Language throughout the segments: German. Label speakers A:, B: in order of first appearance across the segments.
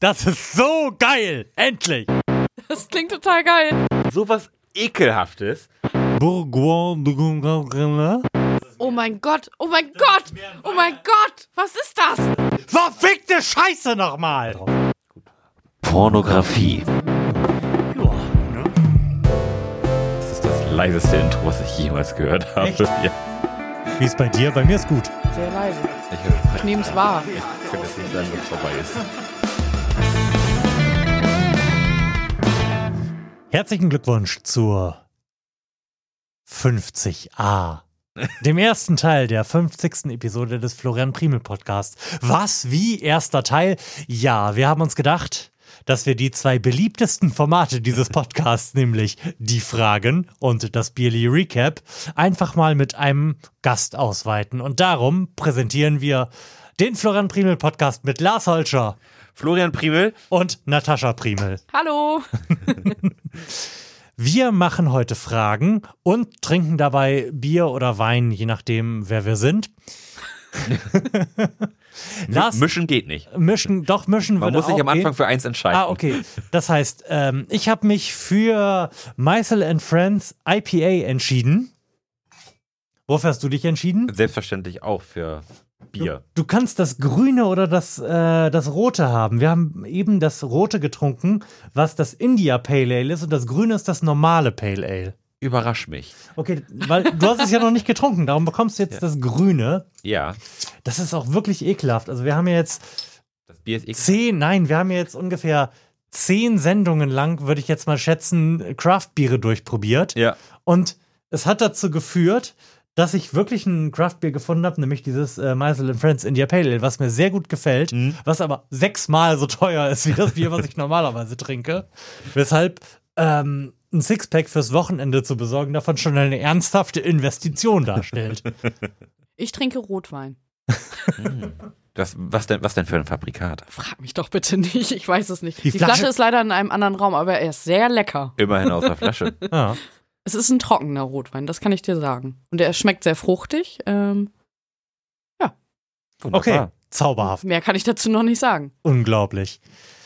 A: Das ist so geil! Endlich!
B: Das klingt total geil.
C: Sowas Ekelhaftes.
A: Bourgoin de Goncourt.
B: Oh mein Gott, oh mein Gott, oh mein Gott, was ist das?
A: Verfickte Scheiße nochmal!
D: Pornografie.
C: ne? Das ist das leiseste Intro, was ich jemals gehört habe. Ja,
A: Wie ist bei dir? Bei mir ist gut.
B: Sehr leise.
C: ich
B: Ich nehme es wahr.
C: könnte es nicht sein, wenn es vorbei ist.
A: Herzlichen Glückwunsch zur 50a. Dem ersten Teil der 50. Episode des Florian Primel Podcasts. Was wie erster Teil? Ja, wir haben uns gedacht, dass wir die zwei beliebtesten Formate dieses Podcasts, nämlich die Fragen und das Bierly Recap, einfach mal mit einem Gast ausweiten. Und darum präsentieren wir den Florian Primel Podcast mit Lars Holscher
C: Florian Primel,
A: und Natascha Primel.
B: Hallo.
A: Wir machen heute Fragen und trinken dabei Bier oder Wein, je nachdem, wer wir sind. Lars,
C: mischen geht nicht.
A: mischen, doch mischen
C: Man
A: würde
C: muss sich
A: auch
C: am Anfang
A: gehen.
C: für eins entscheiden.
A: Ah, okay. Das heißt, ähm, ich habe mich für Meisel and Friends IPA entschieden. Wofür hast du dich entschieden?
C: Selbstverständlich auch für Bier.
A: Du kannst das Grüne oder das, äh, das Rote haben. Wir haben eben das Rote getrunken, was das India Pale Ale ist und das Grüne ist das normale Pale Ale.
C: Überrasch mich.
A: Okay, weil du hast es ja noch nicht getrunken, darum bekommst du jetzt das Grüne.
C: Ja,
A: Das ist auch wirklich ekelhaft. Also wir haben ja jetzt
C: das Bier ist ekelhaft.
A: zehn, nein, wir haben ja jetzt ungefähr zehn Sendungen lang, würde ich jetzt mal schätzen, Craft-Biere durchprobiert.
C: Ja.
A: Und es hat dazu geführt, dass ich wirklich ein Craft-Bier gefunden habe, nämlich dieses äh, Meisel and Friends India Pale Ale, was mir sehr gut gefällt, was aber sechsmal so teuer ist wie das Bier, was ich normalerweise trinke. Weshalb ähm, ein Sixpack fürs Wochenende zu besorgen davon schon eine ernsthafte Investition darstellt.
B: Ich trinke Rotwein.
C: Das, was, denn, was denn für ein Fabrikat?
B: Frag mich doch bitte nicht, ich weiß es nicht.
A: Die
B: Die,
A: Flasche-
B: Flasche, ist leider in einem anderen Raum, aber er ist sehr lecker.
C: Immerhin aus der Flasche.
A: ja.
B: Es ist ein trockener Rotwein, das kann ich dir sagen. Und er schmeckt sehr fruchtig. Ähm,
A: Okay,
C: Wunderbar.
A: zauberhaft,
B: mehr kann ich dazu noch nicht sagen.
A: unglaublich.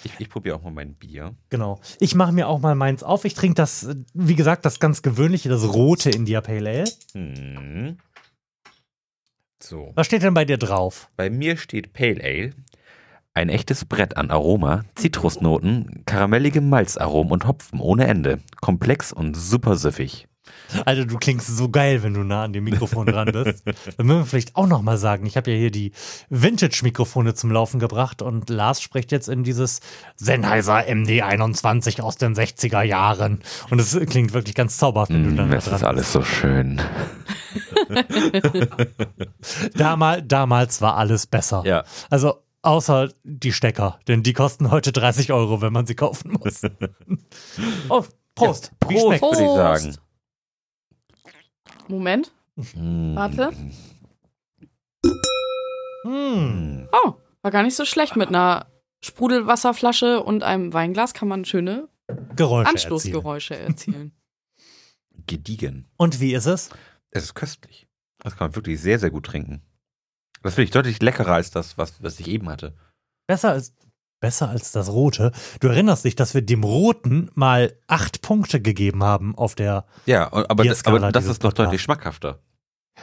C: Ich, ich probiere auch mal mein Bier.
A: Genau. Ich mache mir auch mal meins auf. Ich trinke das, äh, wie gesagt, das ganz gewöhnliche, das rote India Pale Ale.
C: Hm. So.
A: Was steht denn bei dir drauf?
C: Bei mir steht Pale Ale. Ein echtes Brett an Aroma, Zitrusnoten, karamelligem Malzaromen und Hopfen ohne Ende. Komplex und super süffig.
A: Alter, du klingst so geil, wenn du nah an dem Mikrofon dran bist. Dann müssen wir vielleicht auch nochmal sagen, ich habe ja hier die Vintage-Mikrofone zum Laufen gebracht und Lars spricht jetzt in dieses Sennheiser MD21 aus den 60er Jahren. Und es klingt wirklich ganz zauberhaft, wenn du dann da
C: Mm, das
A: dran
C: ist alles so schön.
A: Damal, damals war alles besser.
C: Ja.
A: Also außer die Stecker, denn die kosten heute 30 Euro, wenn man sie kaufen muss. oh, Prost. Wie schmeckt's?
C: Prost, würde ich
B: Prost.
C: sagen.
B: Moment,
C: Hm.
B: warte.
A: Hm.
C: Hm.
B: Oh, war gar nicht so schlecht. Mit einer Sprudelwasserflasche und einem Weinglas kann man schöne
A: Geräusche erzielen.
B: Anstoßgeräusche erzielen.
C: Gediegen.
A: Und wie ist es?
C: Es ist köstlich. Das kann man wirklich sehr, sehr gut trinken. Das finde ich deutlich leckerer als das, was, was ich eben hatte.
A: Besser als besser als das rote. Du erinnerst dich, dass wir dem roten mal acht Punkte gegeben haben auf der
C: Ja, und- aber, das,
A: Bierskala
C: aber das
A: dieses
C: ist noch deutlich
A: Podcasts.
C: schmackhafter.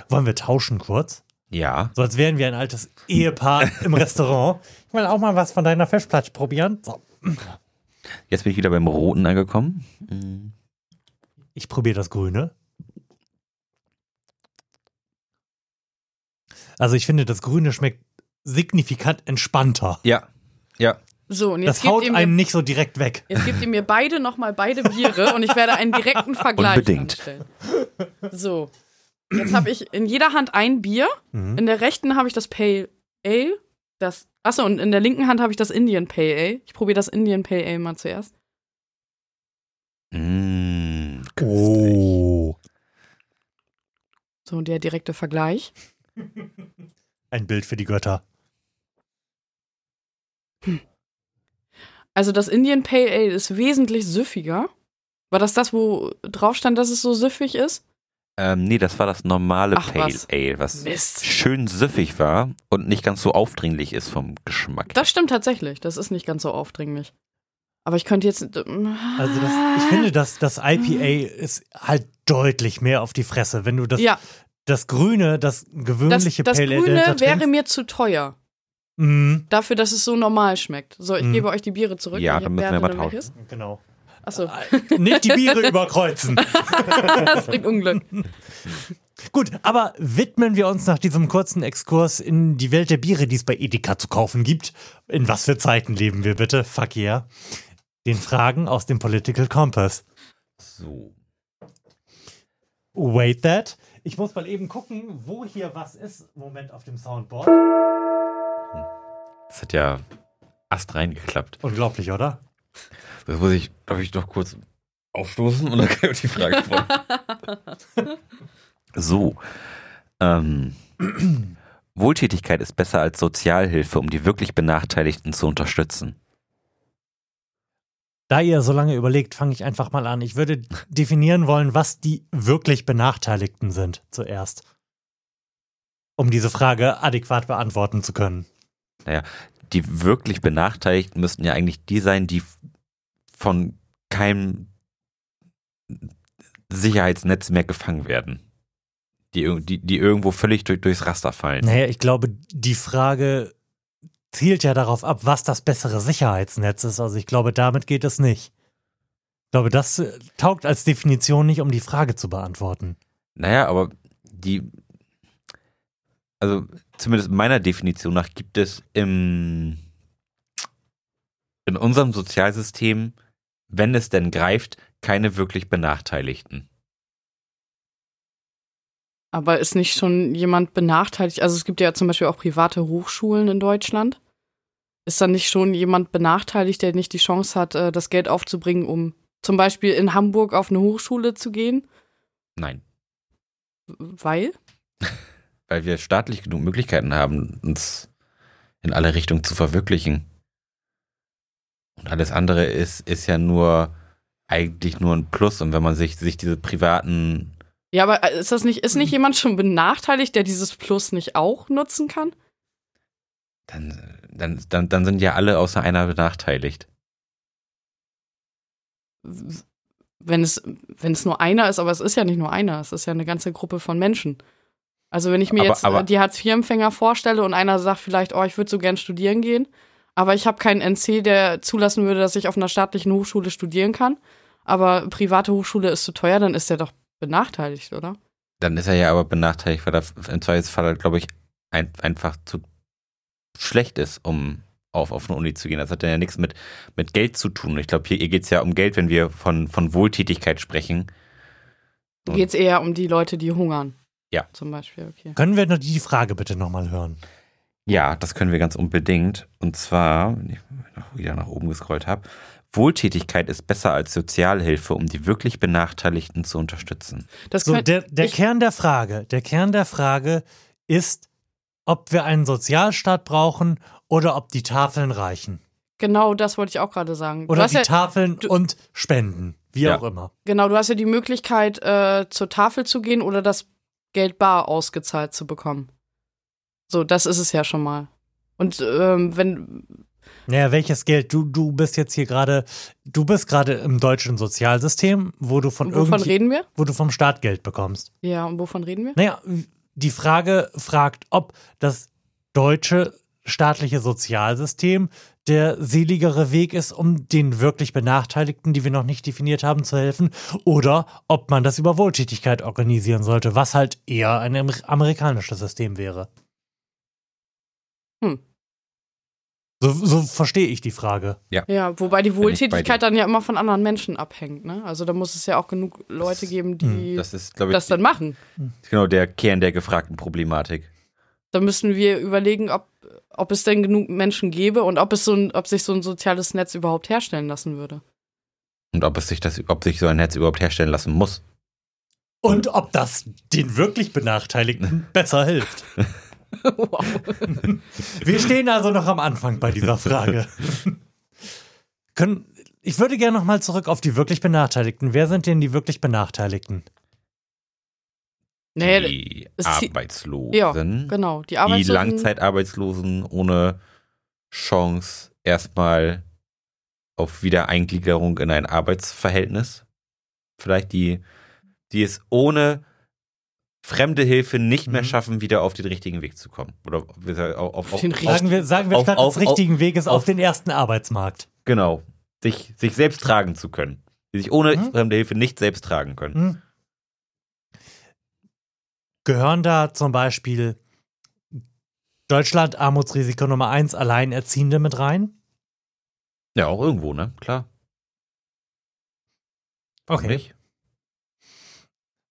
A: Wollen wir tauschen kurz?
C: Ja.
A: So als wären wir ein altes Ehepaar im Restaurant. Ich will auch mal was von deiner Festplatte probieren. So.
C: Jetzt bin ich wieder beim Roten angekommen. Hm.
A: Ich probiere das Grüne. Also ich finde, das Grüne schmeckt signifikant entspannter.
C: Ja. Ja.
B: So, und
A: Das
B: jetzt
A: haut
B: gebt, ihr
A: einen
B: mir,
A: nicht so direkt weg.
B: jetzt gebt ihr mir beide nochmal beide Biere und ich werde einen direkten Vergleich
C: Unbedingt.
B: anstellen. So, jetzt habe ich in jeder Hand ein Bier.
A: Mhm.
B: In der rechten habe ich das Pale Ale. Das, achso, und in der linken Hand habe ich das Indian Pale Ale. Ich probiere das Indian Pale Ale mal zuerst.
C: Mmh,
A: Oh,
B: So, und der direkte Vergleich.
A: ein Bild für die Götter.
B: Also das Indian Pale Ale ist wesentlich süffiger. War das das, wo drauf stand, dass es so süffig ist?
C: Ähm, nee, das war das normale
B: Ach,
C: Pale
B: was.
C: Ale, was
B: Mist.
C: schön süffig war und nicht ganz so aufdringlich ist vom Geschmack.
B: Das stimmt tatsächlich. Das ist nicht ganz so aufdringlich. Aber ich könnte jetzt. Also
A: Also das, ich finde, dass das IPA ist halt deutlich mehr auf die Fresse. Wenn du das,
B: Ah. ja,
A: das Grüne, das
B: das,
A: gewöhnliche
B: das
A: Pale Ale
B: Grüne
A: dahinter
B: wäre
A: trinkst,
B: mir zu teuer.
A: mm,
B: Dafür, dass es so normal schmeckt. So, ich
A: Mhm.
B: gebe euch die Biere zurück.
C: Hm. Ja,
B: Ich-
C: dann müssen
B: wer
C: wir
B: hatte
C: mal
B: denn
C: tauschen.
B: welches?
A: genau.
B: Achso,
A: Nicht die Biere überkreuzen.
B: das bringt Unglück.
A: Gut, aber widmen wir uns nach diesem kurzen Exkurs in die Welt der Biere, die es bei Edeka zu kaufen gibt. In was für Zeiten leben wir bitte? Fuck yeah. Den Fragen aus dem Political Compass.
C: so.
A: Wait that. Ich muss mal eben gucken, wo hier was ist. Moment auf dem Soundboard.
C: Das hat ja Ast reingeklappt.
A: Unglaublich, oder?
C: Das muss ich, darf ich noch kurz aufstoßen und dann kann ich die Frage vor. so. Ähm. Wohltätigkeit ist besser als Sozialhilfe, um die wirklich Benachteiligten zu unterstützen.
A: Da ihr so lange überlegt, fange ich einfach mal an. Ich würde definieren wollen, was die wirklich Benachteiligten sind zuerst. Um diese Frage adäquat beantworten zu können.
C: Die wirklich Benachteiligten müssten ja eigentlich die sein, die f- von keinem Sicherheitsnetz mehr gefangen werden. Die, irg- die, die irgendwo völlig durch, durchs Raster fallen.
A: Naja, ich glaube, die Frage zielt ja darauf ab, was das bessere Sicherheitsnetz ist. Also ich glaube, damit geht es nicht. Ich glaube, das äh, taugt als Definition nicht, um die Frage zu beantworten.
C: Naja, aber die, also zumindest meiner Definition nach gibt es im, in unserem Sozialsystem, wenn es denn greift, keine wirklich Benachteiligten.
B: Aber ist nicht schon jemand benachteiligt? Also es gibt ja zum Beispiel auch private Hochschulen in Deutschland. Ist dann nicht schon jemand benachteiligt, der nicht die Chance hat, äh, das Geld aufzubringen, um zum Beispiel in Hamburg auf eine Hochschule zu gehen?
C: Nein,
B: Weil?
C: weil wir staatlich genug Möglichkeiten haben, uns in alle Richtungen zu verwirklichen. Und alles andere ist, ist ja nur eigentlich nur ein Plus. Und wenn man sich, sich diese privaten
B: Ja, aber äh, ist das nicht, ist
C: Hm.
B: nicht jemand schon benachteiligt, der dieses Plus nicht auch nutzen kann?
C: Dann, dann, dann, dann sind ja alle außer einer benachteiligt.
B: W- Wenn es, wenn es nur einer ist, aber es ist ja nicht nur einer, es ist ja eine ganze Gruppe von Menschen. Also wenn ich mir
C: Aber-
B: jetzt
C: aber-
B: äh, die Hartz-IV-Empfänger vorstelle und einer sagt vielleicht, oh, ich würde so gern studieren gehen, aber ich habe keinen NC, der zulassen würde, dass ich auf einer staatlichen Hochschule studieren kann, aber private Hochschule ist zu teuer, dann ist der doch benachteiligt, oder?
C: Dann ist er ja aber benachteiligt, weil er im Zweifelsfall, glaube ich, ein, einfach zu schlecht ist, um auf, auf eine Uni zu gehen. Das hat dann ja nichts mit, mit Geld zu tun. Ich glaube, hier, hier geht es ja um Geld, wenn wir von, von Wohltätigkeit sprechen. Und-
B: Geht es eher um die Leute, die hungern?
C: Ja.
B: Zum Beispiel, okay.
A: Können wir noch die Frage bitte nochmal hören?
C: Ja, das können wir ganz unbedingt. Und zwar, wenn ich noch wieder nach oben gescrollt habe, Wohltätigkeit ist besser als Sozialhilfe, um die wirklich Benachteiligten zu unterstützen.
B: Das
A: So,
B: könnt-
A: der, der
B: ich-
A: Kern der Frage, der Kern der Frage ist, ob wir einen Sozialstaat brauchen oder ob die Tafeln reichen.
B: Genau, das wollte ich auch gerade sagen. du
A: Oder
B: hast
A: die
B: ja,
A: Tafeln
B: du-
A: und Spenden. Wie
C: Ja.
A: auch immer.
B: genau, du hast ja die Möglichkeit, äh, zur Tafel zu gehen oder das Geld bar ausgezahlt zu bekommen. So, das ist es ja schon mal. Und ähm, wenn
A: Naja, welches Geld? Du, du bist jetzt hier gerade, du bist gerade im deutschen Sozialsystem, wo du von
B: wovon
A: irgendwie,
B: reden wir?
A: wo du vom Staat Geld bekommst.
B: Ja, und wovon reden wir?
A: Naja, die Frage fragt, ob das deutsche staatliche Sozialsystem der seligere Weg ist, um den wirklich Benachteiligten, die wir noch nicht definiert haben, zu helfen, oder ob man das über Wohltätigkeit organisieren sollte, was halt eher ein amer- amerikanisches System wäre.
B: Hm.
A: So, so verstehe ich die Frage.
B: Ja, wobei die
C: ich bei
B: Wohltätigkeit
C: dir.
B: dann ja immer von anderen Menschen abhängt, ne? Also da muss es ja auch genug Leute geben, die das,
C: hm, Das ist, glaube ich,
B: dann machen.
C: genau der Kern der gefragten Problematik.
B: Da müssen wir überlegen, ob, ob es denn genug Menschen gäbe und ob es so ein, ob sich so ein soziales Netz überhaupt herstellen lassen würde.
C: Und ob es sich das, ob sich so ein Netz überhaupt herstellen lassen muss.
A: Und ob das den wirklich Benachteiligten besser hilft.
B: wow.
A: Wir stehen also noch am Anfang bei dieser Frage. Können, ich würde gerne nochmal zurück auf die wirklich Benachteiligten. Wer sind denn die wirklich Benachteiligten?
B: Nee,
C: die
B: es zie-
C: Arbeitslosen,
B: Ja, genau. Die
C: die
B: Arbeitslosen.
C: Langzeitarbeitslosen ohne Chance erstmal auf Wiedereingliederung in ein Arbeitsverhältnis. Vielleicht die, die es ohne fremde Hilfe nicht mehr
A: Mhm.
C: schaffen, wieder auf den richtigen Weg zu kommen. Oder auf, auf,
B: Auf den
C: auf,
A: Sagen wir, sagen wir
C: auf-
A: statt
C: auf-
A: des richtigen Weges auf,
C: auf-
A: den ersten Arbeitsmarkt.
C: Genau. Sich, sich selbst tragen zu können. Die sich ohne
A: Mhm.
C: fremde Hilfe nicht selbst tragen können.
A: Hm. Gehören da zum Beispiel Deutschland Armutsrisiko Nummer 1 Alleinerziehende mit rein?
C: Ja, auch irgendwo, ne? Klar. Warum Nicht?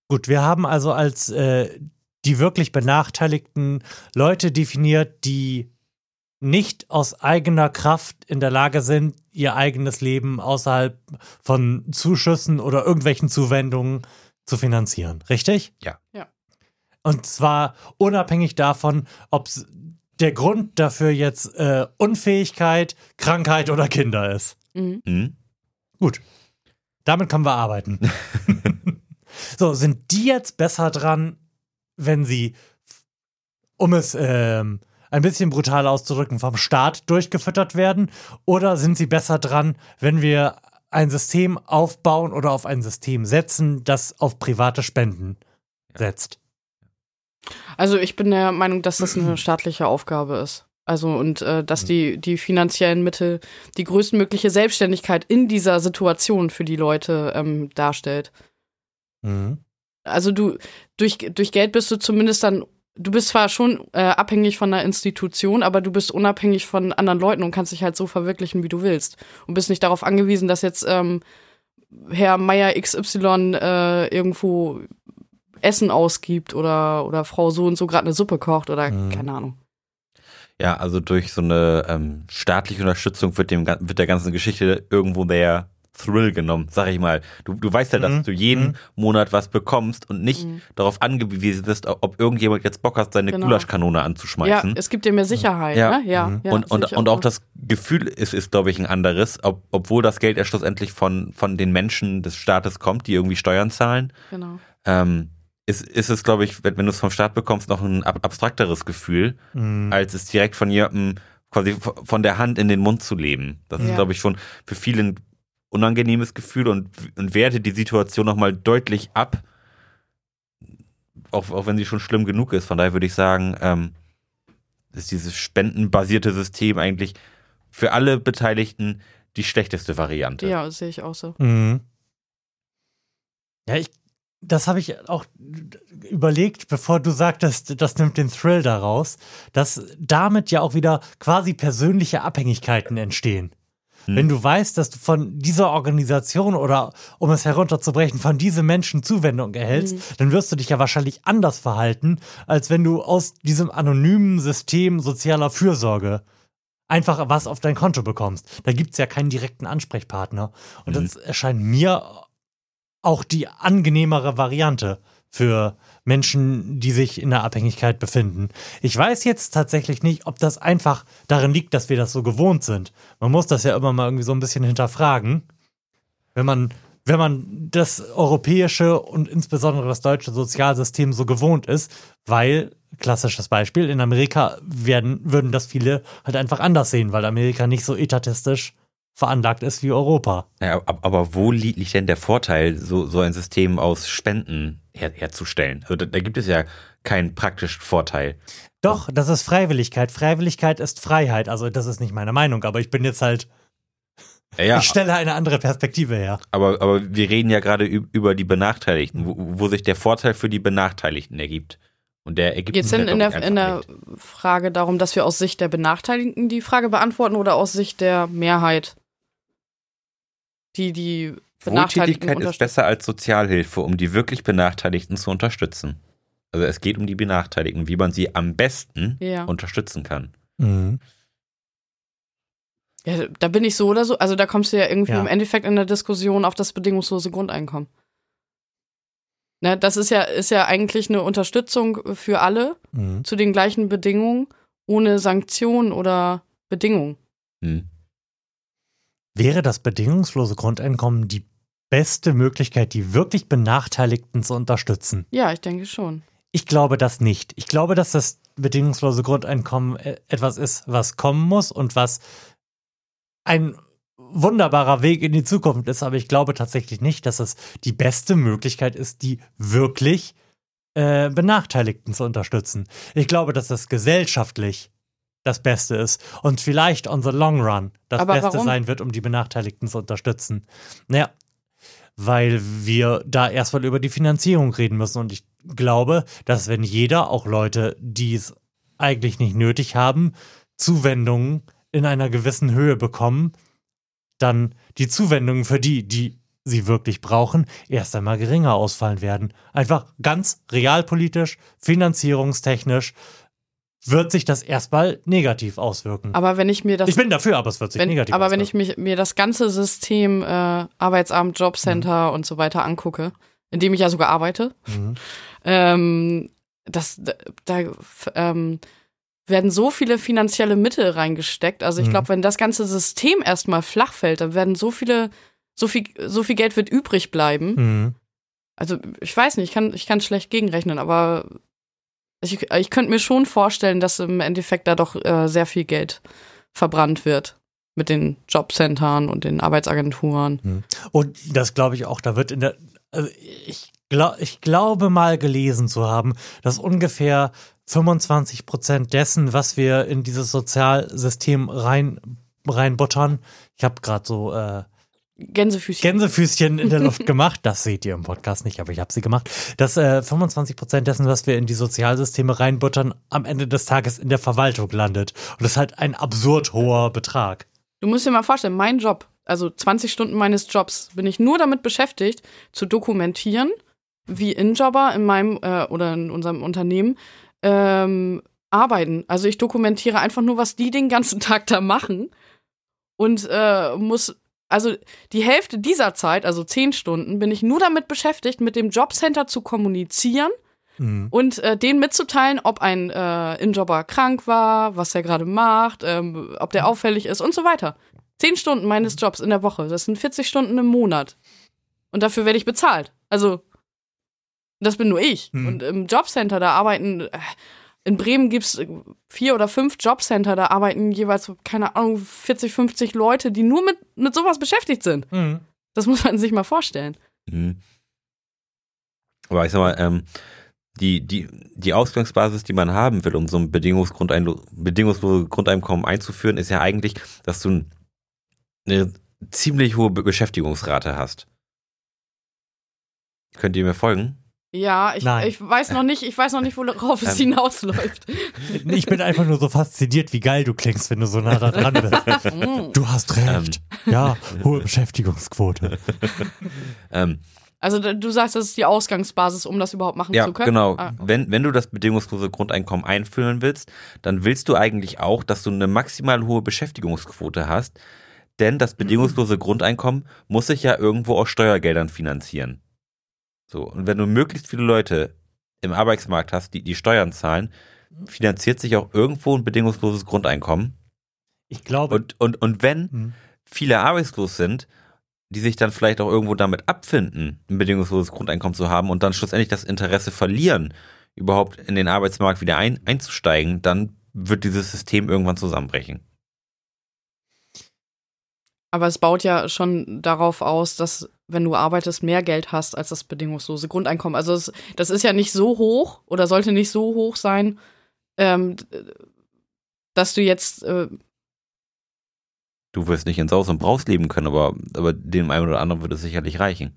A: Gut, wir haben also als äh, die wirklich benachteiligten Leute definiert, die nicht aus eigener Kraft in der Lage sind, ihr eigenes Leben außerhalb von Zuschüssen oder irgendwelchen Zuwendungen zu finanzieren, richtig?
C: Ja.
B: Ja.
A: Und zwar unabhängig davon, ob s- der Grund dafür jetzt äh, Unfähigkeit, Krankheit oder Kinder ist.
B: Mhm.
C: Hm?
A: Damit können wir arbeiten. so, sind die jetzt besser dran, wenn sie, um es ähm, ein bisschen brutal auszudrücken, vom Staat durchgefüttert werden? Oder sind sie besser dran, wenn wir ein System aufbauen oder auf ein System setzen, das auf private Spenden setzt?
B: Also ich bin der Meinung, dass das eine staatliche Aufgabe ist. Also und äh, dass die, die finanziellen Mittel die größtmögliche Selbstständigkeit in dieser Situation für die Leute ähm, darstellt.
A: Mhm.
B: Also du durch, durch Geld bist du zumindest dann, du bist zwar schon äh, abhängig von einer Institution, aber du bist unabhängig von anderen Leuten und kannst dich halt so verwirklichen, wie du willst. Und bist nicht darauf angewiesen, dass jetzt ähm, Herr Meier XY äh, irgendwo Essen ausgibt oder, oder Frau so und so gerade eine Suppe kocht oder
A: Mhm.
B: keine Ahnung.
C: Ja, also durch so eine ähm, staatliche Unterstützung wird, dem, gan- wird der ganzen Geschichte irgendwo der Thrill genommen, sag ich mal. Du, du weißt ja, dass
A: Mhm.
C: du jeden
A: Mhm.
C: Monat was bekommst und nicht
B: Mhm.
C: darauf angewiesen bist, ob ob irgendjemand jetzt Bock hat, seine
B: Genau.
C: Gulaschkanone
B: Ja,
C: anzuschmeißen.
B: es gibt dir mehr Sicherheit,
C: Ja.
B: ne? Ja.
A: Mhm.
B: ja
C: und,
B: sehe
C: und,
B: ich
C: und auch
B: so.
C: das Gefühl ist, ist glaube ich, ein anderes, ob, obwohl das Geld ja schlussendlich von, von den Menschen des Staates kommt, die irgendwie Steuern zahlen.
B: Genau.
C: Ähm, ist, ist es, glaube ich, wenn, wenn du es vom Staat bekommst, noch ein ab abstrakteres Gefühl,
A: Mhm.
C: als es direkt von jemandem quasi v- von der Hand in den Mund zu leben. Das ist,
B: Ja.
C: glaube ich, schon für viele ein unangenehmes Gefühl und, und wertet die Situation nochmal deutlich ab, auch, auch wenn sie schon schlimm genug ist. Von daher würde ich sagen, ähm, ist dieses spendenbasierte System eigentlich für alle Beteiligten die schlechteste Variante.
B: Ja, sehe ich auch so.
A: Mhm. Ja, ich, das habe ich auch überlegt, bevor du sagtest, das nimmt den Thrill daraus, dass damit ja auch wieder quasi persönliche Abhängigkeiten entstehen.
C: Hm.
A: Wenn du weißt, dass du von dieser Organisation oder, um es herunterzubrechen, von diesen Menschen Zuwendung erhältst,
B: Mhm.
A: dann wirst du dich ja wahrscheinlich anders verhalten, als wenn du aus diesem anonymen System sozialer Fürsorge einfach was auf dein Konto bekommst. Da gibt es ja keinen direkten Ansprechpartner. Und
C: Mhm.
A: das erscheint mir auch die angenehmere Variante für Menschen, die sich in der Abhängigkeit befinden. Ich weiß jetzt tatsächlich nicht, ob das einfach darin liegt, dass wir das so gewohnt sind. Man muss das ja immer mal irgendwie so ein bisschen hinterfragen. Wenn man, wenn man das europäische und insbesondere das deutsche Sozialsystem so gewohnt ist, weil, klassisches Beispiel, in Amerika werden, würden das viele halt einfach anders sehen, weil Amerika nicht so etatistisch veranlagt ist wie Europa.
C: Naja, ab- aber wo li- liegt denn der Vorteil, so, so ein System aus Spenden her, herzustellen? Also da, da gibt es ja keinen praktischen Vorteil.
A: Doch, das ist Freiwilligkeit. Freiwilligkeit ist Freiheit. Also, das ist nicht meine Meinung, aber ich bin jetzt halt,
C: Ja,
A: ich stelle eine andere Perspektive her.
C: aber, aber wir reden ja gerade üb- über die Benachteiligten, wo, wo sich der Vorteil für die Benachteiligten ergibt. Und der ergibt halt
B: Geht es
C: sich ja,
B: denn in
C: glaub
B: der,
C: ich,
B: in
C: einfach
B: der Frage darum, dass wir aus Sicht der Benachteiligten die Frage beantworten oder aus Sicht der Mehrheit? Die, die
C: nicht.
B: Benachteiligten
C: Wohltätigkeit ist
B: unterstützen.
C: besser als Sozialhilfe, um die wirklich Benachteiligten zu unterstützen. Also es geht um die Benachteiligten, wie man sie am besten
B: Ja.
C: unterstützen kann.
B: ja, da bin ich so oder so. Also da kommst du ja irgendwie
A: Ja.
B: im Endeffekt in der Diskussion auf das bedingungslose Grundeinkommen. Ne, das ist ja, ist ja eigentlich eine Unterstützung für alle
A: Mhm.
B: zu den gleichen Bedingungen, ohne Sanktionen oder Bedingungen.
C: Hm.
A: Wäre das bedingungslose Grundeinkommen die beste Möglichkeit, die wirklich Benachteiligten zu unterstützen?
B: Ja, ich denke schon.
A: Ich glaube das nicht. Ich glaube, dass das bedingungslose Grundeinkommen äh, etwas ist, was kommen muss und was ein wunderbarer Weg in die Zukunft ist. Aber ich glaube tatsächlich nicht, dass es die beste Möglichkeit ist, die wirklich äh, Benachteiligten zu unterstützen. Ich glaube, dass das gesellschaftlich das Beste ist und vielleicht on the long run das
B: Aber
A: Beste
B: warum?
A: sein wird, um die Benachteiligten zu unterstützen. Naja, weil wir da erstmal über die Finanzierung reden müssen und ich glaube, dass wenn jeder, auch Leute, die es eigentlich nicht nötig haben, Zuwendungen in einer gewissen Höhe bekommen, dann die Zuwendungen für die, die sie wirklich brauchen, erst einmal geringer ausfallen werden. Einfach ganz realpolitisch, finanzierungstechnisch wird sich das erstmal negativ auswirken.
B: Aber wenn ich mir das
A: ich bin dafür, aber es wird sich
B: wenn,
A: negativ
B: aber wenn
A: auswirken.
B: ich mich, mir das ganze System äh, Arbeitsamt, Jobcenter und so weiter angucke, in dem ich ja sogar arbeite,
A: Mhm.
B: ähm, das, da, da f- ähm, werden so viele finanzielle Mittel reingesteckt. Also ich
A: Mhm.
B: glaube, wenn das ganze System erstmal flach fällt, dann werden so viele, so viel, so viel Geld wird übrig bleiben.
A: Mhm.
B: Also ich weiß nicht, ich kann ich kann schlecht gegenrechnen, aber ich, ich könnte mir schon vorstellen, dass im Endeffekt da doch äh, sehr viel Geld verbrannt wird mit den Jobcentern und den Arbeitsagenturen.
A: Und das glaube ich auch, da wird in der. Also ich, glaub, ich glaube mal gelesen zu haben, dass ungefähr 25 Prozent dessen, was wir in dieses Sozialsystem rein, reinbuttern, ich habe gerade so äh,
B: Gänsefüßchen.
A: Gänsefüßchen in der Luft gemacht. Das seht ihr im Podcast nicht, aber ich habe sie gemacht. Dass äh, 25 Prozent dessen, was wir in die Sozialsysteme reinbuttern, am Ende des Tages in der Verwaltung landet. Und das ist halt ein absurd hoher Betrag.
B: du musst dir mal vorstellen, mein Job, also 20 Stunden meines Jobs, bin ich nur damit beschäftigt, zu dokumentieren, wie Injobber in meinem äh, oder in unserem Unternehmen ähm, arbeiten. Also ich dokumentiere einfach nur, was die den ganzen Tag da machen und äh, muss also die Hälfte dieser Zeit, also zehn Stunden, bin ich nur damit beschäftigt, mit dem Jobcenter zu kommunizieren
A: Mhm.
B: und äh, denen mitzuteilen, ob ein äh, Injobber krank war, was er gerade macht, ähm, ob der auffällig ist und so weiter. Zehn Stunden meines Jobs in der Woche, das sind 40 Stunden im Monat. Und dafür werde ich bezahlt. Also, das bin nur ich.
A: Hm.
B: Und im Jobcenter, da arbeiten, äh, in Bremen gibt's äh, vier oder fünf Jobcenter, da arbeiten jeweils, keine Ahnung, 40, 50 Leute, die nur mit, mit sowas beschäftigt sind.
A: Mhm.
B: Das muss man sich mal vorstellen.
C: Mhm. Aber ich sag mal, ähm, die, die, die Ausgangsbasis, die man haben will, um so ein bedingungsgrundeinlo- bedingungsloses Grundeinkommen einzuführen, ist ja eigentlich, dass du ein- eine ziemlich hohe Be- Beschäftigungsrate hast. Könnt ihr mir folgen?
B: Ja, ich,
A: Nein.
B: ich weiß noch nicht, ich weiß noch nicht, worauf es
C: Ähm.
B: hinausläuft.
A: Ich bin einfach nur so fasziniert, wie geil du klingst, wenn du so nah da dran bist.
B: Mm.
A: Du hast recht. Ja, hohe Beschäftigungsquote.
C: Ähm,
B: Also d- du sagst, das ist die Ausgangsbasis, um das überhaupt machen
C: ja,
B: zu können.
C: genau.
B: Ah,
C: Wenn, wenn du das bedingungslose Grundeinkommen einführen willst, dann willst du eigentlich auch, dass du eine maximal hohe Beschäftigungsquote hast, denn
B: Mhm.
C: das bedingungslose Grundeinkommen muss sich ja irgendwo aus Steuergeldern finanzieren. So, und wenn du möglichst viele Leute im Arbeitsmarkt hast, die die Steuern zahlen,
B: Mhm.
C: finanziert sich auch irgendwo ein bedingungsloses Grundeinkommen.
A: Ich glaube.
C: Und, und, und wenn
A: Mhm.
C: viele arbeitslos sind, die sich dann vielleicht auch irgendwo damit abfinden, ein bedingungsloses Grundeinkommen zu haben und dann schlussendlich das Interesse verlieren, überhaupt in den Arbeitsmarkt wieder ein, einzusteigen, dann wird dieses System irgendwann zusammenbrechen.
B: Aber es baut ja schon darauf aus, dass wenn du arbeitest, mehr Geld hast als das bedingungslose Grundeinkommen. Also es, das ist ja nicht so hoch oder sollte nicht so hoch sein, ähm, d- dass du jetzt äh,
C: Du wirst nicht ins Aus und Braus leben können, aber, aber dem einen oder anderen würde es sicherlich reichen.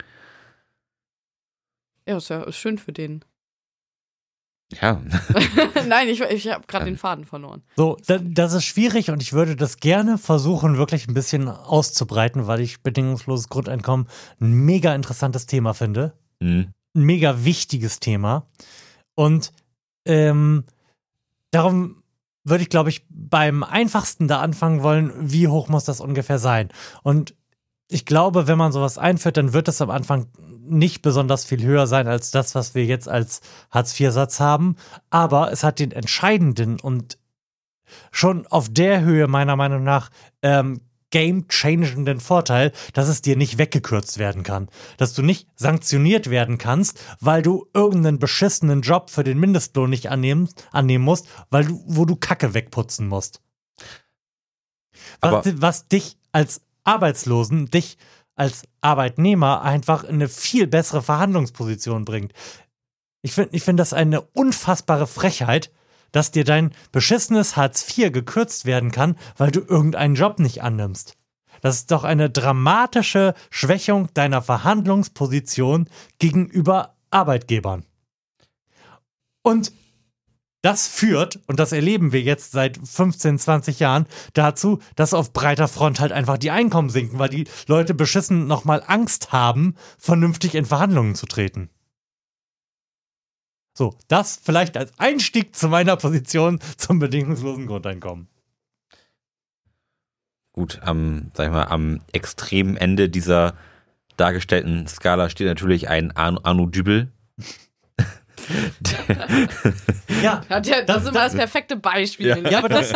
B: ja, ist ja ist schön für den.
C: Ja,
B: Nein, ich, ich habe gerade
C: Ähm.
B: den Faden verloren.
A: So, da- das ist schwierig und ich würde das gerne versuchen, wirklich ein bisschen auszubreiten, weil ich bedingungsloses Grundeinkommen ein mega interessantes Thema finde.
C: hm.
A: Ein mega wichtiges Thema. Und ähm, darum würde ich, glaube ich, beim einfachsten da anfangen wollen, wie hoch muss das ungefähr sein? Und ich glaube, wenn man sowas einführt, dann wird das am Anfang nicht besonders viel höher sein als das, was wir jetzt als Hartz-IV-Satz haben. Aber es hat den entscheidenden und schon auf der Höhe meiner Meinung nach ähm, game-changenden Vorteil, dass es dir nicht weggekürzt werden kann. Dass du nicht sanktioniert werden kannst, weil du irgendeinen beschissenen Job für den Mindestlohn nicht annehmen, annehmen musst, weil du, wo du Kacke wegputzen musst.
C: Aber-
A: Was, was dich als Arbeitslosen, dich als Arbeitnehmer einfach in eine viel bessere Verhandlungsposition bringt. Ich finde ich find das eine unfassbare Frechheit, dass dir dein beschissenes Hartz IV gekürzt werden kann, weil du irgendeinen Job nicht annimmst. Das ist doch eine dramatische Schwächung deiner Verhandlungsposition gegenüber Arbeitgebern. Und das führt, und das erleben wir jetzt seit 15, 20 Jahren, dazu, dass auf breiter Front halt einfach die Einkommen sinken, weil die Leute beschissen nochmal Angst haben, vernünftig in Verhandlungen zu treten. So, das vielleicht als Einstieg zu meiner Position zum bedingungslosen Grundeinkommen.
C: Gut, am, sag ich mal, am extremen Ende dieser dargestellten Skala steht natürlich ein Arno, Arno Dübel.
A: Ja,
B: Ja, der, das,
A: Das-
B: ist immer das perfekte Beispiel.
C: Ja.
A: ja, aber das.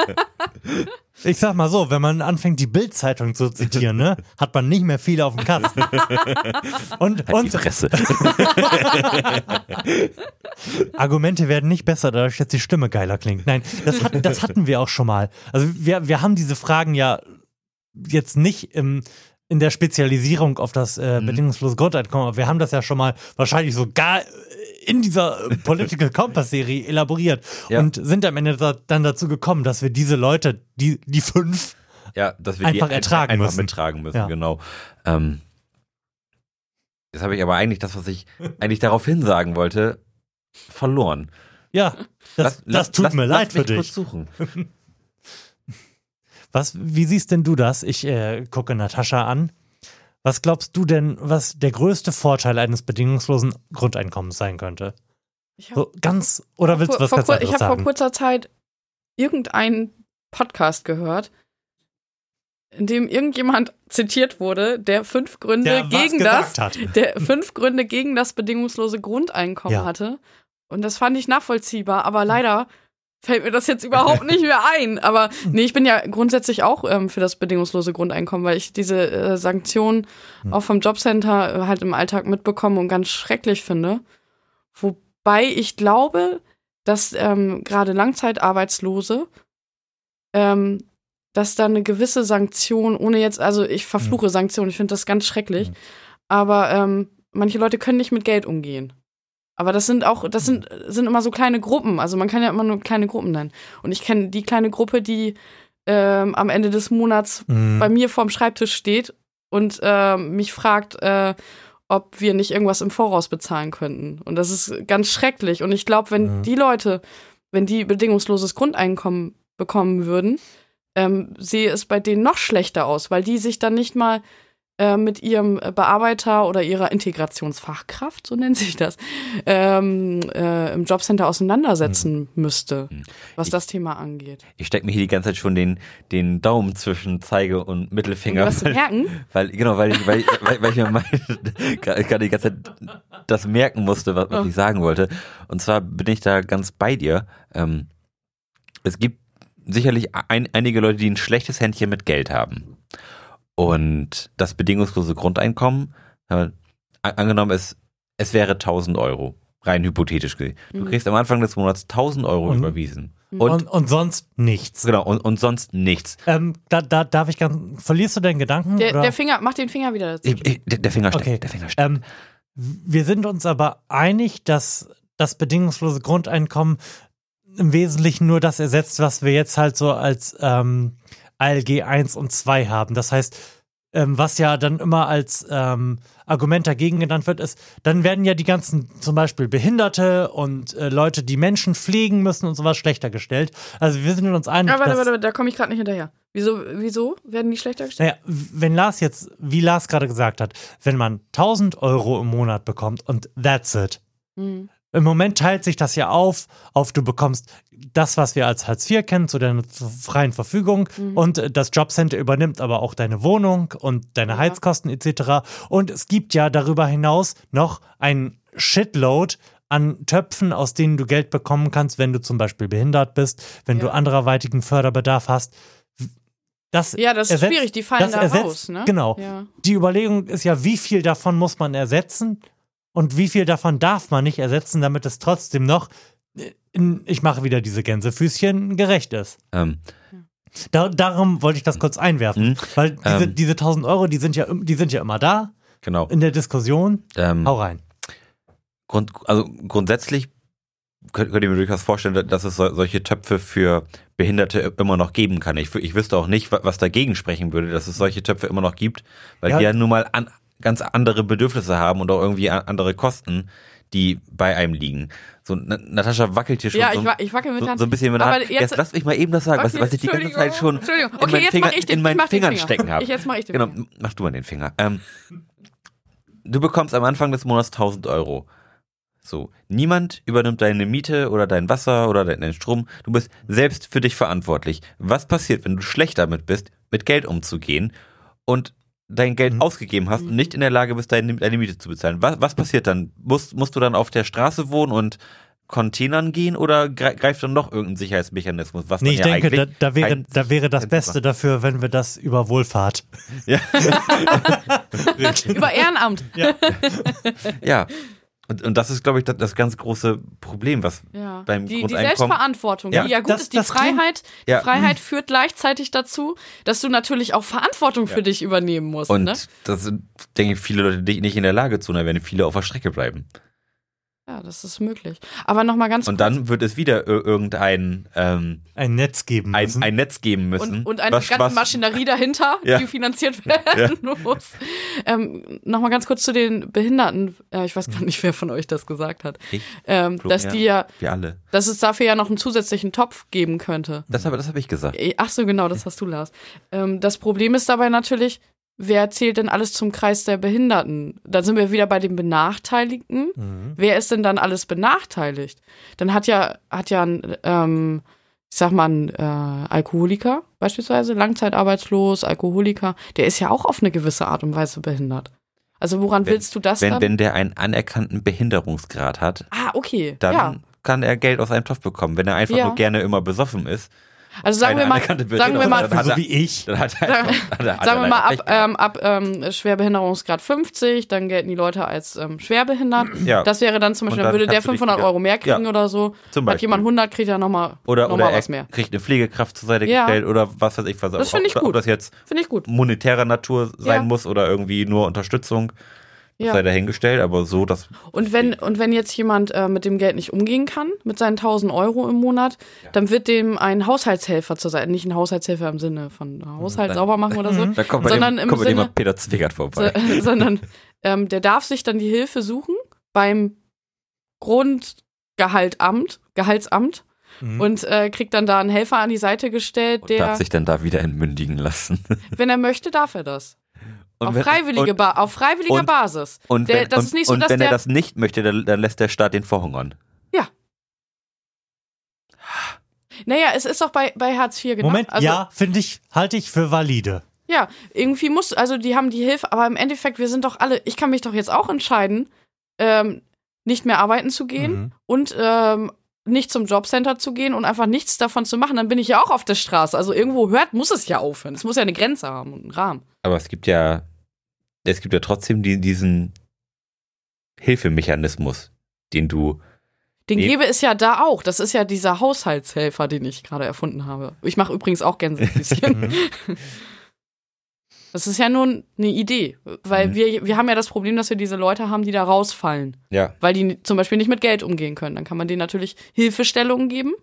A: Ich sag mal so, wenn man anfängt, die Bild-Zeitung zu zitieren, ne, hat man nicht mehr viel auf dem Kasten. Und,
C: Halt die
A: und
C: Fresse.
A: Argumente werden nicht besser, dadurch, dass die Stimme geiler klingt. Nein, das, hat, das hatten wir auch schon mal. Also wir, wir haben diese Fragen ja jetzt nicht im, in der Spezialisierung auf das äh,
C: Mhm.
A: bedingungslose Grundeinkommen, aber wir haben das ja schon mal wahrscheinlich sogar in dieser äh, Political Compass-Serie elaboriert
C: Ja.
A: und sind am Ende da, dann dazu gekommen, dass wir diese Leute, die, die fünf,
C: Ja, dass wir
A: Einfach
C: die
A: ertragen
C: einfach
A: müssen.
C: mittragen müssen,
A: Ja.
C: genau. Ähm, jetzt habe ich aber eigentlich das, was ich eigentlich darauf hinsagen wollte, verloren.
A: ja, das,
C: Lass- lass-
A: das tut
C: lass-
A: mir
C: lass
A: leid für
C: mich
A: dich.
C: Kurz suchen.
A: Was, wie siehst denn du das? Ich äh, gucke Natascha an. Was glaubst du denn, was der größte Vorteil eines bedingungslosen Grundeinkommens sein könnte?
B: Ich hab-
A: So ganz, oder willst du
B: Vor-
A: was
B: vor,
A: ganz
B: kur-
A: anderes
B: ich habe vor
A: sagen?
B: kurzer Zeit irgendeinen Podcast gehört, in dem irgendjemand zitiert wurde, der fünf Gründe gegen das,
A: hat.
B: der fünf Gründe gegen das bedingungslose Grundeinkommen
A: Ja.
B: hatte. Und das fand ich nachvollziehbar, aber leider fällt mir das jetzt überhaupt nicht mehr ein. Aber nee, ich bin ja grundsätzlich auch ähm, für das bedingungslose Grundeinkommen, weil ich diese äh, Sanktionen
A: Hm.
B: auch vom Jobcenter äh, halt im Alltag mitbekomme und ganz schrecklich finde. Wobei ich glaube, dass ähm, gerade Langzeitarbeitslose, ähm, dass da eine gewisse Sanktion, ohne jetzt, also ich
A: Hm.
B: verfluche Sanktionen, ich finde das ganz schrecklich,
A: Mhm.
B: aber ähm, manche Leute können nicht mit Geld umgehen. Aber das sind auch, das sind, sind immer so kleine Gruppen. Also man kann ja immer nur kleine Gruppen nennen. Und ich kenne die kleine Gruppe, die ähm, am Ende des Monats
A: Mhm.
B: bei mir vorm Schreibtisch steht und äh, mich fragt, äh, ob wir nicht irgendwas im Voraus bezahlen könnten. Und das ist ganz schrecklich. Und ich glaube, wenn
A: Mhm.
B: die Leute, wenn die bedingungsloses Grundeinkommen bekommen würden, ähm, sehe es bei denen noch schlechter aus, weil die sich dann nicht mal äh, mit ihrem Bearbeiter oder ihrer Integrationsfachkraft, so nennt sich das, ähm, äh, im Jobcenter auseinandersetzen müsste,
C: Mhm.
B: was
C: Ich-
B: das Thema angeht.
C: Ich stecke mir hier die ganze Zeit schon den, den Daumen zwischen Zeige und
B: Und du
C: Mittelfinger.
B: wirst
C: weil-
B: merken,
C: Weil, genau, weil ich, weil, ich- weil, weil ich mir meine, gerade die ganze Zeit das merken musste, was, was
B: Oh.
C: ich sagen wollte. Und zwar bin ich da ganz bei dir. Ähm, es gibt sicherlich ein, einige Leute, die ein schlechtes Händchen mit Geld haben. Und das bedingungslose Grundeinkommen, äh, a- angenommen, es, es wäre 1000 Euro, rein hypothetisch gesehen. Du
B: Mhm.
C: kriegst am Anfang des Monats 1000 Euro
A: Mhm.
C: überwiesen.
B: Mhm.
C: Und,
A: und, und sonst nichts.
C: genau, und, und sonst nichts.
A: Ähm, da, da darf ich ganz, verlierst du deinen Gedanken?
B: der,
A: Hm, oder?
B: der Finger, mach den Finger wieder dazu.
C: Ich, ich, der der Finger steckt,
A: Okay.
C: der Finger steckt.
A: Ähm, wir sind uns aber einig, dass das bedingungslose Grundeinkommen im Wesentlichen nur das ersetzt, was wir jetzt halt so als ähm, ALG 1 und 2 haben. Das heißt, ähm, was ja dann immer als ähm, Argument dagegen genannt wird, ist, dann werden ja die ganzen zum Beispiel Behinderte und äh, Leute, die Menschen pflegen müssen und sowas schlechter gestellt. Also wir sind uns einig,
B: Ah, warte,
A: dass,
B: warte, warte, da komme ich gerade nicht hinterher. Wieso, wieso werden die schlechter gestellt?
A: naja, wenn Lars jetzt, wie Lars gerade gesagt hat, wenn man 1000 Euro im Monat bekommt und that's it,
B: Mhm.
A: im Moment teilt sich das ja auf, auf du bekommst das, was wir als Hartz IV kennen, zu deiner zu freien Verfügung
B: Mhm.
A: und äh, das Jobcenter übernimmt aber auch deine Wohnung und deine
B: Ja.
A: Heizkosten etc. Und es gibt ja darüber hinaus noch ein Shitload an Töpfen, aus denen du Geld bekommen kannst, wenn du zum Beispiel behindert bist, wenn
B: Ja.
A: du anderweitigen Förderbedarf hast. Das
B: Ja, das ist
A: ersetzt-
B: schwierig, die fallen
A: das
B: da
A: ersetzt-
B: raus, ne?
A: Genau.
B: Ja.
A: Die Überlegung ist ja, wie viel davon muss man ersetzen und wie viel davon darf man nicht ersetzen, damit es trotzdem noch, äh, in- ich mache wieder diese Gänsefüßchen, gerecht ist.
C: Ähm,
A: Da, darum wollte ich das kurz einwerfen,
C: hm,
A: weil diese,
C: Ähm.
A: diese 1000 Euro, die sind, ja, im- die sind ja immer da
C: genau.
A: in der Diskussion.
C: Ähm,
A: Hau rein.
C: Grund, also grundsätzlich könnt, könnt ihr mir durchaus vorstellen, dass es so, solche Töpfe für Behinderte immer noch geben kann. Ich, wü- ich wüsste auch nicht, wa- was dagegen sprechen würde, dass es solche Töpfe immer noch gibt, weil
A: Ja.
C: die ja nun mal an, ganz andere Bedürfnisse haben und auch irgendwie a- andere Kosten, die bei einem liegen. So, Na- Natascha wackelt hier schon
B: Ja,
C: so,
B: ich, wa- ich wackel mit
C: so,
B: Hand.
C: so ein bisschen mit der
B: Aber
C: Hand.
B: jetzt-
C: Jetzt, lass mich mal eben das sagen, was,
B: Okay,
C: was ich die ganze
B: Entschuldigung,
C: Zeit schon
B: Entschuldigung.
C: in meinen,
B: jetzt
C: Fingern,
B: mach ich den,
C: in meinen
B: ich mach den
C: Fingern
B: Finger.
C: stecken habe.
B: Ich, jetzt mach ich den
C: Genau,
B: Finger.
C: mach du mal den Finger. Ähm, du bekommst am Anfang des Monats 1000 Euro. So, niemand übernimmt deine Miete oder dein Wasser oder dein- deinen Strom. Du bist selbst für dich verantwortlich. Was passiert, wenn du schlecht damit bist, mit Geld umzugehen und dein Geld
A: Mhm.
C: ausgegeben hast und nicht in der Lage bist, deine, deine Miete zu bezahlen? Was, was passiert dann? Musst, musst du dann auf der Straße wohnen und Containern gehen oder gre- greift dann noch irgendein Sicherheitsmechanismus? Was
A: Nee, ich
C: man ja
A: denke, da,
C: eigentlich
A: da, wäre,
C: ein-
A: da wäre das
C: ein-
A: Beste dafür, wenn wir das über Wohlfahrt.
C: Ja.
B: Über Ehrenamt.
C: Ja. Und, und das ist, glaube ich, das, das ganz große Problem, was
B: Ja.
C: Beim
B: die, die
C: Grundeinkommen-
B: Selbstverantwortung,
C: Ja.
B: die ja gut
A: Das-
B: ist, die
A: das Mhm. klingt-
B: Freiheit.
C: Ja.
B: Die Freiheit führt gleichzeitig dazu, dass du natürlich auch Verantwortung für dich übernehmen musst.
C: und
B: ne?
C: das sind, denke ich, viele Leute nicht nicht in der Lage zu, und da werden viele auf der Strecke bleiben.
B: Ja, das ist möglich. Aber nochmal ganz
C: Und dann wird es wieder ir- irgendein ähm,
A: Ein Netz geben
C: ein,
A: müssen.
C: ein Netz geben müssen.
B: und, und eine
C: was-
B: ganze
C: was-
B: Maschinerie dahinter,
C: Ja.
B: die finanziert werden muss. Ähm, Nochmal ganz kurz zu den Behinderten. Äh, ich weiß
C: Hm.
B: gar nicht, wer von euch das gesagt hat.
C: Ich,
B: Ähm,
C: Flo,
B: dass die ja,
C: Wir alle.
B: dass es dafür ja noch einen zusätzlichen Topf geben könnte.
C: Das habe das hab ich gesagt.
B: Äh, Ach so, genau, das hast du, Lars. Ähm, das Problem ist dabei natürlich, wer zählt denn alles zum Kreis der Behinderten? Da sind wir wieder bei den Benachteiligten.
A: Mhm.
B: wer ist denn dann alles benachteiligt? Dann hat ja, hat ja ein, ähm, ich sag mal, ein äh, Alkoholiker beispielsweise, langzeitarbeitslos, Alkoholiker, der ist ja auch auf eine gewisse Art und Weise behindert. Also woran
C: Wenn-
B: willst du das
C: Wenn,
B: dann?
C: wenn der einen anerkannten Behinderungsgrad hat,
B: ah, okay.
C: dann
B: ja.
C: kann er Geld aus einem Topf bekommen. Wenn er einfach
B: Ja.
C: nur gerne immer besoffen ist,
B: Also sagen
C: keine
B: wir mal,
C: anerkannte
B: sagen wir mal,
C: Behinderung, hat
A: So
C: er-
A: wie ich.
C: dann hat er,
B: Sagen-
C: einfach- hat er, hat
B: sagen
C: er
B: wir
C: leider
B: mal ab,
C: Pech gehabt.
B: ähm, ab ähm, Schwerbehinderungsgrad 50, dann gelten die Leute als ähm, schwerbehindert.
C: Ja,
B: Das wäre dann zum
C: Und
B: Beispiel,
C: dann
B: dann würde der
C: kannst du dich
B: 500
C: wieder-
B: Euro mehr kriegen
C: Ja.
B: oder so.
C: zum
B: Hat
C: Beispiel.
B: jemand 100, kriegt er nochmal
C: oder,
B: noch
C: oder
B: mal
C: er
B: was mehr.
C: kriegt eine Pflegekraft zur Seite
B: Ja.
C: gestellt oder was weiß ich. Was
B: Das finde ich
C: ob, Ob
B: gut.
C: das jetzt
B: Finde ich gut.
C: monetärer Natur
B: Ja.
C: sein muss oder irgendwie nur Unterstützung, das
B: Ja.
C: sei dahingestellt, aber so, dass
B: Und wenn, und wenn jetzt jemand äh, mit dem Geld nicht umgehen kann, mit seinen 1000 Euro im Monat, dann wird dem ein Haushaltshelfer zur Seite, nicht ein Haushaltshelfer im Sinne von Haushalt
C: Dann-
B: sauber machen oder so,
C: da kommt bei
B: Sondern
C: dem,
B: im
C: kommt bei dem
B: Sinne-
C: mal Peter Zwegert
B: so
C: vorbei.
B: sondern ähm, der darf sich dann die Hilfe suchen beim Grundgehaltamt, Gehaltsamt
A: Mhm.
B: und äh, kriegt dann da einen Helfer an die Seite gestellt,
C: und darf
B: der,
C: sich dann da wieder entmündigen lassen.
B: wenn er möchte, darf er das.
C: Und
B: auf,
C: wenn-
B: freiwillige
C: und,
B: ba auf freiwilliger
C: und-
B: Basis.
C: und
B: der-
C: wenn,
B: das
C: und,
B: ist nicht so,
C: und
B: dass
C: wenn er
B: der-
C: das nicht möchte, dann, dann lässt der Staat den verhungern.
B: Naja, es ist doch bei, bei Hartz IV genau.
A: Moment,
B: also,
A: ja, finde ich, halte ich für valide.
B: Ja, irgendwie muss, also die haben die Hilfe, aber im Endeffekt, wir sind doch alle, ich kann mich doch jetzt auch entscheiden, ähm, nicht mehr arbeiten zu gehen
A: Mhm.
B: und ähm, nicht zum Jobcenter zu gehen und einfach nichts davon zu machen, dann bin ich ja auch auf der Straße. Also irgendwo hört, muss es ja aufhören. Es muss ja eine Grenze haben und einen Rahmen.
C: Aber es gibt ja, es gibt ja trotzdem die, diesen Hilfemechanismus, den du,
B: Den
C: Nee.
B: gäbe es ja da auch. Das ist ja dieser Haushaltshelfer, den ich gerade erfunden habe. Ich mache übrigens auch Gänsefüßchen.
A: Mhm.
B: das ist ja nur eine Idee, weil
C: Mhm.
B: wir, wir haben ja das Problem, dass wir diese Leute haben, die da rausfallen.
C: ja,
B: weil die zum Beispiel nicht mit Geld umgehen können. Dann kann man denen natürlich Hilfestellungen geben.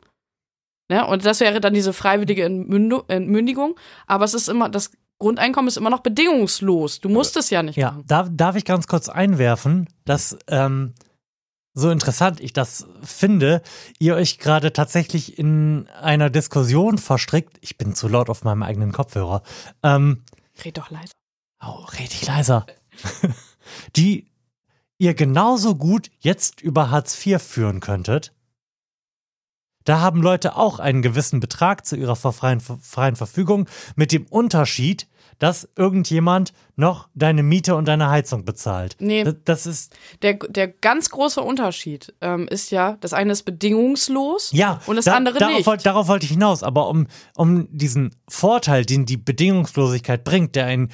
B: Ne? Und das wäre dann diese freiwillige Entmündu- Entmündigung. Aber es ist immer, das Grundeinkommen ist immer noch bedingungslos. Du musst es ja nicht
A: Ja,
B: machen.
A: darf, darf ich ganz kurz einwerfen, dass ähm, so interessant ich das finde, ihr euch gerade tatsächlich in einer Diskussion verstrickt. Ich bin zu laut auf meinem eigenen Kopfhörer. Ähm,
B: Red doch leise.
A: oh, red ich leiser. Die ihr genauso gut jetzt über Hartz IV führen könntet. Da haben Leute auch einen gewissen Betrag zu ihrer ver- freien, freien Verfügung mit dem Unterschied, dass irgendjemand noch deine Miete und deine Heizung bezahlt.
B: Nee.
A: Das, das ist,
B: Der, der ganz große Unterschied ähm, ist ja, das eine ist bedingungslos
A: ja.
B: und das
A: da-
B: andere
A: darauf,
B: nicht.
A: wollt- Darauf wollte ich hinaus. Aber um, um diesen Vorteil, den die Bedingungslosigkeit bringt, der ein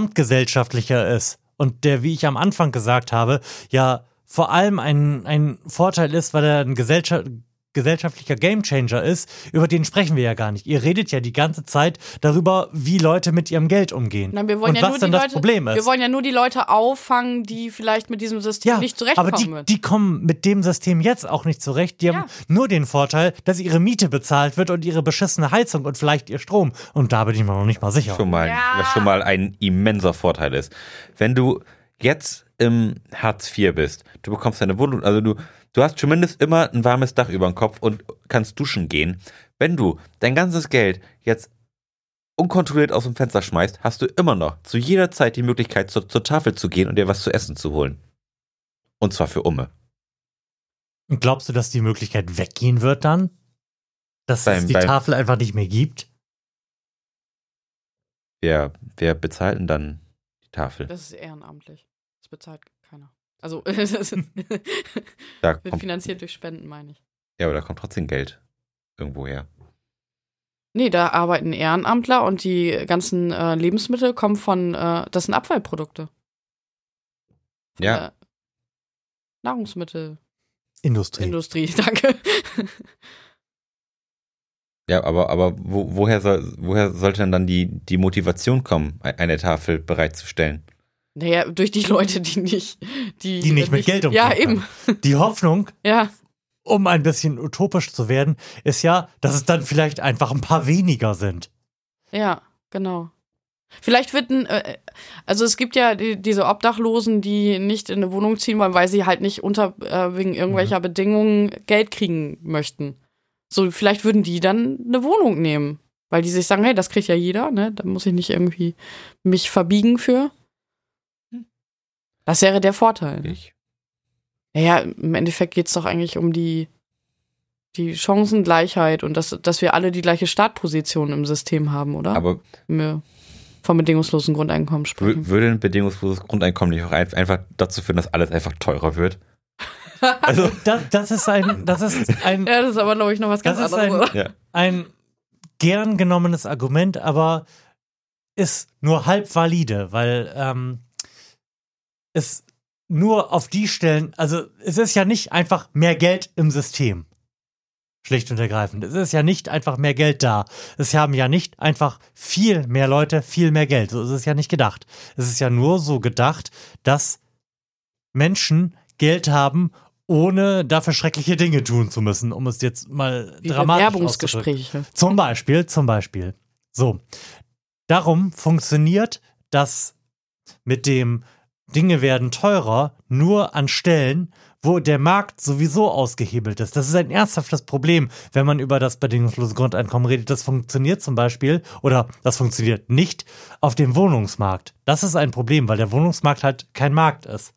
A: gesamtgesellschaftlicher ist und der, wie ich am Anfang gesagt habe, ja vor allem ein, ein Vorteil ist, weil er ein Gesellschaft gesellschaftlicher Gamechanger ist, über den sprechen wir ja gar nicht. Ihr redet ja die ganze Zeit darüber, wie Leute mit ihrem Geld umgehen
B: Nein, wir wollen
A: und
B: ja
A: was
B: nur die
A: dann
B: Leute,
A: das Problem ist.
B: Wir wollen ja nur die Leute auffangen, die vielleicht mit diesem System
A: Ja,
B: nicht
A: aber
B: zurechtkommen
A: die,
B: würden.
A: die kommen mit dem System jetzt auch nicht zurecht. Die
B: Ja.
A: haben nur den Vorteil, dass ihre Miete bezahlt wird und ihre beschissene Heizung und vielleicht ihr Strom. Und da bin ich mir noch nicht mal sicher.
C: schon mal,
B: Ja.
C: was schon mal ein immenser Vorteil ist. Wenn du jetzt im Hartz IV bist, du bekommst deine Wohnung, also du, du hast zumindest immer ein warmes Dach über dem Kopf und kannst duschen gehen. Wenn du dein ganzes Geld jetzt unkontrolliert aus dem Fenster schmeißt, hast du immer noch zu jeder Zeit die Möglichkeit, zur, zur Tafel zu gehen und dir was zu essen zu holen. Und zwar für Umme.
A: Und glaubst du, dass die Möglichkeit weggehen wird dann? Dass
C: Beim-
A: es die
C: beim-
A: Tafel einfach nicht mehr gibt?
C: Wer, wer bezahlt denn dann die Tafel?
B: Das ist ehrenamtlich. Das bezahlt keiner. Also, es ist- wird
C: Da kommt,
B: finanziert durch Spenden, meine ich.
C: ja, aber da kommt trotzdem Geld irgendwo her.
B: Nee, da arbeiten Ehrenamtler und die ganzen äh, Lebensmittel kommen von, äh, das sind Abfallprodukte. Von
C: Ja.
B: der Nahrungsmittelindustrie,
A: Industrie.
B: danke.
C: Ja, aber, aber wo, woher, soll, woher sollte denn dann die, die Motivation kommen, e- eine Tafel bereitzustellen?
B: Naja, durch die Leute, die nicht. Die,
A: Die nicht mit Geld umgehen
B: Ja,
A: können.
B: eben.
A: die Hoffnung,
B: Ja.
A: um ein bisschen utopisch zu werden, ist ja, dass es dann vielleicht einfach ein paar weniger sind.
B: Ja, genau. Vielleicht wird ein, äh, also es gibt ja die, diese Obdachlosen, die nicht in eine Wohnung ziehen wollen, weil sie halt nicht unter, äh, wegen irgendwelcher Bedingungen Geld kriegen möchten. So, vielleicht würden die dann eine Wohnung nehmen, weil die sich sagen, hey, das kriegt ja jeder, ne? Da muss ich nicht irgendwie mich verbiegen für. Das wäre der Vorteil. Ne?
C: Ich.
B: Naja, im Endeffekt geht's doch eigentlich um die, die Chancengleichheit und dass, dass wir alle die gleiche Startposition im System haben, oder?
C: Aber
B: wenn wir vom bedingungslosen Grundeinkommen
C: wü-
B: sprechen.
C: würde ein bedingungsloses Grundeinkommen nicht auch ein- einfach dazu führen, dass alles einfach teurer wird? Also,
A: Das, das ist ein, das ist ein
B: Ja, das ist aber, glaube ich, noch was ganz
A: Das ist
B: anderes.
A: ein-
B: oder?
C: ja.
A: ein gern genommenes Argument, aber ist nur halb valide, weil ähm, es nur auf die Stellen, also es ist ja nicht einfach mehr Geld im System. Schlicht und ergreifend. Es ist ja nicht einfach mehr Geld da. Es haben ja nicht einfach viel mehr Leute, viel mehr Geld. So ist es ja nicht gedacht. Es ist ja nur so gedacht, dass Menschen Geld haben, ohne dafür schreckliche Dinge tun zu müssen, um es jetzt mal
B: Die
A: dramatisch auszudrücken.
B: Bewerbungsgespräche.
A: Zum Beispiel, zum Beispiel. So. Darum funktioniert das mit dem Dinge werden teurer nur an Stellen, wo der Markt sowieso ausgehebelt ist. Das ist ein ernsthaftes Problem, wenn man über das bedingungslose Grundeinkommen redet. Das funktioniert zum Beispiel oder das funktioniert nicht auf dem Wohnungsmarkt. Das ist ein Problem, weil der Wohnungsmarkt halt kein Markt ist.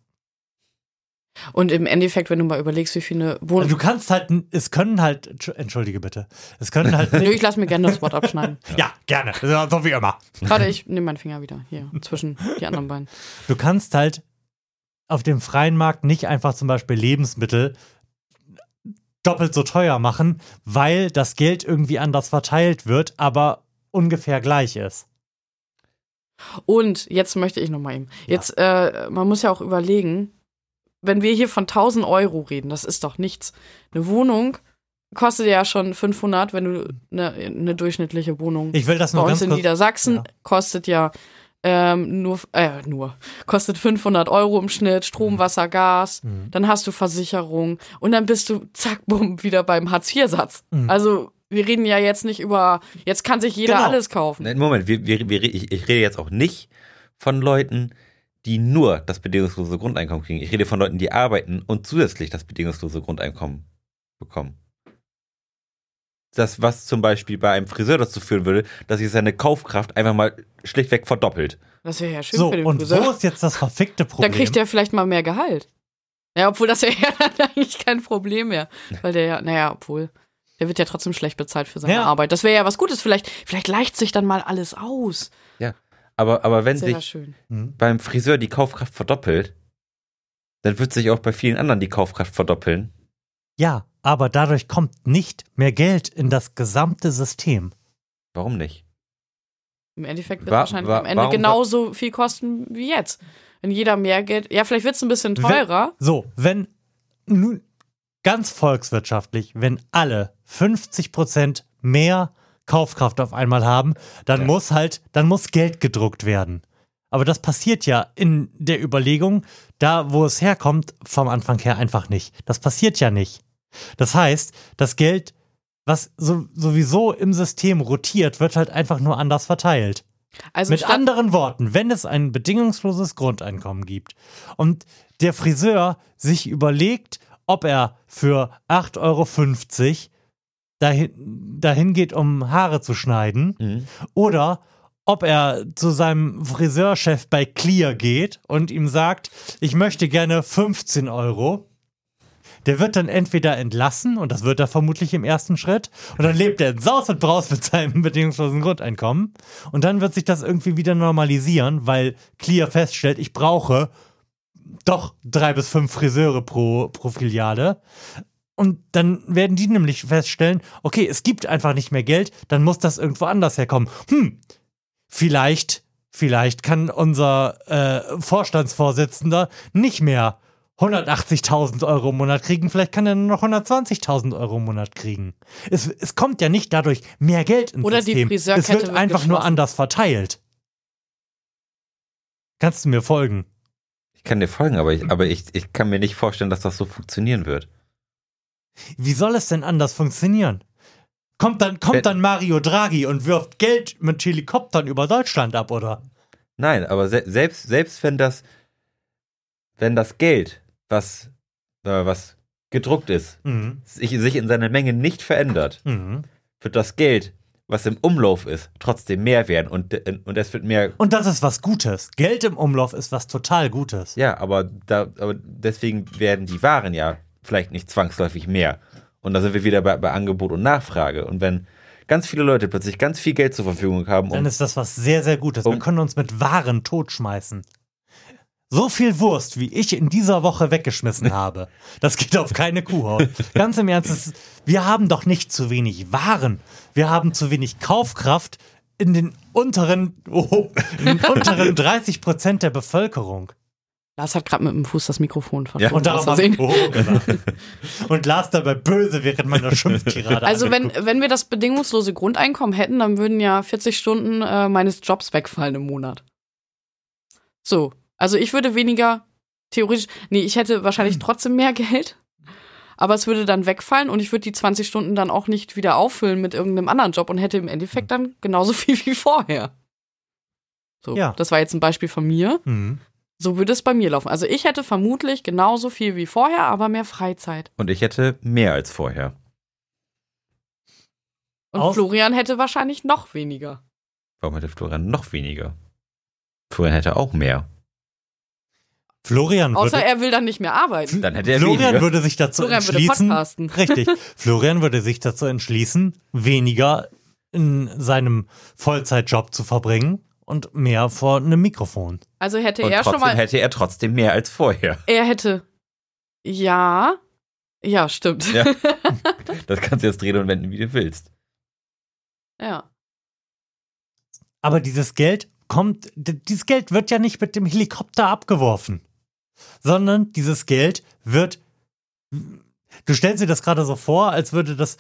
B: Und im Endeffekt, wenn du mal überlegst, wie viele
A: Also du
B: Wohnungen.
A: kannst halt, es können halt, entschuldige bitte, es können halt
B: Nö,
A: nicht,
B: ich lasse mir gerne das Wort abschneiden.
A: ja, gerne, so wie immer.
B: Warte, ich nehme meinen Finger wieder. Hier, zwischen die anderen beiden.
A: Du kannst halt auf dem freien Markt nicht einfach zum Beispiel Lebensmittel doppelt so teuer machen, weil das Geld irgendwie anders verteilt wird, aber ungefähr gleich ist.
B: Und jetzt möchte ich nochmal eben.
A: Ja.
B: Jetzt, äh, man muss ja auch überlegen, wenn wir hier von 1000 Euro reden, das ist doch nichts. Eine Wohnung kostet ja schon 500, wenn du eine, eine durchschnittliche Wohnung
A: Ich will das
B: Bei
A: nur
B: uns
A: ganz
B: in
A: kurz.
B: Niedersachsen
A: ja.
B: kostet ja ähm, nur, äh, nur, kostet 500 Euro im Schnitt, Strom, Wasser, Gas,
A: Mhm.
B: dann hast du Versicherung und dann bist du, zack, bumm, wieder beim Hartz-IV-Satz.
A: Mhm.
B: Also, wir reden ja jetzt nicht über, jetzt kann sich jeder
A: Genau.
B: alles kaufen.
C: Nein, Moment, wir, wir, wir, ich, ich rede jetzt auch nicht von Leuten, die nur das bedingungslose Grundeinkommen kriegen. Ich rede von Leuten, die arbeiten und zusätzlich das bedingungslose Grundeinkommen bekommen. Das, was zum Beispiel bei einem Friseur dazu führen würde, dass sich seine Kaufkraft einfach mal schlichtweg verdoppelt.
B: Das wäre ja schön
A: So,
B: für den
A: und wo
B: Friseur.
A: ist jetzt das verfickte
B: Dann
A: Problem?
B: kriegt er vielleicht mal mehr Gehalt. Ja, obwohl das wäre ja dann eigentlich kein Problem mehr.
C: Ne.
B: Weil der ja, naja, obwohl. Der wird ja trotzdem schlecht bezahlt für seine
A: Ja.
B: Arbeit. Das wäre ja was Gutes. Vielleicht, vielleicht leicht sich dann mal alles aus.
C: Aber, aber wenn
B: Sehr
C: sich
B: schön.
A: Hm.
C: beim Friseur die Kaufkraft verdoppelt, dann wird sich auch bei vielen anderen die Kaufkraft verdoppeln.
A: Ja, aber dadurch kommt nicht mehr Geld in das gesamte System.
C: Warum nicht?
B: Im Endeffekt wird
C: Wa-
B: wahrscheinlich
C: wa-
B: am Ende
C: warum-
B: genauso viel kosten wie jetzt. Wenn jeder mehr Geld. Ja, vielleicht wird es ein bisschen
A: Wenn-
B: teurer.
A: So, wenn nun ganz volkswirtschaftlich, wenn alle 50% mehr Kaufkraft auf einmal haben, dann
C: Ja.
A: muss halt, dann muss Geld gedruckt werden. Aber das passiert ja in der Überlegung, da wo es herkommt, vom Anfang her einfach nicht. Das passiert ja nicht. Das heißt, das Geld, was so, sowieso im System rotiert, wird halt einfach nur anders verteilt.
B: Also
A: Mit
B: statt-
A: anderen Worten, wenn es ein bedingungsloses Grundeinkommen gibt und der Friseur sich überlegt, ob er für 8,50 Euro dahin, dahin geht, um Haare zu schneiden, oder ob er zu seinem Friseurchef bei Clear geht und ihm sagt, ich möchte gerne 15 Euro. Der wird dann entweder entlassen, und das wird er vermutlich im ersten Schritt, und dann lebt er in Saus und Braus mit seinem bedingungslosen Grundeinkommen. Und dann wird sich das irgendwie wieder normalisieren, weil Clear feststellt, ich brauche doch drei bis fünf Friseure pro, pro Filiale. Und dann werden die nämlich feststellen, okay, es gibt einfach nicht mehr Geld, dann muss das irgendwo anders herkommen. Hm, vielleicht, vielleicht kann unser äh, Vorstandsvorsitzender nicht mehr 180.000 Euro im Monat kriegen, vielleicht kann er nur noch 120.000 Euro im Monat kriegen. Es, es kommt ja nicht dadurch mehr Geld ins
B: Oder die
A: System. es
B: Friseurkette
A: wird,
B: wird
A: einfach nur
B: geschlossen.
A: anders verteilt. Kannst du mir folgen?
C: Ich kann dir folgen, aber, ich, aber ich, ich kann mir nicht vorstellen, dass das so funktionieren wird.
A: Wie soll es denn anders funktionieren? Kommt dann, kommt
C: Wenn-
A: dann Mario Draghi und wirft Geld mit Helikoptern über Deutschland ab, oder?
C: Nein, aber se selbst, selbst wenn das, wenn das Geld, was, äh, was gedruckt ist,
A: Mhm.
C: sich, sich in seiner Menge nicht verändert,
A: Mhm.
C: wird das Geld, was im Umlauf ist, trotzdem mehr werden und, und es wird mehr.
A: Und das ist was Gutes. Geld im Umlauf ist was total Gutes.
C: Ja, aber, da, aber deswegen werden die Waren ja vielleicht nicht zwangsläufig mehr. Und da sind wir wieder bei, bei Angebot und Nachfrage. Und wenn ganz viele Leute plötzlich ganz viel Geld zur Verfügung haben,
A: Dann
C: um,
A: ist das was sehr, sehr Gutes. Wir
C: Um-
A: können uns mit Waren totschmeißen. So viel Wurst, wie ich in dieser Woche weggeschmissen habe, das geht auf keine Kuhhaut. Ganz im Ernst, es ist, wir haben doch nicht zu wenig Waren. Wir haben zu wenig Kaufkraft in den unteren, oh, in den unteren 30 Prozent der Bevölkerung.
B: Lars hat gerade mit dem Fuß das Mikrofon
C: Ja.
B: verschoben.
A: Und darum
B: aus
A: habe
B: Versehen.
A: ich oh gesagt. Und las dabei böse während meiner Schimpftirade.
B: Also wenn,
A: angeguckt.
B: wenn wir das bedingungslose Grundeinkommen hätten, dann würden ja 40 Stunden äh, meines Jobs wegfallen im Monat. So, also ich würde weniger theoretisch, nee, ich hätte
A: Hm.
B: wahrscheinlich trotzdem mehr Geld, aber es würde dann wegfallen und ich würde die 20 Stunden dann auch nicht wieder auffüllen mit irgendeinem anderen Job und hätte im Endeffekt
A: Hm.
B: dann genauso viel wie vorher. So,
A: Ja.
B: das war jetzt ein Beispiel von mir.
A: Hm.
B: So würde es bei mir laufen. Also ich hätte vermutlich genauso viel wie vorher, aber mehr Freizeit.
C: und ich hätte mehr als vorher.
B: Und
A: Aus-
B: Florian hätte wahrscheinlich noch weniger.
C: Warum hätte Florian noch weniger? Florian hätte auch mehr.
A: Florian
B: Außer
A: würde,
B: er will dann nicht mehr arbeiten.
C: Dann hätte er
A: Florian
C: weniger.
A: würde sich dazu
B: Florian würde
A: entschließen.
B: podcasten.
A: richtig. Florian würde sich dazu entschließen, weniger in seinem Vollzeitjob zu verbringen und mehr vor einem Mikrofon.
B: Also hätte
C: und
B: er schon
C: trotzdem
B: mal.
C: hätte er trotzdem mehr als vorher.
B: er hätte. Ja. Ja, stimmt.
C: Ja.
B: Ja.
C: Das kannst du jetzt drehen und wenden, wie du willst.
A: Aber dieses Geld kommt, d- dieses Geld wird ja nicht mit dem Helikopter abgeworfen, sondern dieses Geld wird, du stellst dir das gerade so vor, als würde das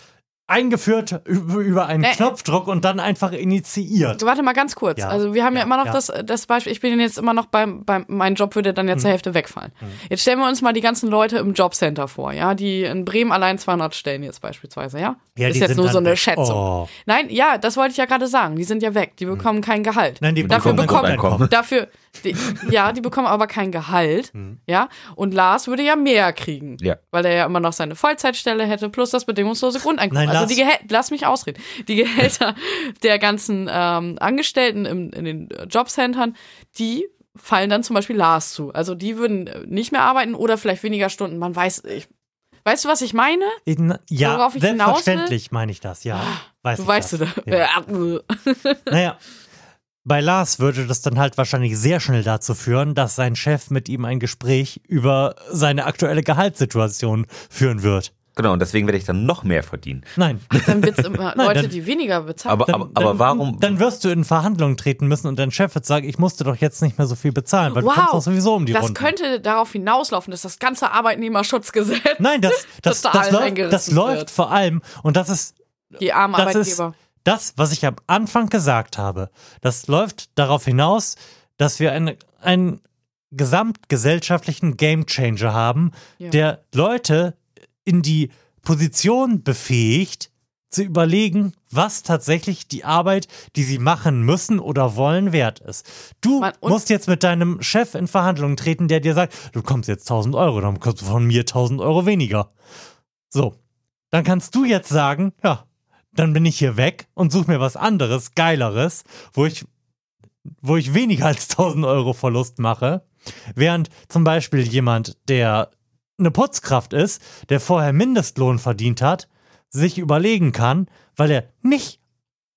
A: eingeführt üb- über einen
B: Äh, äh.
A: Knopfdruck und dann einfach initiiert.
B: Warte mal ganz kurz.
A: Ja.
B: Also wir haben ja,
A: Ja,
B: immer noch
A: ja.
B: das, das Beispiel, ich bin jetzt immer noch beim, beim mein Job würde
A: Mhm.
B: dann ja zur Hälfte wegfallen. Jetzt stellen wir uns mal die ganzen Leute im Jobcenter vor, ja, die in Bremen allein 200 stellen jetzt beispielsweise, ja.
A: Ja,
B: ist
A: die
B: jetzt
A: sind
B: nur so
A: dann
B: eine
A: weg.
B: Schätzung.
A: Oh.
B: Nein, ja, das wollte ich ja gerade sagen. Die sind ja weg, die bekommen kein Gehalt.
A: Hm. Nein, die
B: Dafür
A: bekommen
B: bekommen-
A: Grundeinkommen.
B: Dafür, die, ja, die bekommen aber kein Gehalt,
A: Mhm.
B: ja. Und Lars würde ja mehr kriegen,
C: Ja.
B: weil er ja immer noch seine Vollzeitstelle hätte plus das bedingungslose Grundeinkommen.
A: Nein,
B: also
A: Lars-
B: die Gehä lass mich ausreden. Die Gehälter der ganzen ähm, Angestellten im, in den Jobcentern, die fallen dann zum Beispiel Lars zu. Also die würden äh, nicht mehr arbeiten oder vielleicht weniger Stunden. Man weiß, ich, weißt du, was ich meine?
A: In, ja,
B: Worauf ich hinaus will? Ah,
A: selbstverständlich meine ich das, ja. Weiß
B: Du
A: ich
B: weißt
A: das.
B: du da.
A: Ja. Naja, Bei Lars würde das dann halt wahrscheinlich sehr schnell dazu führen, dass sein Chef mit ihm ein Gespräch über seine aktuelle Gehaltssituation führen wird.
C: Genau, und deswegen werde ich dann noch mehr verdienen.
A: Nein.
B: Dann wird es immer
A: Nein,
B: Leute,
A: dann-
B: die weniger bezahlen.
C: Aber,
A: Dann,
C: aber, aber
A: dann,
C: warum?
A: Dann wirst du in Verhandlungen treten müssen und dein Chef wird sagen, ich musste doch jetzt nicht mehr so viel bezahlen, weil du kommst doch sowieso um die
B: das
A: Runden.
B: könnte darauf hinauslaufen, dass das ganze Arbeitnehmerschutzgesetz,
A: Nein, das, das, das,
B: Total
A: läuft,
B: eingerissen
A: das läuft
B: wird.
A: vor allem, und das ist
B: die armen
A: Das ist-
B: Arbeitgeber.
A: das, was ich am Anfang gesagt habe, das läuft darauf hinaus, dass wir eine, einen gesamtgesellschaftlichen Gamechanger haben,
B: Ja.
A: der Leute in die Position befähigt, zu überlegen, was tatsächlich die Arbeit, die sie machen müssen oder wollen, wert ist. Du
B: Mann, und-
A: musst jetzt mit deinem Chef in Verhandlungen treten, der dir sagt, du kommst jetzt 1000 Euro, dann kommst du von mir 1000 Euro weniger. So, dann kannst du jetzt sagen, ja, dann bin ich hier weg und suche mir was anderes, geileres, wo ich, wo ich weniger als 1000 Euro Verlust mache. Während zum Beispiel jemand, der eine Putzkraft ist, der vorher Mindestlohn verdient hat, sich überlegen kann, weil er nicht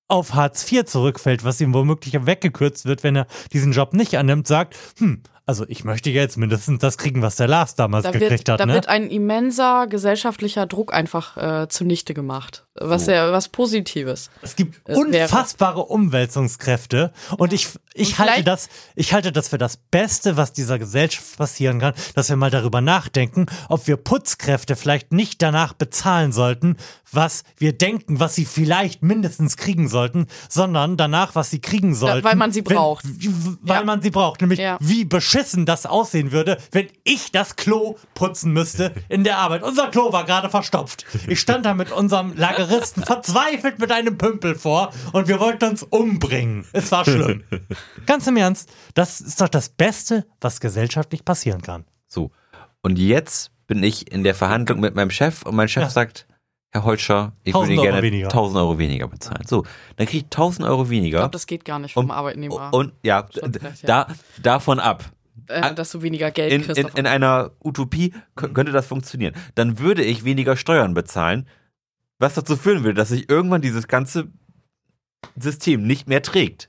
A: auf Hartz IV zurückfällt, was ihm womöglich weggekürzt wird, wenn er diesen Job nicht annimmt, sagt, hm, also ich möchte jetzt mindestens das kriegen, was der Lars damals
B: Da,
A: gekriegt
B: wird,
A: hat.
B: da
A: ne?
B: wird ein immenser gesellschaftlicher Druck einfach äh, zunichte gemacht. Was ja was Positives.
A: Es gibt
B: Äh,
A: unfassbare Umwälzungskräfte und ich, ich,
B: Und
A: halte
B: vielleicht-
A: das, ich halte das für das Beste, was dieser Gesellschaft passieren kann, dass wir mal darüber nachdenken, ob wir Putzkräfte vielleicht nicht danach bezahlen sollten, was wir denken, was sie vielleicht mindestens kriegen sollten, sondern danach, was sie kriegen sollten.
B: weil man sie braucht.
A: Wenn, weil
B: Ja.
A: man sie braucht, nämlich
B: Ja.
A: wie beschissen das aussehen würde, wenn ich das Klo putzen müsste in der Arbeit. Unser Klo war gerade verstopft. Ich stand da mit unserem Lageristen verzweifelt mit einem Pümpel vor und wir wollten uns umbringen. Es war schlimm. Ganz im Ernst, das ist doch das Beste, was gesellschaftlich passieren kann.
C: So. Und jetzt bin ich in der Verhandlung mit meinem Chef und mein Chef
A: Ja.
C: sagt, Herr Holscher, ich
A: 1000
C: würde Ihnen
A: Euro
C: gerne
A: weniger.
C: 1000 Euro weniger bezahlen. So, dann kriege ich 1000 Euro
B: Ich
C: weniger.
B: glaube, das geht gar nicht vom
A: um
C: und,
B: Arbeitnehmer,
C: und ja,
B: Schon
C: d-
B: vielleicht, ja.
C: da, davon ab.
B: äh, dass du weniger Geld
C: In,
B: kriegst.
C: in,
B: davon.
C: in einer Utopie
B: Mhm.
C: k- könnte das funktionieren. Dann würde ich weniger Steuern bezahlen, was dazu führen würde, dass sich irgendwann dieses ganze System nicht mehr trägt.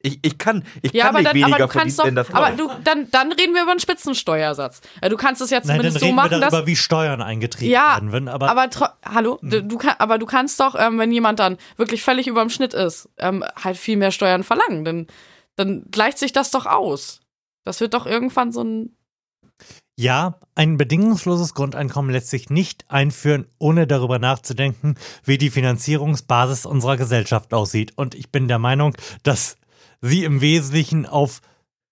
C: Ich, ich kann, ich
B: ja,
C: kann
B: aber
C: nicht
B: dann,
C: weniger
B: aber du kannst
C: verdienen,
B: doch,
C: wenn das
B: aber
C: läuft.
B: du, dann, dann reden wir über einen Spitzensteuersatz. Äh, Du kannst es ja
A: Nein, dann
B: zumindest
A: reden
B: so machen,
A: wir
B: dass,
A: darüber, wie Steuern eingetrieben
B: Ja,
A: werden würden. Aber, Hm.
B: aber tro- hallo, du, du kann, aber du kannst doch, ähm, wenn jemand dann wirklich völlig über dem Schnitt ist, ähm, halt viel mehr Steuern verlangen, denn dann gleicht sich das doch aus. Das wird doch irgendwann so ein
A: ja, ein bedingungsloses Grundeinkommen lässt sich nicht einführen, ohne darüber nachzudenken, wie die Finanzierungsbasis unserer Gesellschaft aussieht. Und ich bin der Meinung, dass sie im Wesentlichen auf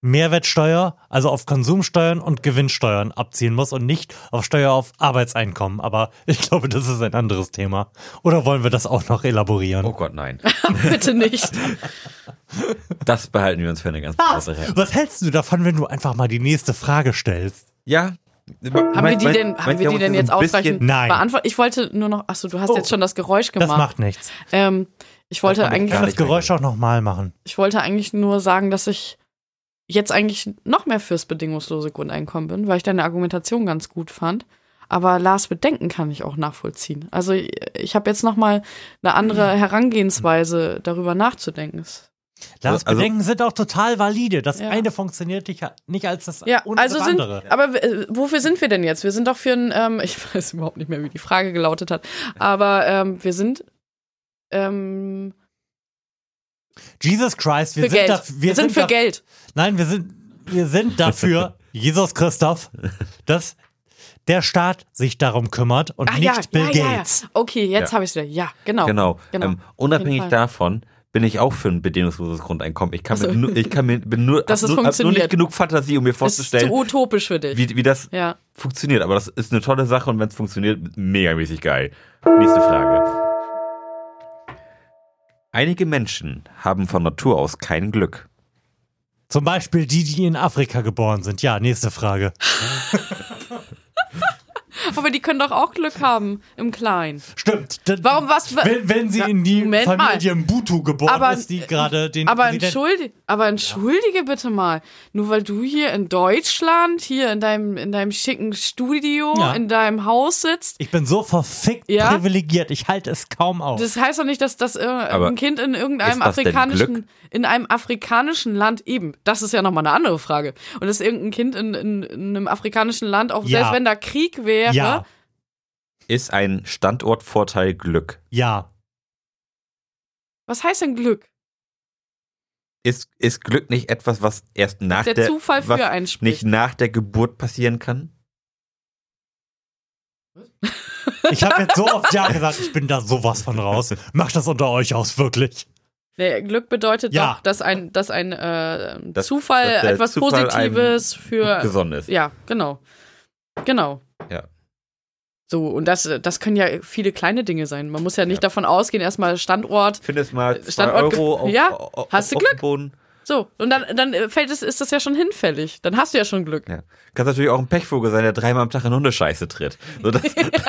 A: Mehrwertsteuer, also auf Konsumsteuern und Gewinnsteuern abziehen muss und nicht auf Steuer auf Arbeitseinkommen. Aber ich glaube, das ist ein anderes Thema. Oder wollen wir das auch noch elaborieren?
C: oh Gott, nein.
B: bitte nicht.
C: Das behalten wir uns für eine ganz
B: Ah.
C: große Reihe.
A: Was hältst du davon, wenn du einfach mal die nächste Frage stellst?
C: Ja.
B: haben wir die denn, haben
A: um
B: wir die denn jetzt ausreichend
A: Nein.
B: beantwortet? Ich wollte nur noch, achso, du hast
A: Oh,
B: jetzt schon das Geräusch
A: Das
B: gemacht.
A: macht nichts.
B: ähm, ich wollte
C: macht
A: Ich
B: eigentlich,
C: gar
A: kann das
C: nicht mehr
A: Geräusch auch nochmal machen.
B: ich wollte eigentlich nur sagen, dass ich jetzt eigentlich noch mehr fürs bedingungslose Grundeinkommen bin, weil ich deine Argumentation ganz gut fand. Aber Lars Bedenken kann ich auch nachvollziehen. Also ich, ich habe jetzt noch mal eine andere Herangehensweise, darüber nachzudenken. Es-
A: Lars,
C: Also-
A: Bedenken sind auch total valide. Das
B: Ja.
A: eine funktioniert nicht- nicht als das,
B: Ja,
A: ohne
B: also
A: das
B: sind,
A: andere.
B: aber äh, wofür sind wir denn jetzt? Wir sind doch für ein, ähm, ich weiß überhaupt nicht mehr, wie die Frage gelautet hat, aber ähm, wir sind ähm,
A: Jesus Christ, wir
B: für
A: sind,
B: Geld.
A: daf-
B: wir sind, für
A: daf-
B: Geld.
A: Nein, wir sind, wir sind dafür, Jesus Christoph, dass der Staat sich darum kümmert und
B: Ach
A: nicht
B: Ah, ja,
A: Bill
B: ja,
A: Gates.
B: Ja, ja. Okay, jetzt
C: Ja.
B: habe ich es wieder. Ja, genau.
C: Genau.
B: Genau.
C: Ähm, unabhängig
B: Auf jeden Fall.
C: davon bin ich auch für ein bedingungsloses Grundeinkommen. Ich kann mir,
B: Also-
C: nur, ich kann mir bin nur,
B: Dass es
C: hab nur, hab nur
B: funktioniert.
C: nicht genug Fantasie, um mir
B: Ist zu
C: vorzustellen,
B: utopisch für dich.
C: wie, wie das
B: Ja.
C: funktioniert. Aber das ist eine tolle Sache und wenn es funktioniert, megamäßig geil. Nächste Frage. Einige Menschen haben von Natur aus kein Glück.
A: Zum Beispiel die, die in Afrika geboren sind. Ja, nächste Frage.
B: Aber die können doch auch Glück haben im Kleinen.
A: Stimmt. d-
B: Warum was?
A: Wenn, wenn sie in die
B: Moment mal.
A: Familie Mbutu geboren
B: Aber-
A: ist, die gerade den
B: Aber,
A: Präsidenten-
B: entschuldi aber entschuldige bitte mal. Nur weil du hier in Deutschland, hier in deinem, in deinem schicken Studio,
A: Ja.
B: in deinem Haus sitzt,
A: Ich bin so verfickt
B: Ja?
A: privilegiert, ich halte es kaum aus.
B: das heißt doch nicht, dass das äh,
C: Aber
B: ein Kind in irgendeinem
C: ist das denn Glück?
B: afrikanischen, in einem afrikanischen Land eben. Das ist ja nochmal eine andere Frage. Und dass irgendein Kind in, in, in einem afrikanischen Land, auch
A: Ja.
B: selbst wenn da Krieg wäre,
A: ja,
C: Ist ein Standortvorteil Glück?
A: ja.
B: was heißt denn Glück?
C: Ist, ist Glück nicht etwas, was erst nach
B: Der,
C: der,
B: Zufall
C: was
B: für einen spricht.
C: nicht nach der Geburt passieren kann?
A: Ich habe jetzt so oft ja gesagt, ich bin da sowas von raus. Macht das unter euch aus, wirklich.
B: Nee, Glück bedeutet
A: Ja.
B: doch, dass ein, dass ein äh,
C: Dass-
B: Zufall
C: dass der
B: etwas
C: Zufall einem
B: Positives für.
C: Gesonnen ist.
B: Ja, genau. Genau.
C: Ja.
B: So, und das, das können ja viele kleine Dinge sein. Man muss ja nicht
C: Ja.
B: davon ausgehen, erstmal Standort.
C: Findest mal zwei
B: Standort ge-
C: Euro auf,
B: Ja,
C: auf,
B: hast du
C: auf
B: Glück?
C: Dem Boden.
B: So, und dann, dann äh, fällt es, ist das ja schon hinfällig. Dann hast du ja schon Glück.
C: Ja. Kannst natürlich auch ein Pechvogel sein, der dreimal am Tag in Hundescheiße tritt. So, das,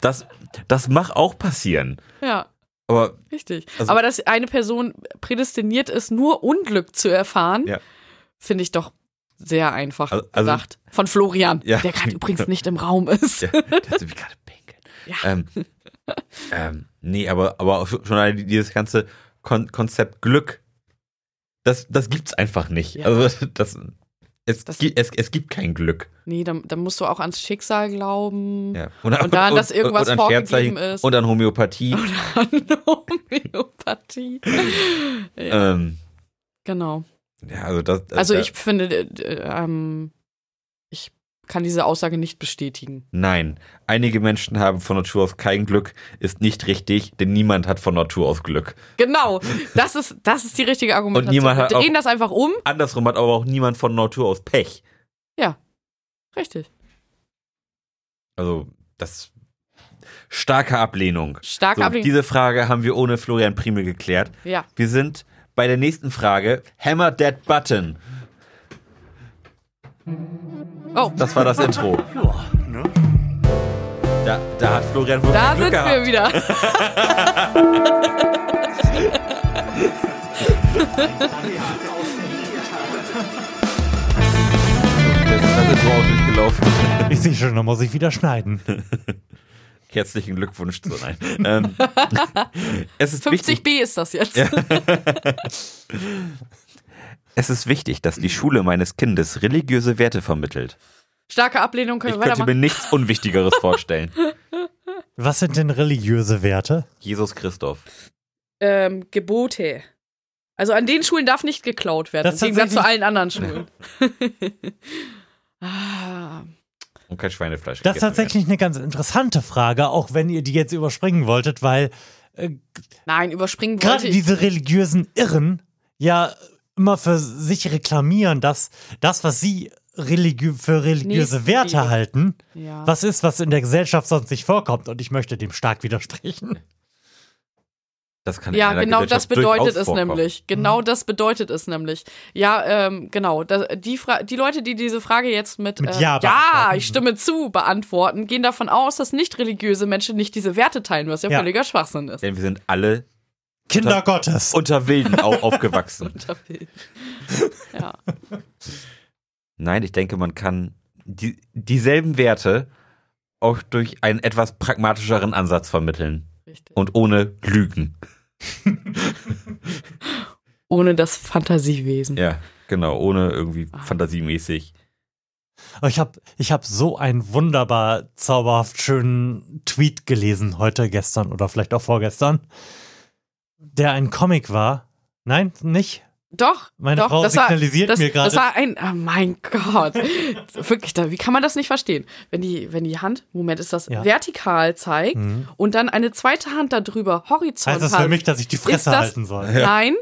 C: das, das mag auch passieren.
B: Ja,
C: Aber
B: richtig.
C: Also-
B: Aber dass eine Person prädestiniert ist, nur Unglück zu erfahren,
C: Ja.
B: finde ich doch sehr einfach
C: Also- also-
B: gesagt. Von Florian,
C: Ja.
B: der gerade übrigens nicht im Raum ist.
C: ja, der hat mich gerade pinkeln.
B: Ja.
C: Ähm, ähm, nee, aber, aber auch schon allein dieses ganze Kon Konzept Glück, das, das gibt's einfach nicht.
B: Ja.
C: Also das, es,
B: Das-
C: gi- es, es gibt kein Glück.
B: Nee, dann, dann musst du auch ans Schicksal glauben.
C: Ja.
B: Mhm. Und daran, dass irgendwas
C: an
B: vorgegeben
C: Sternzeichen
B: ist.
C: Und an Homöopathie.
B: Oder an Homöopathie. ja.
C: ähm,
B: Genau.
C: ja, also das, das-
B: Also
C: äh,
B: ich finde, äh, äh, ähm, ich kann diese Aussage nicht bestätigen.
C: Nein, einige Menschen haben von Natur aus kein Glück, ist nicht richtig, denn niemand hat von Natur aus Glück.
B: Genau, das ist, das ist die richtige Argumentation.
C: niemand hat
B: Wir drehen
C: auch-
B: das einfach um.
C: Andersrum hat aber auch niemand von Natur aus Pech.
B: Richtig.
C: Also, das starke Ablehnung.
B: Starke
C: So,
B: Ablehnung.
C: diese Frage haben wir ohne Florian Primel geklärt.
B: Ja.
C: Wir sind bei der nächsten Frage. Hammer that button.
B: Oh,
C: Das war das Intro. Da, da hat Florian wohl
B: da
C: Glück
B: sind
C: gehabt.
B: wir wieder.
C: Das ist das Intro auch durchgelaufen.
A: Ich sehe schon, da muss ich wieder schneiden.
C: Herzlichen Glückwunsch zu nein. ähm, es ist wichtig,
B: 50b ist das jetzt.
C: Es ist wichtig, dass die Schule meines Kindes religiöse Werte vermittelt.
B: Starke Ablehnung können
C: Ich
B: wir
C: könnte mir
B: weitermachen.
C: nichts Unwichtigeres vorstellen.
A: Was sind denn religiöse Werte?
C: Jesus Christoph.
B: Ähm, Gebote. Also an den Schulen darf nicht geklaut werden.
A: Das
B: Das
A: ist
B: Im Gegensatz zu
A: tatsächlich-
B: allen anderen Schulen. ah.
C: Und kein Schweinefleisch.
A: Das ist
C: gegessen
A: tatsächlich eine ganz interessante Frage, auch wenn ihr die jetzt überspringen wolltet, weil
B: Nein, überspringen wollte
A: gerade
B: ich.
A: diese religiösen Irren ja immer für sich reklamieren, dass das, was sie religiö für religiöse
B: Nächstenliebe.
A: Werte halten,
B: Ja.
A: was ist, was in der Gesellschaft sonst nicht vorkommt. Und ich möchte dem stark widersprechen.
C: werden. Das kann in
B: ja,
C: einer
B: genau das
C: Gesellschaft
B: bedeutet
C: durchaus
B: es
C: vorkommen.
B: nämlich. Genau das bedeutet es nämlich. Ja, ähm, genau. Da, die, Fra die Leute, die diese Frage jetzt mit,
A: Mit
B: äh,
A: Ja
B: ja
A: beantworten.
B: ich stimme zu, beantworten, gehen davon aus, dass nicht religiöse Menschen nicht diese Werte teilen, was ja,
A: Ja.
B: völliger Schwachsinn ist.
C: Denn wir sind alle
A: Kinder Gottes.
C: unter Wilden au aufgewachsen.
B: ja.
C: Nein, ich denke, man kann die, dieselben Werte auch durch einen etwas pragmatischeren Ansatz vermitteln.
B: Richtig.
C: Und ohne Lügen.
B: Ohne das Fantasiewesen.
C: Ja, genau. Ohne irgendwie
B: Ah.
C: fantasiemäßig.
A: Oh, Ich habe ich hab so einen wunderbar zauberhaft schönen Tweet gelesen heute, gestern oder vielleicht auch vorgestern, der ein Comic war. Nein, nicht?
B: Doch,
A: Meine
B: doch,
A: Frau
B: das
A: signalisiert
B: war, das,
A: mir gerade-
B: Das war ein, oh mein Gott. Wirklich, da, wie kann man das nicht verstehen? Wenn die, wenn die Hand, Moment, ist das
A: Ja.
B: vertikal zeigt
A: Mhm.
B: und dann eine zweite Hand darüber horizontal.
A: Heißt das für mich, dass ich die
B: Ist
A: Fresse
B: das-
A: halten soll?
B: Nein.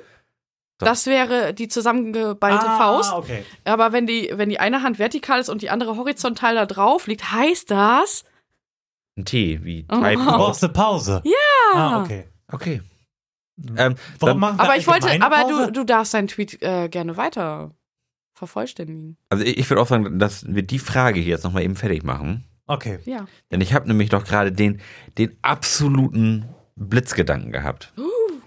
C: Doch.
B: Das wäre die zusammengeballte Faust.
A: Ah, okay.
B: Aber wenn die, wenn die eine Hand vertikal ist und die andere horizontal da drauf liegt, heißt das.
C: Ein T, wie
B: Oh.
C: Treiben
A: Du
C: aus.
A: brauchst eine Pause. Ja. Ah, okay. Mhm.
C: Okay. Ähm,
A: Warum
C: dann,
A: machen wir
B: Aber ich wollte,
A: allgemeine
B: aber
A: Pause?
B: du, du darfst deinen Tweet äh, gerne weiter vervollständigen.
C: Also ich, ich würde auch sagen, dass wir die Frage hier jetzt nochmal eben fertig machen.
A: Okay.
B: Ja.
C: Denn ich habe nämlich doch gerade den, den absoluten Blitzgedanken gehabt.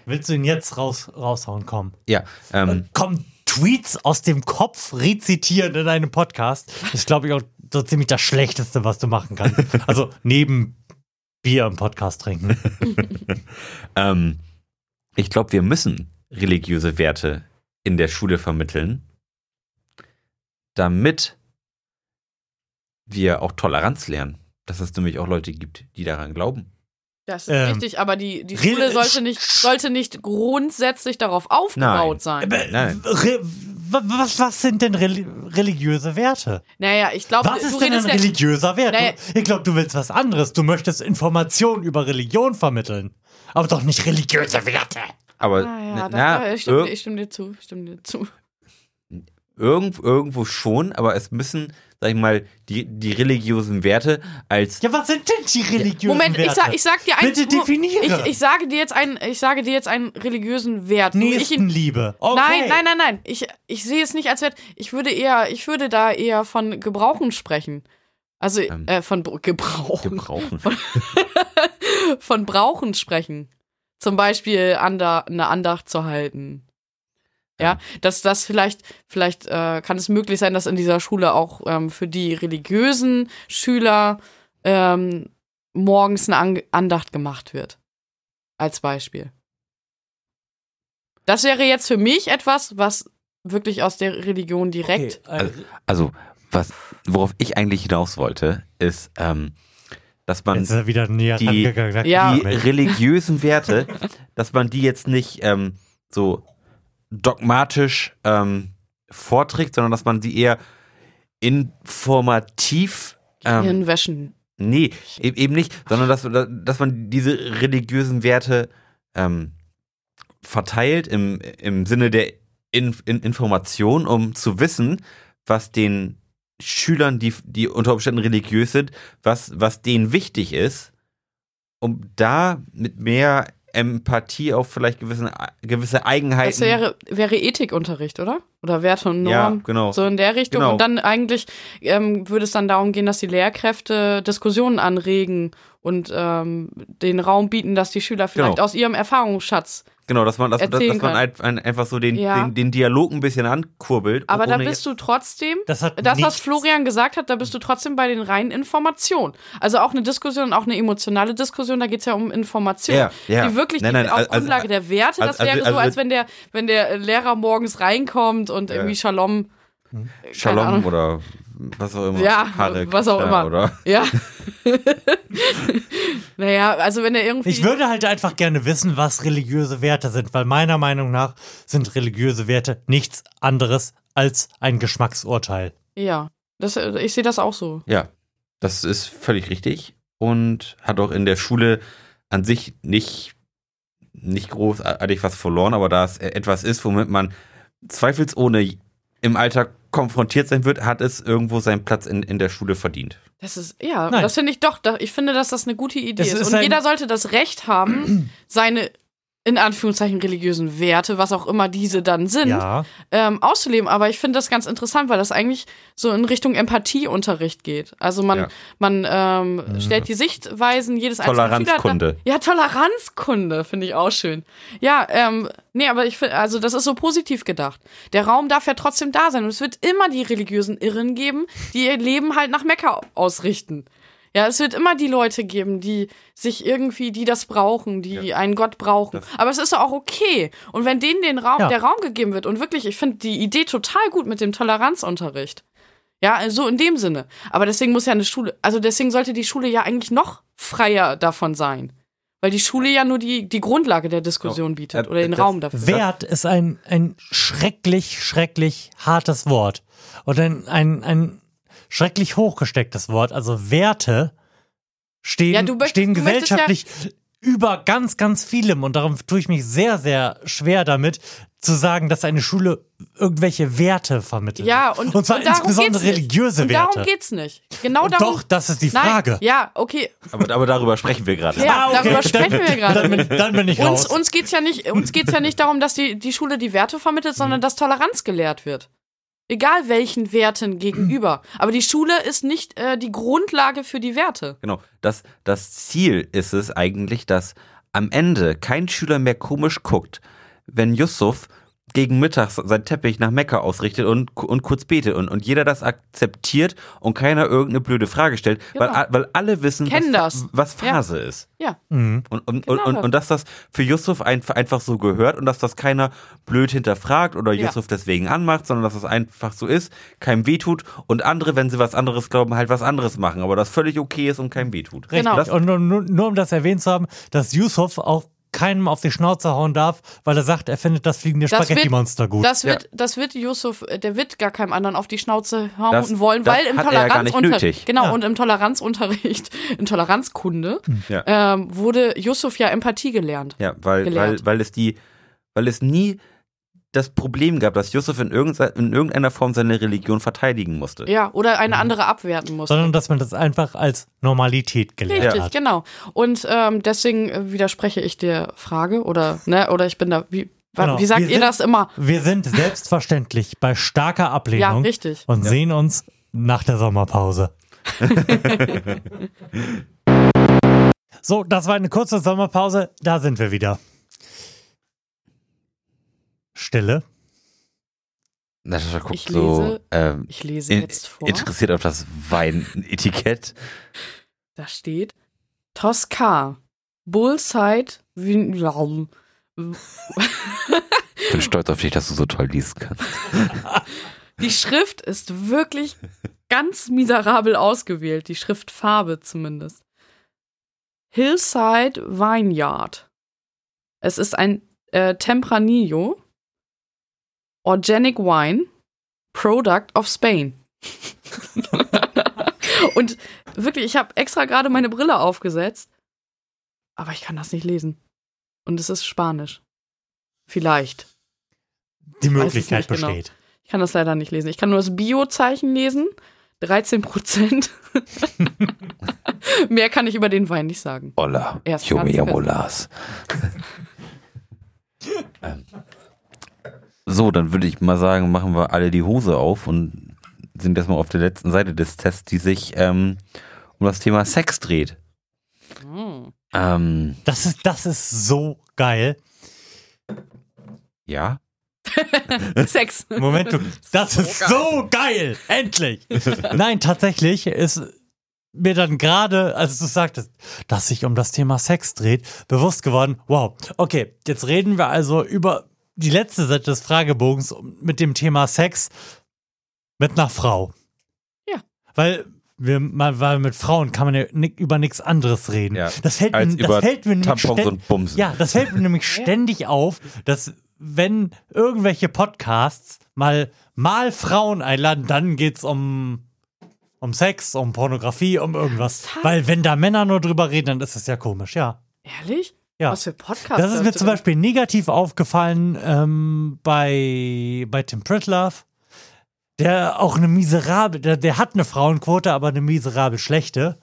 A: Willst du ihn jetzt raus, raushauen? Komm.
C: Ja, ähm,
A: Komm, Tweets aus dem Kopf rezitieren in einem Podcast ist, glaube ich, auch so ziemlich das Schlechteste, was du machen kannst. Also neben Bier im Podcast trinken.
C: ähm, ich glaube, wir müssen religiöse Werte in der Schule vermitteln, damit wir auch Toleranz lernen. Dass es nämlich auch Leute gibt, die daran glauben.
B: Das ist
A: Ähm,
B: richtig, aber die, die
A: Re-
B: Schule sollte
A: Sch-
B: nicht, sollte nicht grundsätzlich darauf aufgebaut
C: Nein.
B: sein.
A: Äh,
C: Nein.
A: Re wa- was, was sind denn reli religiöse Werte?
B: Naja, ich glaube,
A: was
B: du
A: ist denn ein
B: redest ja.
A: religiöser Wert?
B: Naja.
A: Du, ich glaube, du willst was anderes. Du möchtest Informationen über Religion vermitteln. Aber doch nicht religiöse Werte.
C: Aber
B: Ah, ja,
C: na,
B: da, ja, ich,
A: äh.
B: stimme,
C: ir-
B: ich stimme dir zu. Ich stimme dir zu.
C: irgend, irgendwo schon, aber es müssen, sag ich mal, die, die religiösen Werte als
A: Ja, was sind denn die religiösen
B: Moment,
A: Werte?
B: ich, sag, ich sag dir einen.
A: Bitte definiere.
B: Ich, ich, sage dir jetzt einen, ich sage dir jetzt einen religiösen Wert. so wie ich ihn,
A: Nächstenliebe. Okay.
B: Nein, nein, nein, nein. Ich, ich sehe es nicht als Wert. Ich würde eher, ich würde da eher von Gebrauchen sprechen. Also
C: Ähm,
B: äh, von Br- Gebrauchen.
C: gebrauchen.
B: von Brauchen sprechen. Zum Beispiel ander, eine Andacht zu halten. Ja, dass das vielleicht, vielleicht äh, kann es möglich sein, dass in dieser Schule auch ähm, für die religiösen Schüler ähm, morgens eine An Andacht gemacht wird. Als Beispiel. Das wäre jetzt für mich etwas, was wirklich aus der Religion direkt.
A: Okay, äh,
C: Also, was, worauf ich eigentlich hinaus wollte, ist, ähm, dass man
A: Jetzt äh, ist er wieder näher
C: die-
A: rangegangen.
B: Ja.
C: die religiösen Werte, dass man die jetzt nicht ähm, so dogmatisch ähm, vorträgt, sondern dass man die eher informativ ähm,
B: Hirnwäschen.
C: Nee, e- eben nicht, sondern dass, dass man diese religiösen Werte ähm, verteilt im, im Sinne der in, in Information, um zu wissen, was den Schülern, die, die unter Umständen religiös sind, was, was denen wichtig ist, um da mit mehr Empathie auf vielleicht gewissen, gewisse Eigenheiten.
B: Das wäre, wäre Ethikunterricht, oder? Oder Werte und
C: ja,
B: Normen.
C: genau.
B: So in der Richtung.
C: Genau.
B: Und dann eigentlich ähm, würde es dann darum gehen, dass die Lehrkräfte Diskussionen anregen und ähm, den Raum bieten, dass die Schüler vielleicht
C: Genau.
B: aus ihrem Erfahrungsschatz.
C: genau, dass man, dass, dass,
B: erzählen
C: dass man ein, ein, einfach so den,
B: Ja.
C: den, den Dialog ein bisschen ankurbelt.
B: Aber da
C: ohne-
B: bist du trotzdem,
A: das hat
B: das, was
A: nichts-
B: Florian gesagt hat, da bist du trotzdem bei den reinen Informationen. Also auch eine Diskussion, auch eine emotionale Diskussion, da geht es ja um Informationen.
C: Ja, ja.
B: Die wirklich
C: Nein, nein,
B: die, auf
C: also-
B: Grundlage der Werte, das
C: also-
B: wäre so,
C: also-
B: als wenn der, wenn der Lehrer morgens reinkommt und
C: Ja.
B: irgendwie Shalom. Keine Ahnung.
C: Shalom oder was auch immer.
B: Ja, was auch
C: ja,
B: immer.
C: Oder?
B: Ja. naja, also wenn er irgendwie.
A: Ich würde halt einfach gerne wissen, was religiöse Werte sind, weil meiner Meinung nach sind religiöse Werte nichts anderes als ein Geschmacksurteil.
B: ja, das, äh, ich sehe das auch so.
C: Ja, das ist völlig richtig und hat auch in der Schule an sich nicht, nicht großartig was verloren, aber da es etwas ist, womit man zweifelsohne im Alltag konfrontiert sein wird, hat es irgendwo seinen Platz in, in der Schule verdient.
B: Das ist, ja,
A: Nein.
B: das finde ich doch. Da, ich finde, dass das eine gute Idee
A: Das
B: ist.
A: ist
B: Und
A: ein-
B: jeder sollte das Recht haben, seine in Anführungszeichen religiösen Werte, was auch immer diese dann sind,
A: Ja.
B: ähm, auszuleben. Aber ich finde das ganz interessant, weil das eigentlich so in Richtung Empathieunterricht geht. Also man,
C: Ja. Mhm.
B: man ähm, stellt die Sichtweisen jedes einzelnen Schülers
C: Toleranzkunde.
B: Ja, Toleranzkunde finde ich auch schön. Ja, ähm, nee, aber ich finde, also das ist so positiv gedacht. Der Raum darf ja trotzdem da sein und es wird immer die religiösen Irren geben, die ihr Leben halt nach Mekka ausrichten. Ja, es wird immer die Leute geben, die sich irgendwie, die das brauchen, die einen Gott brauchen. Aber es ist auch okay. Und wenn denen den Raum,
A: Ja.
B: der Raum gegeben wird und wirklich, ich finde die Idee total gut mit dem Toleranzunterricht. Ja, so in dem Sinne. Aber deswegen muss ja eine Schule, also deswegen sollte die Schule ja eigentlich noch freier davon sein. Weil die Schule ja nur die, die Grundlage der Diskussion bietet
C: Äh,
B: oder den
C: das-
B: Raum dafür.
A: Wert ist ein, ein schrecklich, schrecklich hartes Wort. Und ein, ein, ein schrecklich hochgestecktes Wort. Also Werte stehen,
B: Ja, du möcht-
A: stehen
B: du möchtest ja-
A: gesellschaftlich über ganz, ganz vielem. Und darum tue ich mich sehr, sehr schwer damit, zu sagen, dass eine Schule irgendwelche Werte vermittelt.
B: Ja, und,
A: und zwar
B: und darum
A: insbesondere
B: geht's nicht.
A: religiöse
B: und
A: Werte.
B: Darum geht's nicht. Genau darum.
A: Doch, das ist die
B: nein,
A: Frage.
B: Ja, okay.
C: Aber, aber darüber sprechen wir gerade.
B: Ja, darüber sprechen
A: dann,
B: wir gerade
A: Dann, bin- dann bin ich
B: Uns,
A: raus.
B: uns
C: Mhm.
B: geht's ja nicht, uns geht's ja nicht darum, dass die, die Schule die Werte vermittelt, sondern dass Toleranz gelehrt wird. Egal welchen Werten gegenüber. Aber die Schule ist nicht äh, die Grundlage für die Werte.
C: Genau. Das, das Ziel ist es eigentlich, dass am Ende kein Schüler mehr komisch guckt, wenn Yusuf gegen Mittag seinen Teppich nach Mekka ausrichtet und, und kurz betet und, und jeder das akzeptiert und keiner irgendeine blöde Frage stellt,
B: Genau.
C: weil, a- weil alle wissen,
B: Kennen
C: was,
B: das.
C: was
B: Ja.
C: Phase ist.
B: Ja.
A: Mhm.
C: Und, und,
B: Genau
C: und,
B: das.
C: und, und dass das für Yusuf einf- einfach so gehört und dass das keiner blöd hinterfragt oder
B: Ja.
C: Yusuf deswegen anmacht, sondern dass das einfach so ist, keinem wehtut und andere, wenn sie was anderes glauben, halt was anderes machen, aber das völlig okay ist und keinem wehtut.
A: Richtig.
B: Genau.
C: Das,
A: Und nur, nur, nur um das erwähnt zu haben, dass Yusuf auch keinem auf die Schnauze hauen darf, weil er sagt, er findet das fliegende
B: Das wird-
A: Spaghetti-Monster gut.
B: Das
C: Ja.
B: wird, das wird Yusuf, äh, der wird gar keinem anderen auf die Schnauze hauen
C: Das-
B: wollen,
C: das
B: weil im
C: hat er ja gar nicht
B: Toleranzunter-
C: nötig.
B: Genau,
A: Ja.
B: und im Toleranzunterricht, in Toleranzkunde,
C: ja.
B: ähm, wurde Yusuf ja Empathie gelernt.
C: Ja, weil, weil,
B: gelernt.
C: weil es die, weil es nie das Problem gab, dass Yusuf in, irgendein, in irgendeiner Form seine Religion verteidigen musste.
B: Ja, oder
C: Mhm.
B: eine andere abwerten muss.
A: Sondern dass man das einfach als Normalität gelernt
B: Richtig,
A: hat.
B: genau. Und ähm, deswegen äh, widerspreche ich der Frage oder, ne, oder ich bin da, wie, wa-
A: Genau.
B: wie sagt
A: Wir
B: ihr
A: sind-
B: das immer?
A: Wir sind selbstverständlich bei starker
B: Ja,
A: Ablehnung
B: richtig.
A: und sehen uns nach der Sommerpause. so, das war eine kurze Sommerpause. Da sind wir wieder. Stille.
C: Natascha guckt
B: Ich
C: so
B: lese-
C: ähm,
B: Ich lese
C: in,
B: jetzt vor.
C: interessiert auf das Weinetikett.
B: Da steht Tosca, Bullside, Wien.
C: Ich bin stolz auf dich, dass du so toll liest kannst.
B: Die Schrift ist wirklich ganz miserabel ausgewählt, die Schriftfarbe zumindest. Hillside Vineyard. Es ist ein äh, Tempranillo, Organic Wine, Product of Spain. Und wirklich, ich habe extra gerade meine Brille aufgesetzt, aber ich kann das nicht lesen. Und es ist Spanisch. Vielleicht.
A: Die
B: es
A: Möglichkeit
B: nicht genau.
A: besteht.
B: Ich kann das leider nicht lesen. Ich kann nur das Bio-Zeichen lesen. 13 Prozent. Mehr kann ich über den Wein nicht sagen.
C: Olla,
B: Erst
C: Junge
B: ganz kurz.
C: Jamolas. ähm. So, dann würde ich mal sagen, machen wir alle die Hose auf und sind jetzt mal auf der letzten Seite des Tests, die sich ähm, um das Thema Sex dreht.
A: Hm.
C: Ähm,
A: Das ist, das ist so geil.
C: ja.
B: Sex.
A: Moment, du, das
B: So
A: ist so geil. Endlich. Nein, tatsächlich ist mir dann gerade, als du sagtest, dass sich um das Thema Sex dreht, bewusst geworden, wow, okay, jetzt reden wir also über die letzte Seite des Fragebogens mit dem Thema Sex mit einer Frau.
B: Ja.
A: Weil wir, mal- weil mit Frauen kann man ja ni- über nichts anderes reden.
C: Ja,
A: Das fällt,
C: Als
A: mir,
C: über
A: das fällt mir nämlich
C: Tampons
A: ständig-
C: und Bumsen.
A: ja, das fällt mir nämlich ständig auf, dass wenn irgendwelche Podcasts mal, mal Frauen einladen, dann geht's um, um Sex, um Pornografie, um irgendwas.
B: Was?
A: Weil wenn da Männer nur drüber reden, dann ist das ja komisch, ja.
B: Ehrlich?
A: Ja.
B: Was für Podcast?
A: Das ist mir zum Beispiel negativ aufgefallen ähm, bei, bei Tim Pritlove. Der auch eine miserable, der, der hat eine Frauenquote, aber eine miserable schlechte.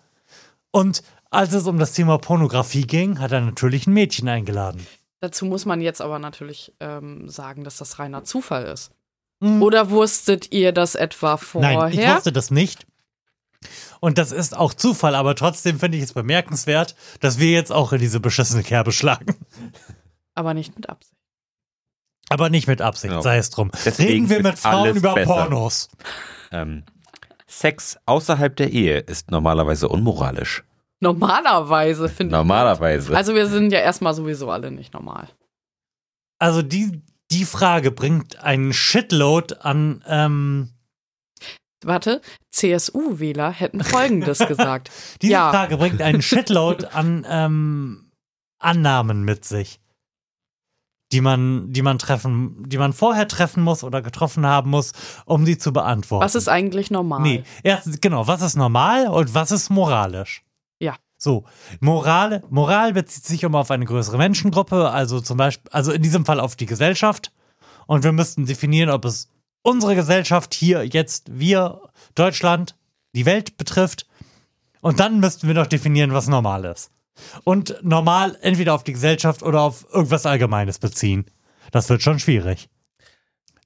A: Und als es um das Thema Pornografie ging, hat er natürlich ein Mädchen eingeladen.
B: Dazu muss man jetzt aber natürlich ähm, sagen, dass das reiner Zufall ist.
A: Mhm.
B: Oder wusstet ihr das etwa vorher?
A: Nein, ich wusste das nicht. Und das ist auch Zufall, aber trotzdem finde ich es bemerkenswert, dass wir jetzt auch in diese beschissene Kerbe schlagen.
B: aber nicht mit Absicht.
A: Aber nicht mit Absicht,
C: Genau.
A: sei es drum.
C: Deswegen
A: Reden wir mit
C: ist alles
A: Frauen über
C: besser.
A: Pornos.
C: Ähm, Sex außerhalb der Ehe ist normalerweise unmoralisch.
B: Normalerweise finde ich.
C: Normalerweise.
B: Also wir sind ja erstmal sowieso alle nicht normal.
A: Also die, die Frage bringt einen Shitload an. Ähm,
B: Warte, CSU-Wähler hätten Folgendes gesagt.
A: diese
B: Ja.
A: Frage bringt einen Shitload an ähm, Annahmen mit sich, die man, die man treffen, die man vorher treffen muss oder getroffen haben muss, um die zu beantworten.
B: Was ist eigentlich normal?
A: Nee, erstens, genau, was ist normal und was ist moralisch?
B: Ja.
A: So, Moral, Moral bezieht sich immer auf eine größere Menschengruppe, also zum Beispiel, also in diesem Fall auf die Gesellschaft. Und wir müssten definieren, ob es unsere Gesellschaft hier jetzt, wir, Deutschland, die Welt betrifft. Und dann müssten wir noch definieren, was normal ist. Und normal entweder auf die Gesellschaft oder auf irgendwas Allgemeines beziehen. Das wird schon schwierig.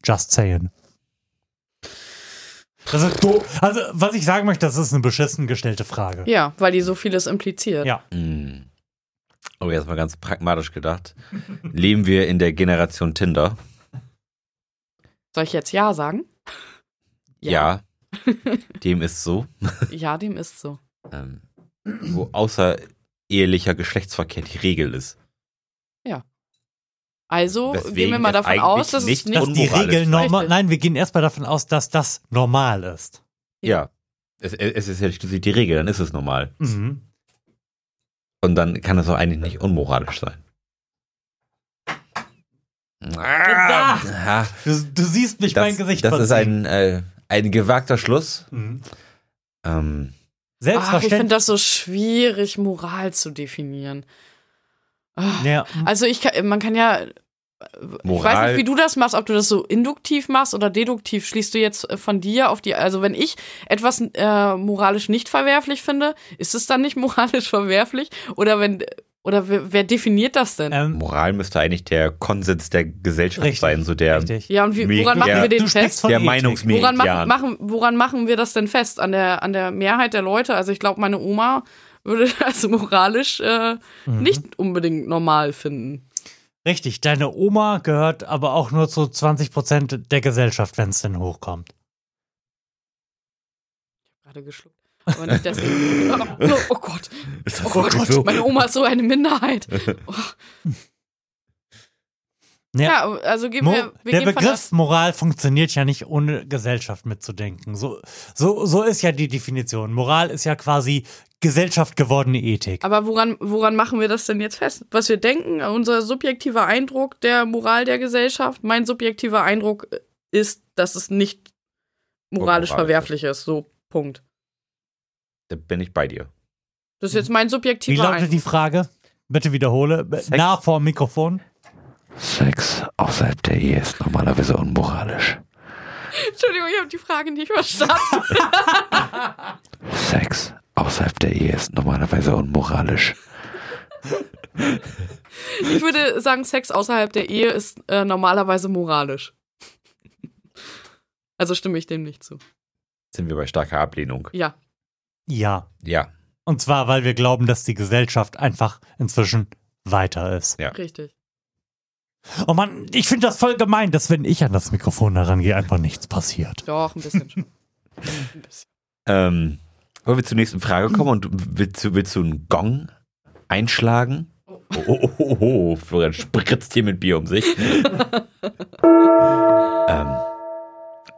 A: Just saying. Das ist do also, was ich sagen möchte, das ist eine beschissen gestellte Frage.
B: Ja, weil die so vieles impliziert.
A: Ja.
C: Hm. Aber jetzt mal ganz pragmatisch gedacht. Leben wir in der Generation Tinder?
B: Soll ich jetzt Ja sagen?
C: Ja. Dem ist so.
B: Ja, dem ist so.
C: Ähm, wo außer ehelicher Geschlechtsverkehr die Regel ist.
B: Also
C: Weswegen
B: gehen wir mal
C: es
B: davon
C: eigentlich
B: aus, dass es
C: nicht-
A: Dass
B: nicht.
A: die
C: Unmoralisch.
A: Regel normal.
B: Richtig.
A: Nein, wir gehen erstmal davon aus, dass das normal ist.
C: Ja. Es, es ist ja schließlich die Regel, dann ist es normal.
A: Mhm.
C: Und dann kann es auch eigentlich nicht unmoralisch sein.
A: Ah!
C: Ja,
A: Du, du siehst nicht mein Gesicht
C: das ist
A: verziehen.
C: ein, äh, ein gewagter Schluss.
A: Mhm.
B: Ach,
C: Ähm,
B: ich
A: Selbstverständlich.
B: finde das so schwierig, Moral zu definieren. Ah.
A: ja.
B: Also ich kann, man kann ja, ich weiß
C: Moral
B: nicht, wie du das machst, ob du das so induktiv machst oder deduktiv. Schließt du jetzt äh, von dir auf die, also wenn ich etwas äh, moralisch nicht verwerflich finde, ist es dann nicht moralisch verwerflich? Oder wenn, oder wer, wer definiert das denn?
A: ähm,
C: Moral müsste eigentlich der Konsens der Gesellschaft
A: Richtig,
C: sein, so der,
A: richtig.
B: ja, und wie,
C: Mir-
B: woran machen
C: ja.
B: wir den
A: du sprichst
B: fest?
A: von
C: der
A: Ethik.
C: Meinungsmedien.
B: Woran machen,
C: Jahren.
B: machen, woran machen wir das denn fest? An der, an der Mehrheit der Leute? Also ich glaube, meine Oma würde das moralisch äh,
A: Mhm.
B: nicht unbedingt normal finden.
A: Richtig, deine Oma gehört aber auch nur zu 20 Prozent der Gesellschaft, wenn es denn hochkommt.
B: Gerade geschluckt. Aber nicht deswegen. oh, oh Gott,
C: Ist das
B: oh Gott,
C: wirklich so?
B: meine Oma ist so eine Minderheit. Oh.
A: Ja.
B: Ja, also gehen
A: Mo
B: wir, wir
A: der
B: gehen von
A: Begriff Moral funktioniert ja nicht ohne Gesellschaft mitzudenken. So, so, so ist ja die Definition. Moral ist ja quasi Gesellschaft gewordene Ethik.
B: der, aber woran, woran machen wir das denn jetzt fest? Was wir denken, unser subjektiver Eindruck der Moral der Gesellschaft, mein subjektiver Eindruck ist, dass es nicht moralisch
C: Unmoralisch ist.
B: verwerflich ist. So, Punkt.
C: Da bin ich bei dir.
B: Das ist jetzt mein
A: Wie
B: subjektiver
A: lautet
B: Eindruck.
A: die Frage? Bitte wiederhole. Nah vor dem Mikrofon.
C: Sex außerhalb der Ehe ist normalerweise unmoralisch.
B: Entschuldigung, ich habe die Frage nicht verstanden.
C: Sex außerhalb der Ehe ist normalerweise unmoralisch.
B: Ich würde sagen, Sex außerhalb der Ehe ist äh, normalerweise moralisch. Also stimme ich dem nicht zu.
C: Sind wir bei starker Ablehnung?
B: Ja.
A: Ja.
C: Ja.
A: Und zwar, weil wir glauben, dass die Gesellschaft einfach inzwischen weiter ist.
C: Ja.
B: Richtig.
A: Oh Mann, ich finde das voll gemein, dass wenn ich an das Mikrofon herangehe, einfach nichts passiert.
B: Doch, ein bisschen schon. Ein bisschen.
C: Ähm, wollen wir zur nächsten Frage kommen und willst du, willst du einen Gong einschlagen? Oh, oh, oh, oh, oh. Florian spritzt hier mit Bier um sich. ähm,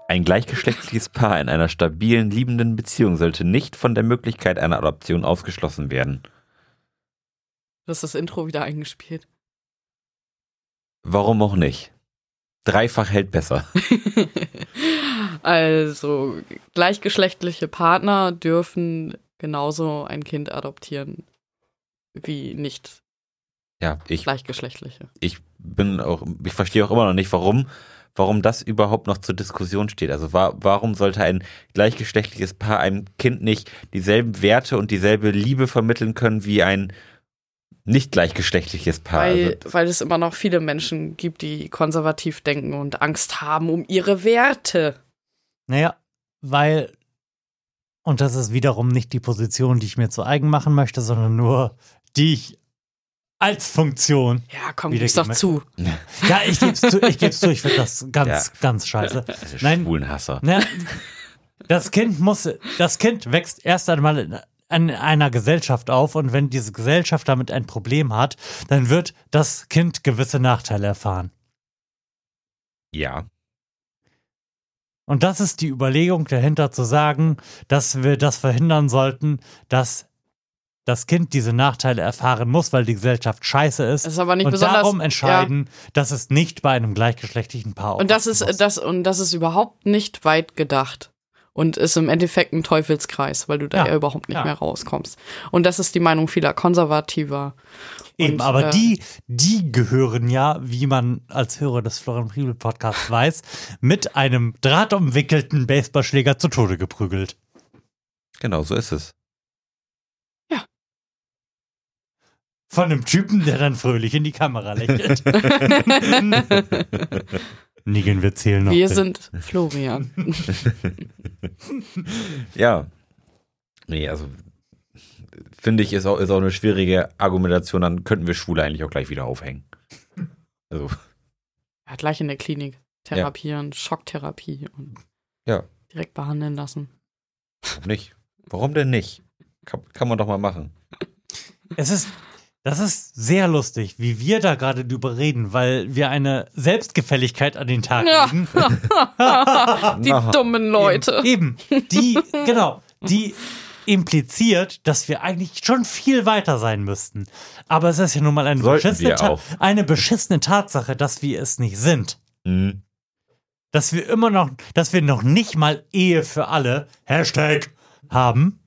C: ein gleichgeschlechtliches Paar in einer stabilen, liebenden Beziehung sollte nicht von der Möglichkeit einer Adoption ausgeschlossen werden.
B: Du hast das Intro wieder eingespielt.
C: Warum auch nicht? Dreifach hält besser.
B: Also, gleichgeschlechtliche Partner dürfen genauso ein Kind adoptieren wie nicht
C: Ja, ich,
B: gleichgeschlechtliche.
C: ich bin auch, ich verstehe auch immer noch nicht, warum, warum das überhaupt noch zur Diskussion steht. Also wa warum sollte ein gleichgeschlechtliches Paar einem Kind nicht dieselben Werte und dieselbe Liebe vermitteln können wie ein nicht gleichgeschlechtliches Paar?
B: Weil,
C: also,
B: weil es immer noch viele Menschen gibt, die konservativ denken und Angst haben um ihre Werte.
A: Naja, weil, und das ist wiederum nicht die Position, die ich mir zu eigen machen möchte, sondern nur die ich als Funktion.
B: Ja, komm,
A: Wieder
B: gib's doch
A: gemerkt.
B: zu.
A: Ja, ich geb's zu, ich, geb's zu, ich finde das ganz, ganz scheiße.
C: also
A: nein.
C: Schwulenhasser.
A: Na, das Kind muss, das Kind wächst erst einmal in, in einer Gesellschaft auf und wenn diese Gesellschaft damit ein Problem hat, dann wird das Kind gewisse Nachteile erfahren.
C: Ja.
A: Und das ist die Überlegung dahinter zu sagen, dass wir das verhindern sollten, dass das Kind diese Nachteile erfahren muss, weil die Gesellschaft scheiße ist.
B: Das ist aber Also nicht
A: und
B: besonders.
A: darum entscheiden, dass es nicht bei einem gleichgeschlechtlichen Paar
B: Ja. Und das ist äh,
A: aufwachsen muss.
B: das und das ist überhaupt nicht weit gedacht und ist im Endeffekt ein Teufelskreis, weil du da
A: Ja.
B: ja, überhaupt nicht
A: Ja.
B: mehr rauskommst. Und das ist die Meinung vieler Konservativer.
A: Eben,
B: und,
A: aber
B: äh,
A: die, die gehören ja, wie man als Hörer des Florian Priebel Podcasts weiß, mit einem drahtumwickelten Baseballschläger zu Tode geprügelt.
C: Genau, so ist es.
A: Von einem Typen, der dann fröhlich in die Kamera lächelt. Nigen, wir zählen noch.
B: Wir
A: bis-
B: sind Florian.
C: ja. Nee, also finde ich, ist auch, ist auch eine schwierige Argumentation. Dann könnten wir Schwule eigentlich auch gleich wieder aufhängen. Also,
B: Ja, gleich in der Klinik therapieren, Schocktherapie und
C: Ja.
B: direkt behandeln lassen.
C: warum nicht? Warum denn nicht? Kann, kann man doch mal machen.
A: Es ist, das ist sehr lustig, wie wir da gerade drüber reden, weil wir eine Selbstgefälligkeit an den Tag
B: Ja.
A: legen.
B: Die
C: Aha.
B: dummen Leute.
A: Eben, eben. Die, genau, die impliziert, dass wir eigentlich schon viel weiter sein müssten. Aber es ist ja nun mal eine,
C: Sollten
A: beschissene,
C: wir
A: Ta
C: auch.
A: eine beschissene Tatsache, dass wir es nicht sind.
C: Mhm.
A: Dass wir immer noch, dass wir noch nicht mal Ehe für alle, Hashtag, haben.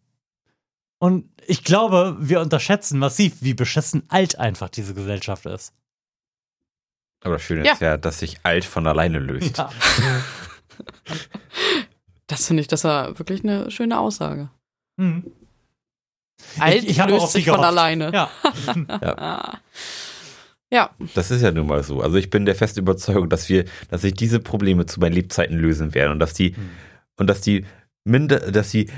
A: Und ich glaube, wir unterschätzen massiv, wie beschissen alt einfach diese Gesellschaft ist.
C: Aber das Schöne
B: Ja.
C: ist ja, dass sich alt von alleine löst.
A: Ja.
B: Das finde ich, das war wirklich eine schöne Aussage.
A: Hm.
B: Alt
A: ich habe
B: löst
A: auf
B: sich
A: sie
B: von
A: gehofft.
B: alleine.
A: ja.
B: Ah.
C: Das ist ja nun mal so. Also ich bin der festen Überzeugung, dass wir, dass sich diese Probleme zu meinen Lebzeiten lösen werden und dass die
A: Hm.
C: und dass die minder, dass die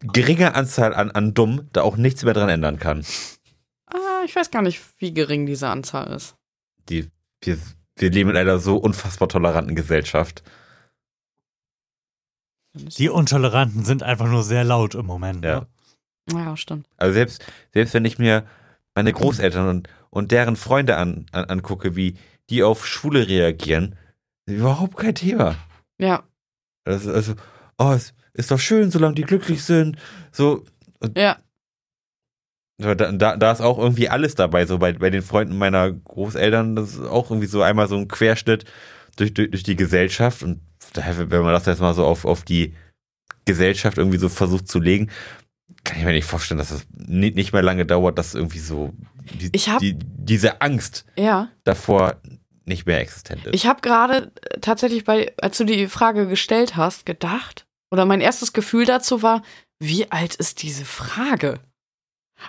C: geringe Anzahl an, an Dumm da auch nichts mehr dran ändern kann.
B: Ah, ich weiß gar nicht, wie gering diese Anzahl ist.
C: Die, wir, wir leben in einer so unfassbar toleranten Gesellschaft.
A: Die Untoleranten sind einfach nur sehr laut im Moment.
C: Ja.
A: Ne?
B: Ja, stimmt.
C: Also selbst, selbst wenn ich mir meine Großeltern und, und deren Freunde an, an, angucke, wie die auf Schwule reagieren, überhaupt kein Thema.
B: Ja,
C: Also, also oh, es ist doch schön, solange die glücklich sind. So,
B: ja.
C: da, da, da ist auch irgendwie alles dabei. So bei, bei den Freunden meiner Großeltern, das ist auch irgendwie so einmal so ein Querschnitt durch, durch, durch die Gesellschaft. Und daher, wenn man das jetzt mal so auf, auf die Gesellschaft irgendwie so versucht zu legen, kann ich mir nicht vorstellen, dass das ni- nicht mehr lange dauert, dass irgendwie so die,
B: Ich hab-
C: die, diese Angst
B: Ja,
C: davor nicht mehr existent ist.
B: ich habe gerade äh, tatsächlich bei, als du die Frage gestellt hast, gedacht, oder mein erstes Gefühl dazu war, wie alt ist diese Frage?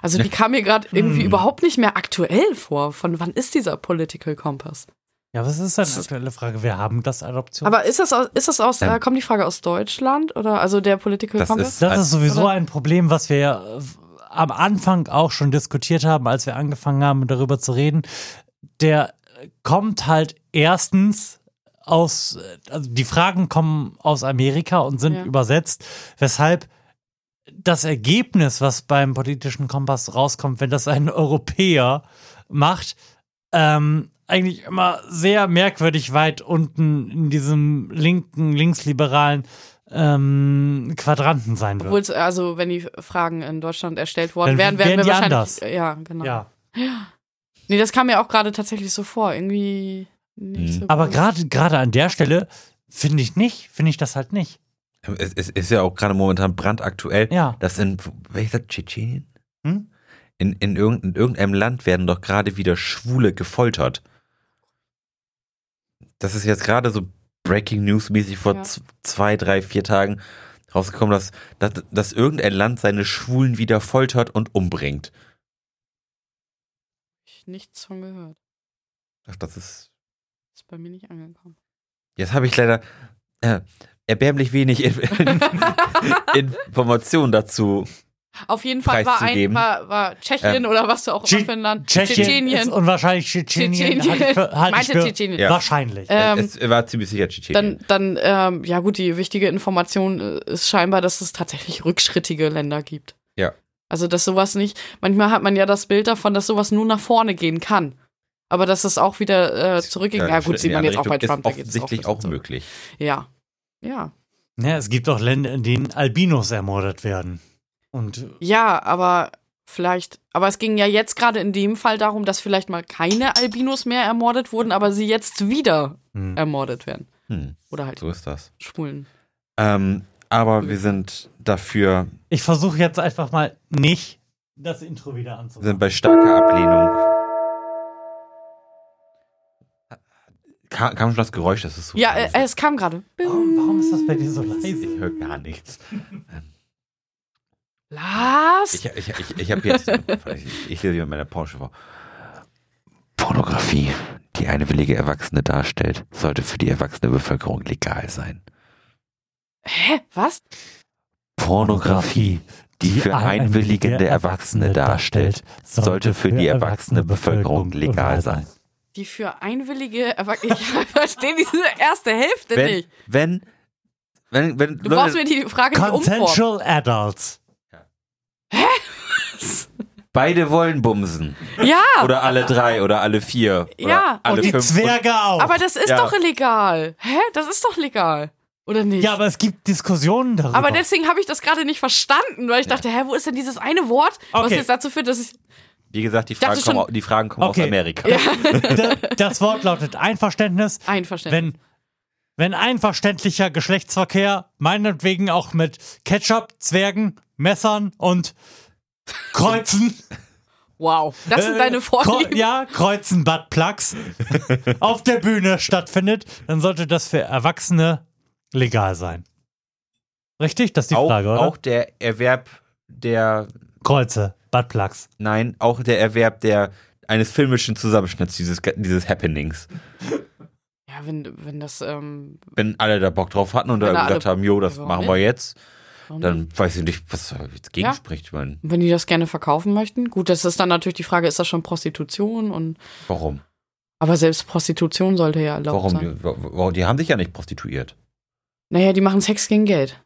B: Also die kam mir gerade irgendwie
A: Hm.
B: überhaupt nicht mehr aktuell vor. Von wann ist dieser Political Compass?
A: Ja, was ist denn
B: Das
A: eine
B: ist-
A: aktuelle Frage? Wir haben das Adoption.
B: Aber ist das aus, ist das aus,
C: Ähm.
B: äh, kommt die Frage aus Deutschland oder also der Political
C: Das
B: Compass?
C: ist-
A: das ist sowieso
B: Oder-
A: ein Problem, was wir ja äh, am Anfang auch schon diskutiert haben, als wir angefangen haben, darüber zu reden. Der äh, kommt halt erstens aus, äh, also die Fragen kommen aus Amerika und sind
B: Ja.
A: übersetzt, weshalb das Ergebnis, was beim politischen Kompass rauskommt, wenn das ein Europäer macht, ähm, eigentlich immer sehr merkwürdig weit unten in diesem linken, linksliberalen ähm, Quadranten sein wird.
B: Obwohl es, also wenn die Fragen in Deutschland erstellt worden
A: Dann
B: wären, wären
A: wären
B: wir
A: die
B: wahrscheinlich.
A: anders.
B: Ja, genau.
A: Ja.
B: Nee, das kam mir auch gerade tatsächlich so vor. Irgendwie nicht
C: Mhm.
B: so
A: Aber
B: gut.
A: gerade gerade an der Stelle finde ich nicht, finde ich das halt nicht.
C: Es, es ist ja auch gerade momentan brandaktuell.
A: Ja.
C: Das in, welcher Tschetschenien?
A: Hm?
C: In, in, irgend, in irgendeinem Land werden doch gerade wieder Schwule gefoltert. Das ist jetzt gerade so Breaking News-mäßig vor
B: Ja.
C: z- zwei, drei, vier Tagen rausgekommen, dass, dass, dass irgendein Land seine Schwulen wieder foltert und umbringt.
B: Ich nichts von gehört.
C: Ach, das ist.
B: Ist bei mir nicht angekommen.
C: Jetzt habe ich leider äh, erbärmlich wenig in, in, Informationen dazu.
B: Auf jeden Fall war ein
C: Preiszugeben.
B: war, war Tschechien oder was du auch
A: Tsche-
B: immer für ein Land.
A: Tschechien, Ist unwahrscheinlich Tschetschenien. Halt ich für- halt ich
B: Meinte
A: für-
B: Tschetschenien.
C: Ja. Äh,
A: Wahrscheinlich.
B: Ähm,
C: es war ziemlich sicher Tschetschenien.
B: Dann, dann ähm, ja gut, die wichtige Information äh, ist scheinbar, dass es tatsächlich rückschrittige Länder gibt.
C: Ja.
B: Also, dass sowas nicht, manchmal hat man ja das Bild davon, dass sowas nur nach vorne gehen kann. Aber dass es auch wieder äh, zurückgeht. Ja,
C: Schritt in
B: gut, sieht
C: die
B: man jetzt
C: andere
B: auch bei
C: Richtung
B: Trump.
C: Ist
B: da geht's
C: offensichtlich
B: ein
C: auch,
B: bisschen zurück.
C: möglich.
B: Ja. Ja.
A: ja, es gibt auch Länder, in denen Albinos ermordet werden. Und
B: Ja, aber vielleicht, aber es ging ja jetzt gerade in dem Fall darum, dass vielleicht mal keine Albinos mehr ermordet wurden, aber sie jetzt wieder
A: hm.
B: ermordet werden.
C: Hm,
B: Oder halt
C: so ist das.
B: Schwulen.
C: Ähm, aber wir sind dafür,
A: ich versuche jetzt einfach mal nicht das Intro wieder
C: sind
A: anzumachen.
C: bei starker Ablehnung. Ka kam schon das Geräusch, das ist so.
B: Ja, äh,
C: leise.
B: es kam gerade.
A: Warum, warum ist das bei dir so
C: ich
A: leise?
C: höre gar nichts.
B: Lars?
C: Ich, ich, ich, ich habe jetzt. ich, ich lese mir meine Porsche vor. Pornografie, die eine willige Erwachsene darstellt, sollte für die erwachsene Bevölkerung legal sein.
B: Hä? Was?
A: Pornografie,
C: die für einwilligende Erwachsene darstellt, sollte für die erwachsene Bevölkerung legal sein.
B: Die für einwillige Erwachsene. Ich verstehe diese erste Hälfte
C: Wenn,
B: nicht.
C: wenn, wenn, wenn
B: Du brauchst mir die Frage nicht umformen.
A: Consensual Adults.
C: beide wollen bumsen.
B: Ja,
C: Oder alle drei oder alle vier. Oder
B: Ja.
C: alle
A: Die
C: fünf.
A: Zwerge auch.
B: aber das ist
C: Ja.
B: doch illegal. Hä? Das ist doch legal. Oder nicht?
A: ja, aber es gibt Diskussionen darüber.
B: Aber deswegen habe ich das gerade nicht verstanden, weil ich dachte, hä, wo ist denn dieses eine Wort, was
A: Okay.
B: jetzt dazu führt, dass ich.
C: Wie gesagt, die
B: dachte
C: Fragen, kommen,
B: schon-
C: au- die Fragen kommen
A: Okay.
C: aus Amerika.
A: Da- das Wort lautet Einverständnis.
B: Einverständlich.
A: Wenn, wenn einverständlicher Geschlechtsverkehr, meinetwegen auch mit Ketchup, Zwergen, Messern und Kreuzen.
B: Wow. Das sind
A: äh,
B: deine Vorlieben.
A: Kreu- Ja, Kreuzen, Buttplugs auf der Bühne stattfindet, dann sollte das für Erwachsene legal sein. Richtig? Das ist die
C: auch,
A: Frage, oder?
C: auch der Erwerb der,
A: Kreuze, Buttplugs.
C: nein, auch der Erwerb der, eines filmischen Zusammenschnitts dieses, dieses Happenings.
B: Ja, wenn, wenn das. Ähm,
C: Wenn alle da Bock drauf hatten und
B: Wenn
C: da
B: da
C: gesagt
B: alle-
C: haben, jo, das
B: Warum
C: machen wir jetzt,
B: warum nicht?
C: dann weiß ich nicht, was da jetzt gegen
B: Ja.
C: spricht. Ich meine,
B: wenn die das gerne verkaufen möchten. Gut, das ist dann natürlich die Frage, ist das schon Prostitution und
C: warum?
B: aber selbst Prostitution sollte ja erlaubt
C: Warum?
B: sein.
C: Die, wa- wa- die haben sich ja nicht prostituiert.
B: Naja, die machen Sex gegen Geld.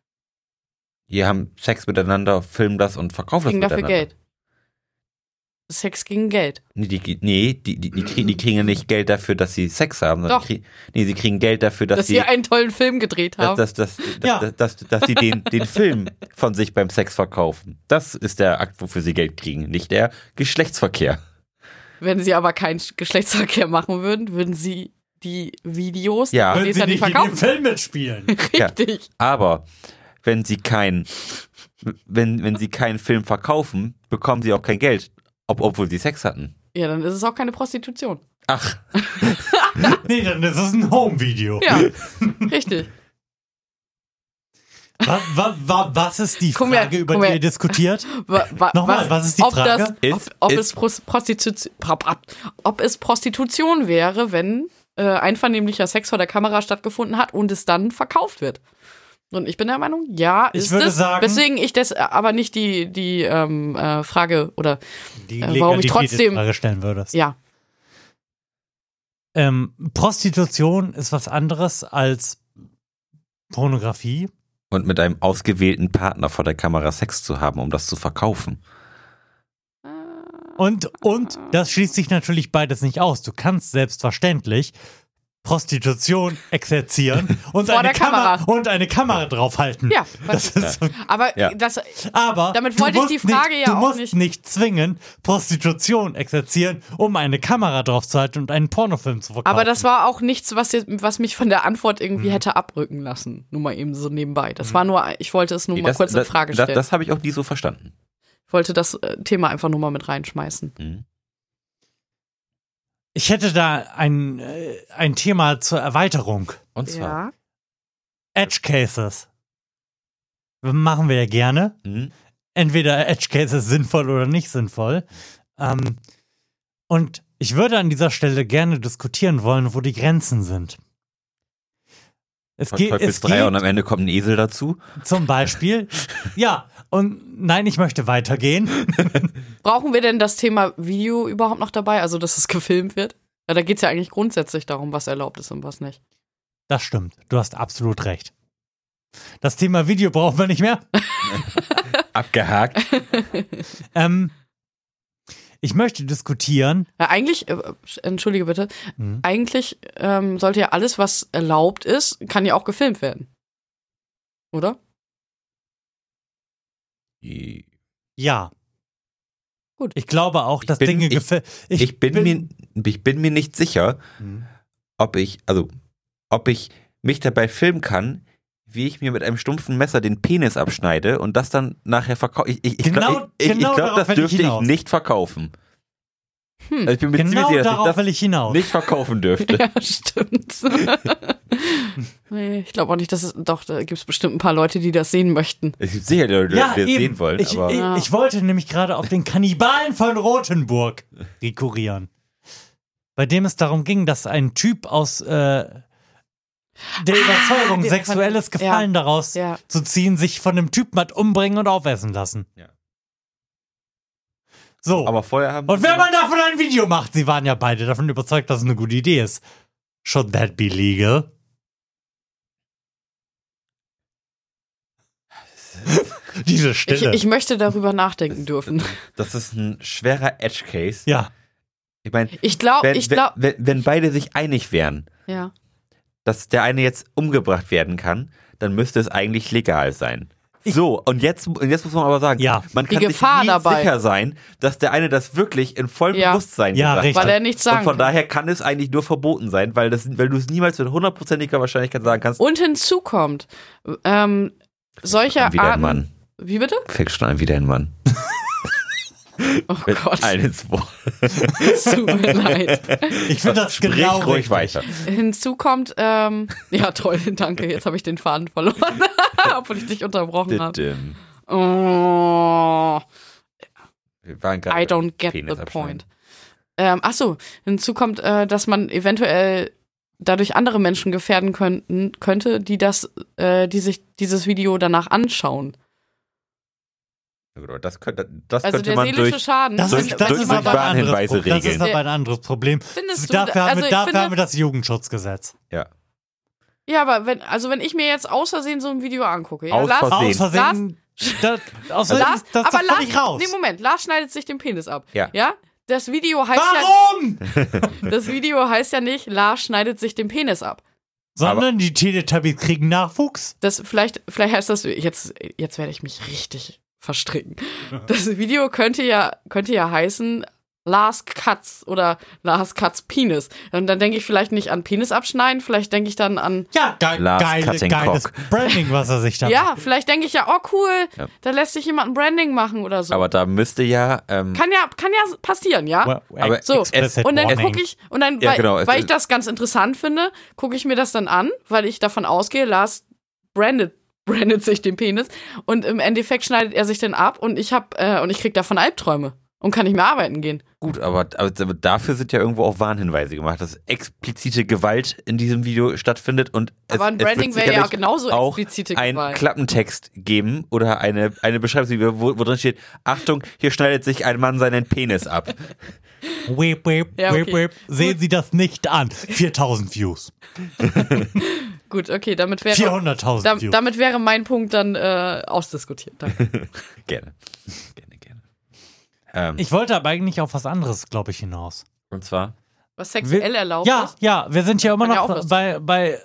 C: Die haben Sex miteinander, filmen das und verkaufen
B: Kriegen
C: das
B: dafür
C: miteinander.
B: Geld. Sex gegen Geld.
C: Nee, die, nee die, die, die, kriegen, die kriegen ja nicht Geld dafür, dass sie Sex haben, sondern
B: Mhm. Doch.
C: die kriegen, nee, sie kriegen Geld dafür, dass,
B: Dass
C: sie
B: sie einen tollen Film gedreht
C: dass,
B: haben.
C: dass, dass,
A: Ja.
C: dass, dass, dass sie den, den Film von sich beim Sex verkaufen. Das ist der Akt, wofür sie Geld kriegen, nicht der Geschlechtsverkehr.
B: Wenn sie aber keinen Geschlechtsverkehr machen würden, würden sie die Videos
C: Ja.
B: die
A: Würden
B: es
A: sie
B: ja
A: nicht
B: nicht
A: in dem
B: verkaufen.
A: Film mitspielen?
C: Ja.
B: Richtig.
C: Aber wenn sie kein, wenn, wenn sie keinen Film verkaufen, bekommen sie auch kein Geld, ob, obwohl sie Sex hatten.
B: Ja, dann ist es auch keine Prostitution.
C: Ach,
A: nee, dann ist es ein Home-Video.
B: Ja, richtig.
A: Wa- wa- wa- was ist die
B: Guck mal,
A: Frage, über
B: guck
A: die
B: mal.
A: ihr diskutiert?
B: Wa- wa-
A: Nochmal, was ist die
B: ob
A: Frage?
B: Das,
C: Ist-
B: ob, ob,
C: ist-
B: es Pros- Prostitu- Prap- ab- ob es Prostitution wäre, wenn äh, einvernehmlicher Sex vor der Kamera stattgefunden hat und es dann verkauft wird. Und ich bin der Meinung, ja,
A: Ich
B: ist
A: würde
B: es.
A: sagen-
B: weswegen ich das aber nicht die, die ähm, äh, Frage oder
A: Die
B: Äh, warum ich trotzdem-
A: Frage stellen würdest.
B: ja,
A: Ähm, Prostitution ist was anderes als Pornografie.
C: und mit einem ausgewählten Partner vor der Kamera Sex zu haben, um das zu verkaufen.
A: Und, und das schließt sich natürlich beides nicht aus. Du kannst selbstverständlich Prostitution exerzieren und,
B: Vor
A: eine,
B: der Kamera.
A: und eine Kamera draufhalten.
B: ja.
A: Das ist,
B: aber
C: Ja.
B: das
A: aber
B: Damit
A: du
B: wollte ich
A: musst
B: die Frage
A: nicht,
B: ja
A: du
B: auch
A: musst
B: nicht-
A: zwingen, Prostitution exerzieren, um eine Kamera draufzuhalten und einen Pornofilm zu verkaufen.
B: Aber das war auch nichts, was, jetzt, was mich von der Antwort
A: Mhm.
B: irgendwie hätte abrücken lassen. Nur mal eben so nebenbei. Das war nur, ich wollte es nur mal
C: das,
B: kurz in
C: das,
B: Frage
C: das,
B: stellen.
C: das habe ich auch nie so verstanden.
B: ich wollte das äh, Thema einfach nur mal mit reinschmeißen.
C: Mhm.
A: ich hätte da ein, äh, ein Thema zur Erweiterung.
C: Und zwar.
A: Edge Cases. Machen wir ja gerne.
C: Mhm.
A: entweder Edge Cases sinnvoll oder nicht sinnvoll. Ähm, und ich würde an dieser Stelle gerne diskutieren wollen, wo die Grenzen sind. Es,
C: Von
A: geht-
C: Teufels
A: es
C: drei und
A: geht
C: am Ende kommt ein Esel dazu.
A: zum Beispiel, ja, und nein, ich möchte weitergehen.
B: Brauchen wir denn das Thema Video überhaupt noch dabei? Also, dass es gefilmt wird? Ja, da geht es ja eigentlich grundsätzlich darum, was erlaubt ist und was nicht.
A: Das stimmt, du hast absolut recht. Das Thema Video brauchen wir nicht mehr.
C: Abgehakt.
A: Ähm, ich möchte diskutieren.
B: Ja, eigentlich, äh, entschuldige bitte,
A: Hm.
B: eigentlich ähm, sollte ja alles, was erlaubt ist, kann ja auch gefilmt werden. Oder?
C: Ich
A: Ja.
B: Gut.
A: Ich glaube auch,
C: Ich
A: dass
C: bin-
A: Dinge
C: ich-
A: gefil-
C: bin, mir, ich bin mir nicht sicher,
A: Hm.
C: ob ich, also, ob ich mich dabei filmen kann, wie ich mir mit einem stumpfen Messer den Penis abschneide und das dann nachher verkaufe. Ich, ich, ich
A: Genau-
C: glaub- ich, ich,
A: genau
C: ich
A: darauf
C: glaube, das
A: will ich
C: dürfte ich,
A: hinaus.
C: nicht verkaufen.
B: Hm.
C: Also ich bin mir ziemlich
A: Genau
C: sicher, dass
A: darauf
C: ich das
A: will ich hinaus.
C: nicht verkaufen dürfte.
B: Ja, stimmt. nee, ich glaube auch nicht, dass es. Doch, da gibt es bestimmt ein paar Leute, die das sehen möchten.
C: Es gibt sicher Leute, die es sehen wollen,
A: ich,
C: aber
A: ich,
B: Ja.
A: ich wollte nämlich gerade auf den Kannibalen von Rothenburg rekurrieren. Bei dem es darum ging, dass ein Typ aus äh, der Überzeugung,
B: wir-
A: sexuelles Gefallen daraus
B: Ah, Ja.
A: zu ziehen, sich von einem Typen hat umbringen und aufessen lassen.
C: Ja.
A: So.
C: Aber vorher haben.
A: und wenn man davon ein Video macht, sie waren ja beide davon überzeugt, dass es eine gute Idee ist. Should that be legal? Diese
B: Ich,
A: Stille.
B: ich möchte darüber nachdenken
C: Das-
B: dürfen.
C: Das ist ein schwerer Edge Case.
A: ja.
C: Ich meine,
B: Ich glaube,
C: wenn,
B: Oh, ich glaube,
C: wenn, wenn, wenn beide sich einig wären,
B: ja.
C: dass der eine jetzt umgebracht werden kann, dann müsste es eigentlich legal sein.
A: Ich-
C: so, und jetzt, und jetzt muss man aber sagen,
A: Ja.
C: man
B: Die
C: kann sich
B: Gefahr
C: nie
B: dabei.
C: sicher sein, dass der eine das wirklich in vollem
B: Ja.
C: Bewusstsein
A: Ja,
C: gesagt
A: richtig.
C: hat.
B: Weil er nichts
C: und
B: sagen
C: von
B: kann.
C: daher kann es eigentlich nur verboten sein, weil, das, weil du es niemals mit hundertprozentiger Wahrscheinlichkeit sagen kannst,
B: Und hinzu kommt, ähm, solcher
C: wieder ein
B: Arten.
C: Mann.
B: Wie bitte?
C: Fängt schon an, wieder ein Mann.
B: Oh
C: Mit
B: Gott,
C: allen zwei.
B: es tut mir leid.
A: Ich finde das
C: Sprich
A: genau richtig.
C: ruhig weiter.
B: Hinzu kommt, ähm, ja toll, danke, jetzt habe ich den Faden verloren, obwohl ich dich unterbrochen habe.
C: Dittim.
B: Oh,
C: Wir waren gerade
B: I don't get
C: Penis
B: the
C: abschneiden.
B: point. Ähm, ach so, hinzu kommt, äh, dass man eventuell dadurch andere Menschen gefährden könnten, könnte, die das, äh, die sich dieses Video danach anschauen.
C: Ja, gut, aber Das könnte, das
B: Also
C: könnte
B: der
C: man
B: seelische
C: durch.
B: Schaden.
A: Das
C: Durch-
A: ist, das
B: wenn-
C: durch-
A: ist
B: wenn
A: aber ein anderes
C: Warnhinweise
A: Problem. Das ist
C: regeln.
A: aber ein anderes Problem.
B: Findest du,
A: Dafür, haben,
B: also
A: wir,
B: ich
A: dafür
B: finde,
A: haben wir das Jugendschutzgesetz.
B: Ja, aber wenn, also wenn ich mir jetzt aus Versehen so ein Video angucke, ja,
C: Aus Also-
B: Lars,
A: Aus Versehen. Das, aus Versehen
B: Also Lars,
A: das
B: aber
A: aber
B: Lars,
A: ich raus.
B: nee, Moment, Lars schneidet sich den Penis ab.
C: Ja.
B: Ja? Das Video heißt
A: Warum?
B: ja, das Video heißt ja nicht, Lars schneidet sich den Penis ab.
A: Sondern die Teletubbies kriegen Nachwuchs.
B: Das vielleicht, vielleicht heißt das, jetzt, jetzt werde ich mich richtig verstricken. Das Video könnte ja, könnte ja heißen, Lars Katz oder Lars Katz Penis. Und dann denke ich vielleicht nicht an Penis abschneiden, vielleicht denke ich dann an
A: Ja, geil,
C: Lars
A: geile,
C: Cutting
A: geiles
C: Cock.
A: Branding, was er sich da
B: Ja, vielleicht denke ich ja, oh cool,
C: Ja.
B: da lässt sich jemand ein Branding machen oder so.
C: Aber da müsste ja. Ähm,
B: kann ja, kann ja passieren, ja?
A: macht.
C: aber
B: So,
A: explicit
B: und dann
A: warning.
B: gucke ich, und dann,
C: Ja,
B: weil,
C: genau, es-
B: weil ich das ganz interessant finde, gucke ich mir das dann an, weil ich davon ausgehe, Lars brandet, brandet sich den Penis und im Endeffekt schneidet er sich dann ab und ich hab, äh, und ich krieg davon Albträume und kann nicht mehr arbeiten gehen.
C: Gut, aber, aber dafür sind ja irgendwo auch Warnhinweise gemacht, dass explizite Gewalt in diesem Video stattfindet und es,
B: Aber ein
C: es wird
B: Branding wäre ja
C: sicherlich
B: genauso
C: auch
B: explizite
C: einen
B: Gewalt.
C: Klappentext geben oder eine, eine Beschreibung, wo, wo drin steht, Achtung, hier schneidet sich ein Mann seinen Penis ab.
A: Weep, weep,
B: Ja,
A: weep,
B: okay.
A: weep. Sehen Sie das nicht an. 4000 Views.
B: Gut, okay, damit wäre,
A: 400.000
B: dam-
A: Views.
B: damit wäre mein Punkt dann äh, ausdiskutiert. Danke.
C: gerne. Gerne, gerne. Ähm,
A: Ich wollte aber eigentlich auf was anderes, glaube ich, hinaus.
C: und zwar,
B: Was sexuell
A: Wir-
B: erlaubt
A: Ja,
B: ist.
A: ja, wir sind ja immer
B: Kann ja
A: noch
B: auch was-
A: bei, bei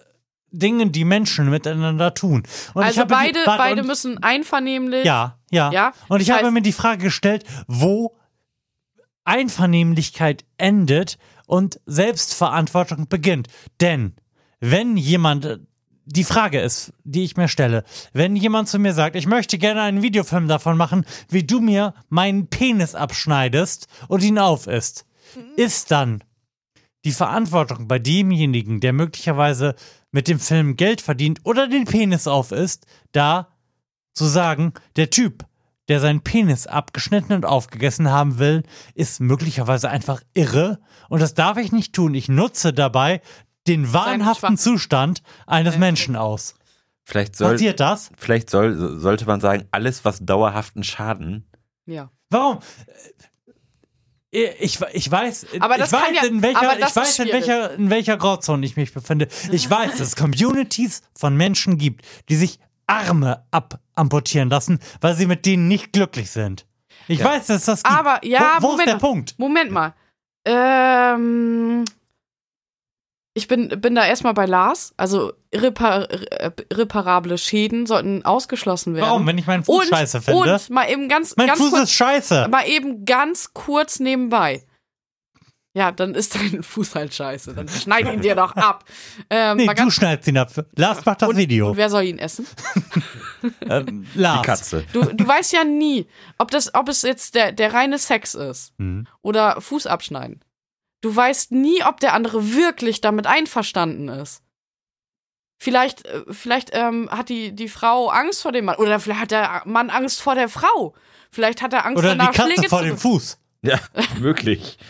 A: Dingen, die Menschen miteinander tun. Und ich
B: Also
A: habe die-
B: beide,
A: warte,
B: beide
A: und-
B: müssen einvernehmlich.
A: Ja, ja.
B: Ja?
A: Und ich
B: Das
A: habe
B: heißt-
A: mir die Frage gestellt, wo Einvernehmlichkeit endet und Selbstverantwortung beginnt. Denn wenn jemand, die Frage ist, die ich mir stelle, wenn jemand zu mir sagt, ich möchte gerne einen Videofilm davon machen, wie du mir meinen Penis abschneidest und ihn aufisst, ist dann die Verantwortung bei demjenigen, der möglicherweise mit dem Film Geld verdient oder den Penis aufisst, da zu sagen, der Typ, der seinen Penis abgeschnitten und aufgegessen haben will, ist möglicherweise einfach irre und das darf ich nicht tun. Ich nutze dabei den wahnhaften
B: Schwach-
A: Zustand eines
B: Äh,
A: Menschen aus.
C: vielleicht, soll,
A: Passiert das?
C: vielleicht soll, sollte man sagen, alles, was dauerhaften Schaden.
B: ja.
A: Warum? Äh, Ich, ich weiß,
B: Aber
A: ich
B: das kann
A: weiß,
B: ja-
A: in, welcher,
B: aber das
A: ich weiß
B: ist
A: in,
B: schwierig.
A: welcher, in welcher Grauzone ich mich befinde. Ich weiß, dass es Communities von Menschen gibt, die sich Arme abamputieren lassen, weil sie mit denen nicht glücklich sind. Ich
C: Ja.
A: weiß, dass das gibt.
B: Aber ja,
A: wo, wo ist
B: Moment
A: der
B: mal.
A: Punkt?
B: Moment mal. Ähm, ich bin, bin da erstmal bei Lars. Also irrepar äh, irreparable Schäden sollten ausgeschlossen werden.
A: Warum, wenn ich meinen Fuß
B: und,
A: scheiße finde?
B: Und mal eben ganz,
A: mein
B: ganz
A: Fuß ist
B: kurz,
A: scheiße.
B: mal eben ganz kurz nebenbei. Ja, dann ist dein Fuß halt scheiße. Dann schneid ihn dir doch ab. Ähm,
A: Nee,
B: mal
A: du
B: ganz,
A: schneidest ihn ab. Lars macht das
B: und,
A: Video.
B: und wer soll ihn essen?
A: Ähm, Lars.
C: Die Katze.
B: Du, du weißt ja nie, ob, das, ob es jetzt der, der reine Sex ist.
A: Hm.
B: oder Fuß abschneiden. Du weißt nie, ob der andere wirklich damit einverstanden ist. Vielleicht, äh, vielleicht ähm, hat die, die Frau Angst vor dem Mann. Oder vielleicht hat der Mann Angst vor der Frau. Vielleicht hat er Angst
A: Oder die
B: danach
A: Katze
B: Schläge
A: vor
B: zu
A: dem Fuß.
C: Ja, möglich.
A: Mhm.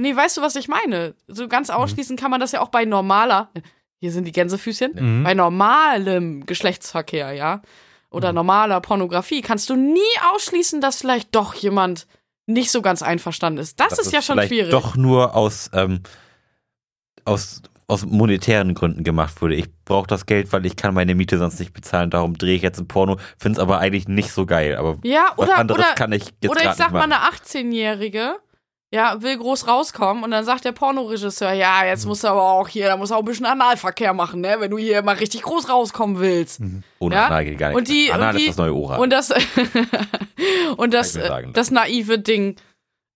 B: Nee, weißt du, was ich meine? So ganz ausschließen kann man das ja auch bei normaler, hier sind die Gänsefüßchen.
A: Mhm.
B: Bei normalem Geschlechtsverkehr, ja, oder
A: Mhm.
B: normaler Pornografie kannst du nie ausschließen, dass vielleicht doch jemand nicht so ganz einverstanden ist. Das,
C: dass
B: ist ja
C: es
B: schon
C: vielleicht
B: schwierig.
C: Doch nur aus, ähm, aus, aus monetären Gründen gemacht wurde. Ich brauche das Geld, weil ich kann meine Miete sonst nicht bezahlen. Darum drehe ich jetzt ein Porno. Finde es aber eigentlich nicht so geil. Aber
B: Ja,
C: was
B: oder,
C: anderes
B: oder,
C: kann ich jetzt
B: oder ich
C: grad
B: sag
C: nicht
B: mal,
C: machen.
B: eine 18-Jährige, ja, will groß rauskommen und dann sagt der Pornoregisseur, ja, jetzt
C: Mhm.
B: musst du aber auch hier, da musst du auch ein bisschen Analverkehr machen, ne, wenn du hier mal richtig groß rauskommen willst.
C: Ohne
B: Ja.
C: Anal geht gar
B: Und
C: nichts.
B: die-
C: Anal
B: und
C: ist
B: die-
C: das neue Oral.
B: Und das, und das,
C: Kann ich mir sagen. ne?
B: das naive Ding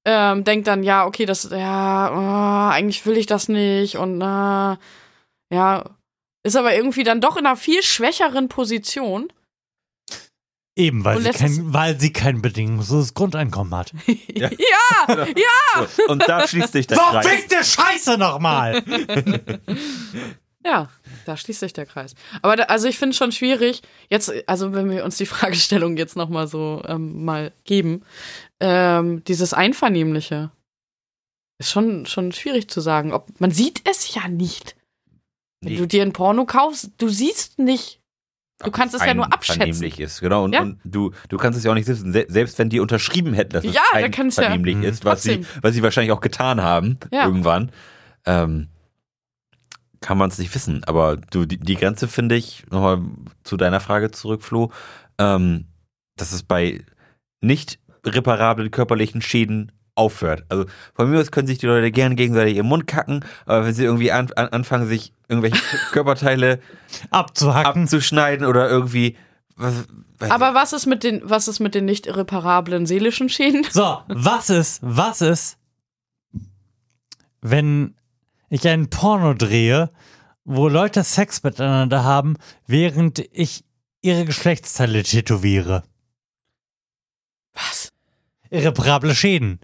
B: ähm, denkt dann, ja, okay, das, ja, oh, eigentlich will ich das nicht und na, ja, ist aber irgendwie dann doch in einer viel schwächeren Position.
A: Eben, weil
B: Und
A: sie,
B: letztes-
A: kein, weil sie kein bedingungsloses Grundeinkommen hat.
B: Ja,
C: So, und da schließt sich der Kreis.
A: Verfickte Scheiße nochmal!
B: ja, da schließt sich der Kreis. Aber da, also ich finde es schon schwierig, jetzt, also wenn wir uns die Fragestellung jetzt nochmal so ähm, mal geben, ähm, dieses Einvernehmliche ist schon, schon schwierig zu sagen. Ob, man sieht es ja nicht. Wenn du
C: Nee,
B: dir ein Porno kaufst, du siehst nicht. Du
C: ob
B: kannst es ja nur abschätzen.
C: einvernehmlich ist, genau. Und,
B: Ja.
C: und du, du kannst es ja auch nicht wissen. Se- Selbst wenn die unterschrieben hätten, dass es
B: Ja, dann kannst du ja-
C: einvernehmlich
A: Mhm.
C: ist, was sie, was sie wahrscheinlich auch getan haben,
B: Ja.
C: irgendwann, ähm, kann man es nicht wissen. Aber du, die, die Grenze finde ich, nochmal zu deiner Frage zurück, Flo, ähm, dass es bei nicht reparablen körperlichen Schäden aufhört. Also von mir aus können sich die Leute gerne gegenseitig im Mund kacken, aber wenn sie irgendwie an, an, anfangen, sich irgendwelche Körperteile
A: Abzuhacken.
C: abzuschneiden oder irgendwie. Was, weiß
B: Aber was ist mit den, was ist mit den nicht irreparablen seelischen Schäden?
A: So, was ist, was ist, wenn ich einen Porno drehe, wo Leute Sex miteinander haben, während ich ihre Geschlechtsteile tätowiere?
B: Was?
A: Irreparable Schäden.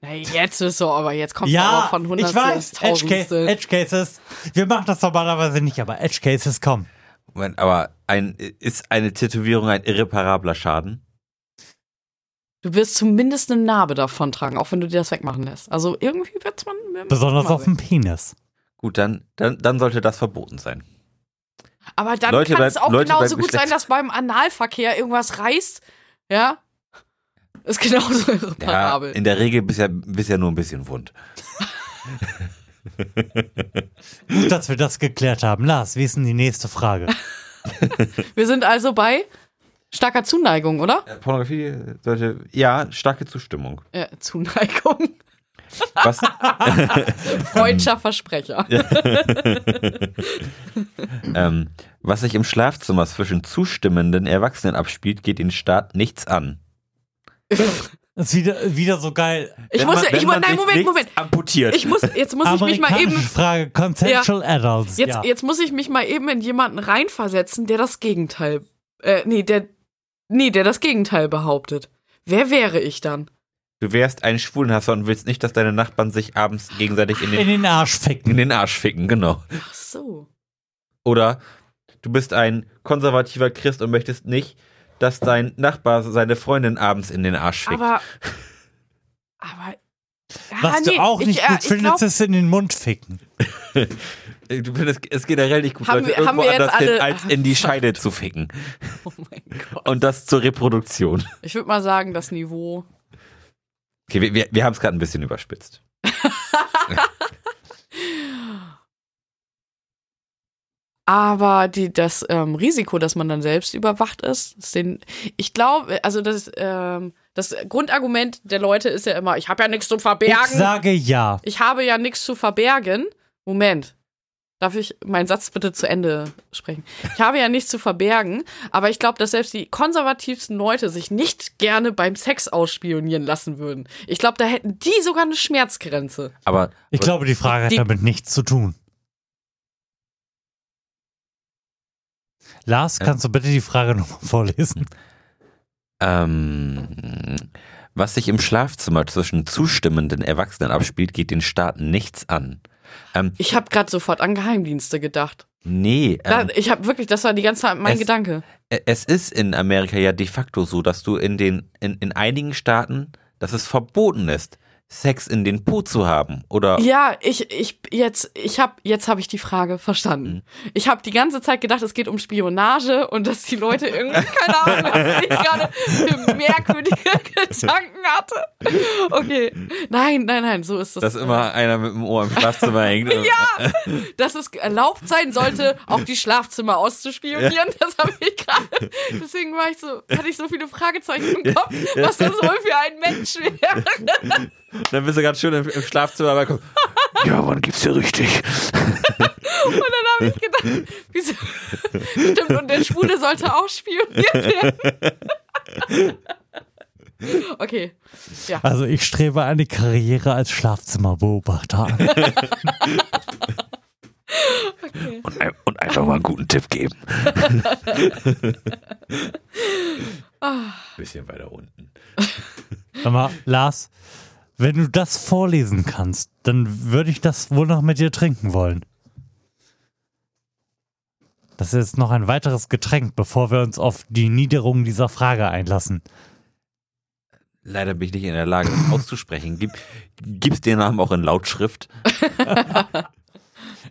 B: Na, jetzt ist so, aber jetzt kommt aber
A: ja,
B: von
A: ich
B: 100
A: weiß,
B: ins
A: Edge, Case,
B: Tausendstel.
A: Edge Cases. Wir machen das normalerweise nicht, aber Edge Cases kommen.
C: ich. Moment, aber ein, ist eine Tätowierung ein irreparabler Schaden?
B: Du wirst zumindest eine Narbe davon tragen, auch wenn du dir das wegmachen lässt. Also irgendwie wird's man.
A: Besonders
B: mal
A: auf dem Penis.
C: Gut, dann, dann, dann sollte das verboten sein.
B: sehen. Aber dann
C: Leute,
B: kann
C: bleibt-
B: es auch
C: Leute,
B: genauso
C: bleibt
B: gut sein,
C: geschlechtslos.
B: dass beim Analverkehr irgendwas reißt. Ja? Ist genauso
C: Ja,
B: irreparabel.
C: in der Regel bisher, bisher nur ein bisschen wund.
A: Gut, dass wir das geklärt haben. Lars, wie ist denn die nächste Frage?
B: Wir sind also bei starker Zuneigung, oder?
C: Äh, Pornografie sollte, ja, starke Zustimmung.
B: Äh, Zuneigung.
C: Was,
B: Freudscher Versprecher.
C: ähm, was sich im Schlafzimmer zwischen zustimmenden Erwachsenen abspielt, geht den Staat nichts an.
A: Ist wieder, wieder so geil.
B: Ich
C: Wenn
B: muss,
C: man-
B: ich
C: wenn
B: muss,
C: man
B: nein,
C: sich
B: Moment,
C: nichts
B: Moment.
C: Amputiert.
B: Ich muss, jetzt muss ich mich mal
A: Amerikanische
B: eben,
A: Frage, Consensual Adults.
B: jetzt,
A: ja.
B: jetzt muss ich mich mal eben in jemanden reinversetzen, der das Gegenteil, äh, nee, der, nee, der das Gegenteil behauptet. Wer wäre ich dann?
C: du wärst ein Schwulenhasser und willst nicht, dass deine Nachbarn sich abends gegenseitig in den
A: in den Arsch ficken.
C: in den Arsch ficken, genau.
B: Ach so.
C: Oder du bist ein konservativer Christ und möchtest nicht, dass dein Nachbar seine Freundin abends in den Arsch fickt.
B: Aber, aber,
A: Was
B: ah, nee,
A: du auch nicht
B: ich, äh,
A: gut
B: ich
A: findest,
B: glaub,
A: ist in den Mund ficken.
C: Äh, du findest es generell nicht gut,
B: Haben
C: Leute
B: wir- haben
C: irgendwo
B: wir jetzt
C: anders hin,
B: alle-
C: als in die Scheide zu ficken.
B: oh mein Gott.
C: Und das zur Reproduktion.
B: Ich würde mal sagen, das Niveau.
C: Okay, wir, wir, wir haben es gerade ein bisschen überspitzt.
B: Aber die, das ähm, Risiko, dass man dann selbst überwacht ist, ist den, ich glaube, also das, ähm, das Grundargument der Leute ist ja immer, ich habe ja genau. nichts zu
A: Ich
B: verbergen.
A: sage ja.
B: Ich habe ja nichts zu verbergen. Moment. Darf ich meinen Satz bitte zu Ende sprechen? Ich habe ja nichts zu verbergen, aber ich glaube, dass selbst die konservativsten Leute sich nicht gerne beim Sex ausspionieren lassen würden. Ich glaube, da hätten die sogar eine Schmerzgrenze.
C: Aber
A: Ich glaube, die Frage hat
B: Die-
A: damit nichts zu tun. Lars,
C: Ja.
A: kannst du bitte die Frage nochmal vorlesen?
C: ähm, was sich im Schlafzimmer zwischen zustimmenden Erwachsenen abspielt, geht den Staaten nichts an. Ähm,
B: Ich habe gerade sofort an Geheimdienste gedacht.
C: nee,
B: Da,
C: ähm,
B: ich habe wirklich, das war die ganze Zeit mein
C: es-
B: Gedanke.
C: Es ist in Amerika ja de facto so, dass du in den in, in einigen Staaten, dass es verboten ist, Sex in den Po zu haben oder
B: Ja, ich, ich, jetzt, ich hab, jetzt habe ich die Frage verstanden. Ich habe die ganze Zeit gedacht, es geht um Spionage und dass die Leute irgendwie, keine Ahnung, was ich gerade für merkwürdige Gedanken hatte. Okay. Nein, nein, nein, so ist das.
C: dass immer einer mit dem Ohr im Schlafzimmer hängt.
B: ja, dass es erlaubt sein sollte, auch die Schlafzimmer auszuspionieren. Das habe ich gerade. Deswegen war ich so, hatte ich so viele Fragezeichen im Kopf, was das wohl für ein Mensch wäre.
C: Dann bist du ganz schön im, im Schlafzimmer, aber komm, ja, wann gibt's hier richtig?
B: Und dann habe ich gedacht, wieso? Stimmt, und der Schwule sollte auch spioniert werden. Okay. Ja.
A: Also ich strebe eine Karriere als Schlafzimmerbeobachter an.
C: Und, ein, und einfach mal einen guten Tipp geben. Bisschen weiter unten.
A: Sag mal, Lars, wenn du das vorlesen kannst, dann würde ich das wohl noch mit dir trinken wollen. Das ist jetzt noch ein weiteres Getränk, bevor wir uns auf die Niederung dieser Frage einlassen.
C: Leider bin ich nicht in der Lage, das auszusprechen. Gib, gibst den Namen auch in Lautschrift?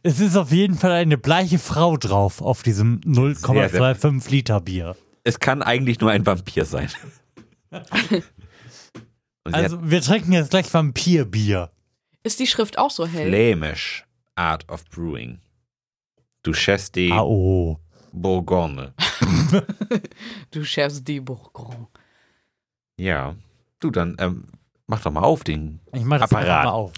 A: Es ist auf jeden Fall eine bleiche Frau drauf auf diesem 0,25 Liter Bier.
C: Es kann eigentlich nur ein Vampir sein. Und sie also,
A: Also wir trinken jetzt gleich Vampirbier.
B: Ist die Schrift auch so hell?
C: Flämisch Art of Brewing. Duchesse de
A: AO.
C: Bourgogne.
B: Du schärfst die Bourgogne.
C: Ja. Du, dann ähm, mach doch mal auf den.
A: Ich mache das
C: Apparat.
A: einfach mal auf.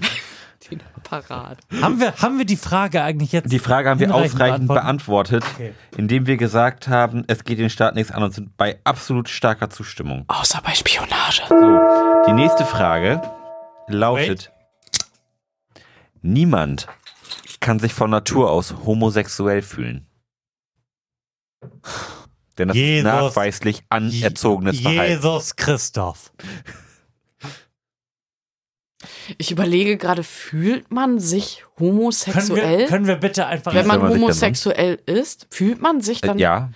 B: Den Apparat.
A: Haben wir, haben wir die Frage eigentlich jetzt?
C: Die Frage haben wir
A: Hinreichend
C: ausreichend beantwortet,
A: Okay.
C: indem wir gesagt haben, es geht den Staat nichts an und sind bei absolut starker Zustimmung.
B: Außer bei Spionage.
C: So, die nächste Frage lautet: Niemand kann sich von Natur aus homosexuell fühlen. Denn das ist
A: Jesus.
C: nachweislich anerzogenes Verhalten.
A: Jesus Christoph.
B: Ich überlege gerade, fühlt man sich
A: Können
B: homosexuell?
A: wir, können wir bitte einfach,
B: Wenn man
C: Soll man sich dann
B: homosexuell ist, fühlt man sich
C: Äh,
B: dann.
C: ja,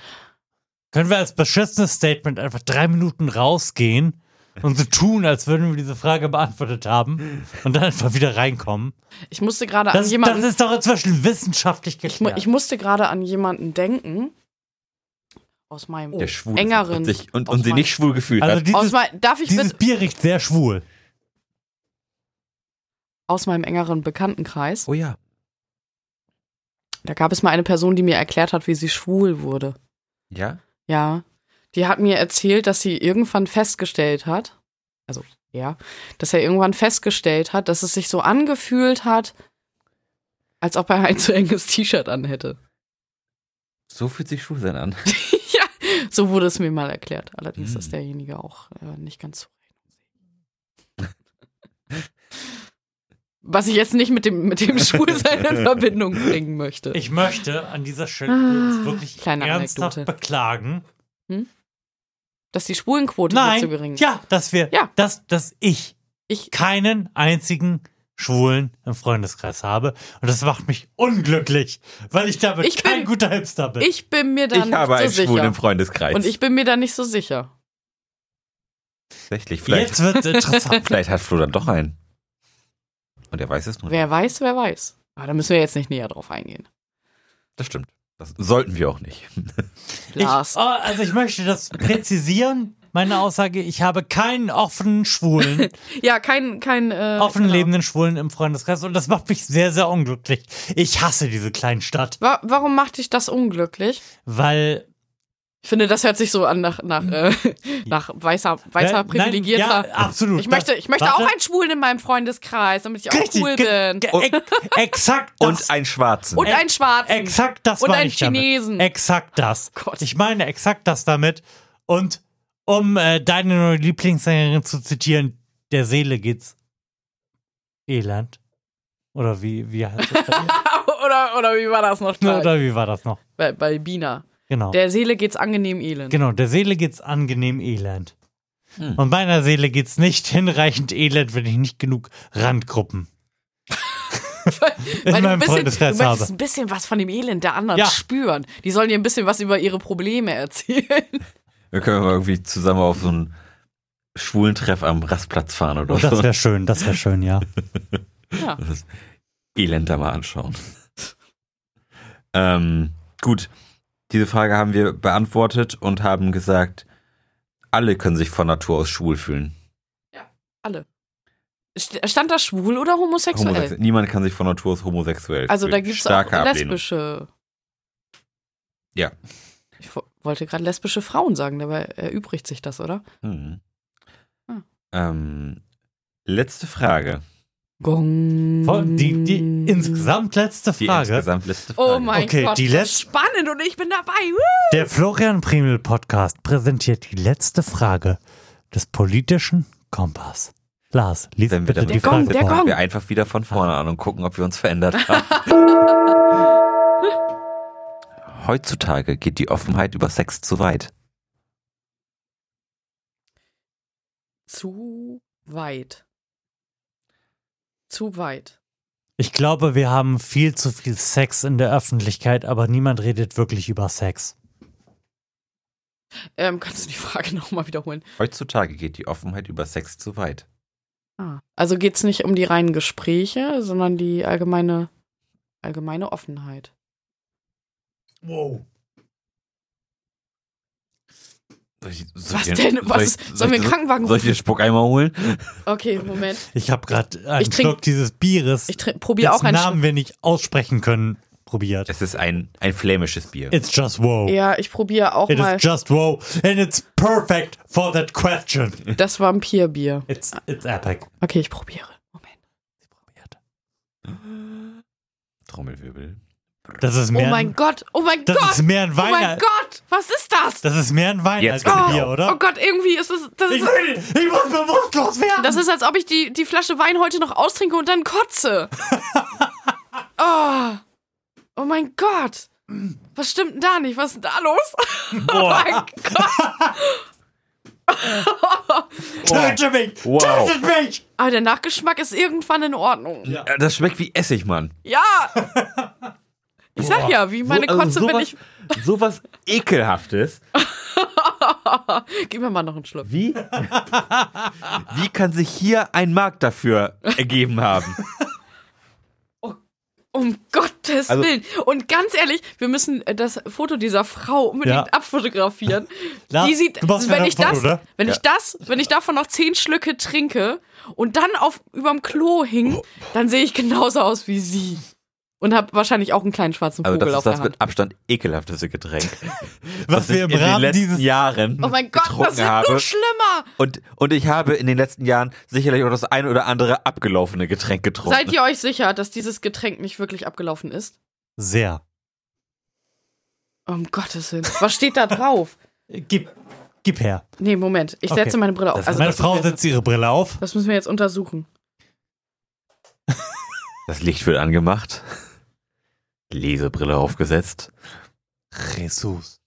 A: können wir als beschissenes Statement einfach drei Minuten rausgehen und so tun, als würden wir diese Frage beantwortet haben und dann einfach wieder reinkommen?
B: Ich musste gerade an
A: Das, das
B: jemanden.
A: ist doch inzwischen wissenschaftlich
B: Ich, mu-
A: geklärt.
B: ich musste gerade an jemanden denken. Aus meinem.
A: Oh,
C: der Schwule
B: engeren
C: hat sich und,
B: auf
C: und sie
B: mein-
C: nicht schwul gefühlt
A: also
C: hat.
B: aus
A: dieses,
B: mein, darf ich
A: dieses
B: bitte.
A: Bier riecht sehr schwul.
B: Aus meinem engeren Bekanntenkreis.
C: Oh ja.
B: Da gab es mal eine Person, die mir erklärt hat, wie sie schwul wurde.
C: Ja?
B: Ja. Die hat mir erzählt, dass sie irgendwann festgestellt hat, also ja, dass er irgendwann festgestellt hat, dass es sich so angefühlt hat, als ob er ein zu enges T-Shirt anhätte.
C: So fühlt sich Schwulsein an.
B: So wurde es mir mal erklärt. Allerdings
A: Hm.
C: Mhm.
B: ist derjenige auch äh, nicht ganz so. Was ich jetzt nicht mit dem, mit dem Schwulsein in Verbindung bringen möchte.
A: Ich möchte an dieser Stelle
B: Ah,
A: jetzt wirklich
B: kleine
A: ernsthaft
B: Anekdote.
A: beklagen,
B: dass die Schwulenquote
A: Nein,
B: nicht so gering ist.
A: ja, dass wir,
B: Ja.
A: dass, dass ich
B: Ich,
A: keinen einzigen Schwulen im Freundeskreis habe. Und das macht mich unglücklich, weil ich damit
B: Ich bin-
A: kein guter Hipster bin.
B: ich bin mir da
C: Ich
B: nicht
C: habe einen
B: so
C: Schwulen
B: sicher.
C: im Freundeskreis.
B: Und ich bin mir da nicht so sicher.
C: Tatsächlich. Vielleicht,
A: Jetzt wird's interessant.
C: vielleicht hat Flo dann doch einen. Und er weiß es nur. nicht.
B: Wer weiß, wer weiß. Aber da müssen wir jetzt nicht näher drauf eingehen.
C: Das stimmt. Das sollten wir auch nicht.
A: ich, oh,
B: Lars.
A: also ich möchte das präzisieren. Meine Aussage, ich habe keinen offenen Schwulen,
B: Ja, kein, kein äh,
A: offen
B: genau.
A: lebenden Schwulen im Freundeskreis und das macht mich sehr, sehr unglücklich. Ich hasse diese Kleinstadt,
B: Wa warum macht dich das unglücklich?
A: weil...
B: Ich finde, das hört sich so an nach, nach, äh, nach weißer, weißer
A: Äh,
B: privilegierter.
A: Nein, ja, absolut.
B: ich möchte, ich möchte
A: Warte.
B: auch einen Schwulen in meinem Freundeskreis, damit ich auch
A: Richtig,
B: cool
A: ge-
B: bin.
A: ge- ex- Exakt das.
C: Und einen Schwarzen.
B: Und einen Schwarzen.
A: Exakt das
B: Und
A: meine
B: einen
A: ich
B: Chinesen. Oh
A: damit. Exakt das.
B: Gott.
A: Ich meine exakt das damit. Und um äh, deine neue Lieblingssängerin zu zitieren, der Seele geht's Elend. Oder wie, wie heißt das? bei ihr?
B: oder, oder wie war das noch?
A: Oder wie war das noch?
B: Bei, bei Bina.
A: Genau.
B: Der Seele geht's angenehm elend.
A: genau, der Seele geht's angenehm elend.
C: Hm.
A: Und meiner Seele geht's nicht hinreichend elend, wenn ich nicht genug Randgruppen in
B: Weil du ein
A: meinem
B: bisschen, du
A: Freundeskreis habe.
B: möchtest ein bisschen was von dem Elend der anderen
A: Ja.
B: spüren. Die sollen dir ein bisschen was über ihre Probleme erzählen.
C: Wir können mal irgendwie zusammen auf so ein Schwulentreff am Rastplatz fahren oder
A: Oh,
C: so.
A: das wäre schön, das wäre schön, ja.
B: Ja.
C: Das ist elend da mal anschauen. ähm, gut, diese Frage haben wir beantwortet und haben gesagt, alle können sich von Natur aus schwul fühlen.
B: St- Stand da schwul oder homosexuell?
C: Homosex- Niemand kann sich von Natur aus homosexuell
B: Also da
C: fühlen.
B: gibt es auch
C: Starke Ablehnung.
B: lesbische.
C: Ja.
B: Ich wo- wollte gerade lesbische Frauen sagen, dabei erübrigt sich das, oder?
C: Hm.
B: Hm.
C: Ähm, letzte Frage.
B: Gong.
A: Von- Die, die
B: Mm.
A: insgesamt letzte
C: Die
A: Frage.
C: insgesamt letzte Frage.
B: Oh mein
A: Okay,
B: Gott,
A: die
B: das ist
A: letz-
B: spannend und ich bin dabei. Woo!
A: Der Florian Primel Podcast präsentiert die letzte Frage des politischen Kompass. Lars, lies
C: Wenn wir
A: bitte
C: damit
A: die
B: Der Gong,
A: Frage
B: der
A: vor.
B: Gong.
C: Fangen wir einfach wieder von vorne an und gucken, ob wir uns verändert haben. Heutzutage geht die Offenheit über Sex zu weit.
B: Zu weit. Zu weit.
A: Ich glaube, wir haben viel zu viel Sex in der Öffentlichkeit, aber niemand redet wirklich über Sex.
B: Ähm, kannst du die Frage nochmal wiederholen?
C: Heutzutage geht die Offenheit über Sex zu weit.
B: Ah. Also geht es nicht um die reinen Gespräche, sondern die allgemeine, allgemeine Offenheit.
A: Wow.
C: Soll ich- soll
B: Was
C: ich-
B: denn?
C: soll ich-
B: Was? Sollen wir
C: ich-
B: einen Krankenwagen
C: Soll ich den
B: rufen?
C: Spuckeimer holen?
B: Okay, Moment.
A: Ich habe gerade einen
B: Ich trink-
A: Schluck dieses Bieres,
B: Ich tr- probiere auch
A: dessen
B: einen Schluck.
A: Namen wir nicht aussprechen können, probiert.
C: Es ist ein, ein flämisches Bier.
A: It's just wow.
B: Ja, ich probiere auch
A: It
B: mal
A: is just wow. And it's perfect for that question.
B: das Vampirbier.
A: It's, it's epic.
B: Okay, ich probiere. Moment.
C: Trommelwirbel.
A: Das ist mehr
B: oh mein
A: ein,
B: Gott, oh mein
A: das ist
B: Gott,
A: mehr ein
B: oh
A: Wein.
B: mein
A: als-
B: Gott, was ist das?
A: Das ist mehr ein Wein
C: Jetzt
A: als ein
C: kommt
A: Bier,
C: auch.
B: Oh
A: oder?
B: Gott, irgendwie ist es, das
A: Ich,
B: ist,
A: will, ich muss bewusstlos werden.
B: das ist als ob ich die, die Flasche Wein heute noch austrinke und dann kotze. oh. oh mein Gott, was stimmt denn da nicht, was ist denn da los? Oh
A: Boah.
B: mein Gott.
A: Töte mich.
C: Wow.
A: Tötet mich.
B: Aber der Nachgeschmack ist irgendwann in Ordnung.
A: Ja.
C: Äh, Das schmeckt wie Essig, Mann.
B: Ja. Ich sag ja, wie meine
C: So- also
A: also
B: Kotze bin
C: sowas,
B: ich.
C: sowas ekelhaftes.
B: Gib mir mal noch einen Schluck.
C: Wie? Wie kann sich hier ein Markt dafür ergeben haben?
B: Um Gottes
C: Also-
B: Willen. Und ganz ehrlich, wir müssen äh, das Foto dieser Frau unbedingt
A: Ja.
B: abfotografieren.
A: Lars,
B: die sieht,
A: du machst
B: wenn
A: mir
B: ich
A: ein Foto, ne?
B: das, wenn ich das, wenn ich davon noch zehn Schlücke trinke und dann auf überm Klo
A: Oh.
B: hing, dann sehe ich genauso aus wie sie. Und habe wahrscheinlich auch einen kleinen schwarzen
C: Also
B: Vogel
C: das
B: auf
C: ist
B: der
C: das
B: Hand.
C: mit Abstand ekelhafteste Getränk,
A: Was wir im
C: in den
A: Rahmen
C: letzten
A: dieses...
C: Jahren
B: Oh mein Gott,
C: getrunken
B: das wird
C: habe.
B: nur schlimmer.
C: Und, und ich habe in den letzten Jahren sicherlich auch das ein oder andere abgelaufene Getränk getrunken.
B: Seid ihr euch sicher, dass dieses Getränk nicht wirklich abgelaufen ist?
A: Sehr.
B: Um Gottes Willen. Was steht da drauf?
A: Gib, gib her.
B: Nee, Moment. Ich
A: Okay.
B: setze meine Brille auf.
C: Das-
B: Also,
A: Meine
B: das,
A: Frau
B: müssen wir,
A: setzt ihre Brille auf.
B: das müssen wir jetzt untersuchen.
C: das Licht wird angemacht. Lesebrille aufgesetzt.
A: Jesus.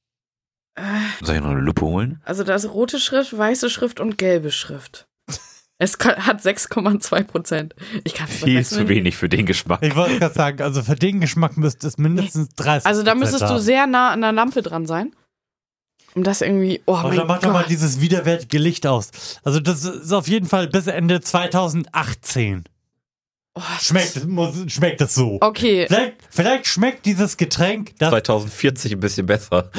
C: Soll ich noch eine Lupe holen?
B: Also da ist rote Schrift, weiße Schrift und gelbe Schrift. Es kann, hat 6,2 Prozent. Ich kann
C: Viel zu wenig für den Geschmack.
A: Ich wollte gerade sagen, also für den Geschmack müsste es mindestens 30
B: Also da müsstest du sehr nah an der Lampe dran sein. Um das irgendwie. Oh,
A: Und
B: mein
A: dann mach
B: Gott.
A: doch mal dieses widerwärtige Licht aus. Also das ist auf jeden Fall bis Ende 2018.
B: oh,
A: Schmeckt, muss, schmeckt es so.
B: Okay,
A: Vielleicht, vielleicht schmeckt dieses Getränk, das
C: 2040 ein bisschen besser.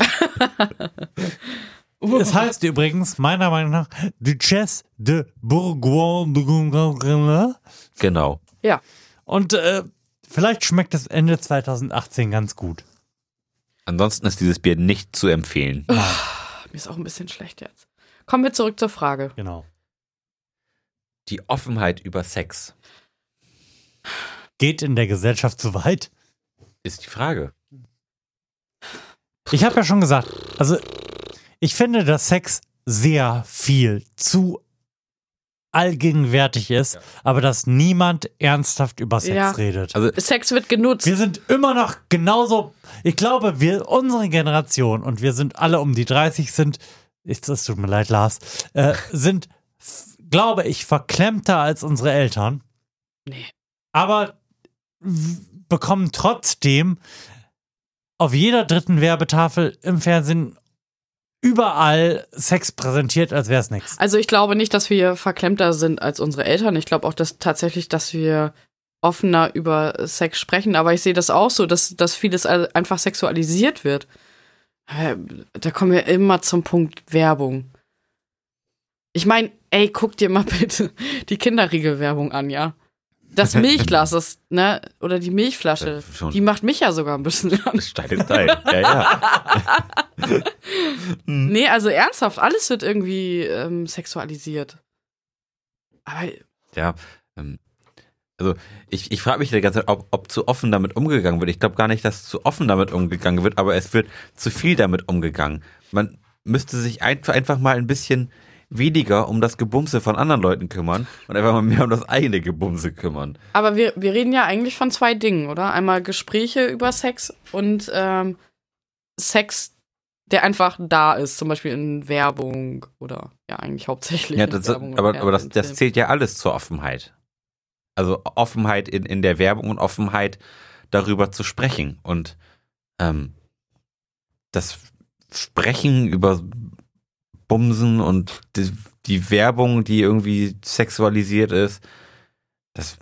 A: es heißt übrigens, meiner Meinung nach, Duchesse de Bourgogne.
C: Genau.
A: Und äh, vielleicht schmeckt es Ende 2018 ganz gut.
C: Ansonsten ist dieses Bier nicht zu empfehlen.
B: mir ist auch ein bisschen schlecht jetzt. Kommen wir zurück zur Frage.
A: Genau.
C: Die Offenheit über Sex
A: Geht in der Gesellschaft zu weit?
C: ist die Frage.
A: Ich habe ja schon gesagt, also ich finde, dass Sex sehr viel zu allgegenwärtig ist, aber dass niemand ernsthaft über Sex
B: Ja.
A: redet.
C: Also
B: Sex wird genutzt.
A: Wir sind immer noch genauso. Ich glaube, wir, unsere Generation und wir sind alle um die 30 sind, ich, es tut mir leid, Lars, äh, sind, f- glaube ich, verklemmter als unsere Eltern.
B: Nee.
A: Aber w- bekommen trotzdem auf jeder dritten Werbetafel im Fernsehen überall Sex präsentiert, als wäre es nichts.
B: Also ich glaube nicht, dass wir verklemmter sind als unsere Eltern. Ich glaube auch, dass tatsächlich, dass wir offener über Sex sprechen. Aber ich sehe das auch so, dass, dass vieles al- einfach sexualisiert wird. Äh, Da kommen wir immer zum Punkt Werbung. Ich meine, ey, guck dir mal bitte die Kinderriegelwerbung an, ja. Das Milchglas ist, ne, oder die Milchflasche,
C: Äh, schon.
B: die macht mich ja sogar ein bisschen an.
C: Steiles Teil. Ja, ja. Mhm.
B: Nee, also ernsthaft, alles wird irgendwie ähm, sexualisiert. Aber
C: ja ähm, also ich, ich frage mich die ganze Zeit, ob, ob zu offen damit umgegangen wird. Ich glaube gar nicht, dass zu offen damit umgegangen wird, aber es wird zu viel damit umgegangen. Man müsste sich ein, einfach mal ein bisschen weniger um das Gebumse von anderen Leuten kümmern und einfach mal mehr um das eigene Gebumse kümmern.
B: Aber wir, wir reden ja eigentlich von zwei Dingen, oder? Einmal Gespräche über Sex und ähm, Sex, der einfach da ist, zum Beispiel in Werbung oder ja, eigentlich hauptsächlich.
C: Ja,
B: in
C: das,
B: Werbung und
C: aber, aber das,
B: Fernsehen,
C: das
B: Film.
C: zählt ja alles zur Offenheit. Also Offenheit in, in der Werbung und Offenheit darüber zu sprechen. Und ähm, das Sprechen über Bumsen und die, die Werbung, die irgendwie sexualisiert ist, das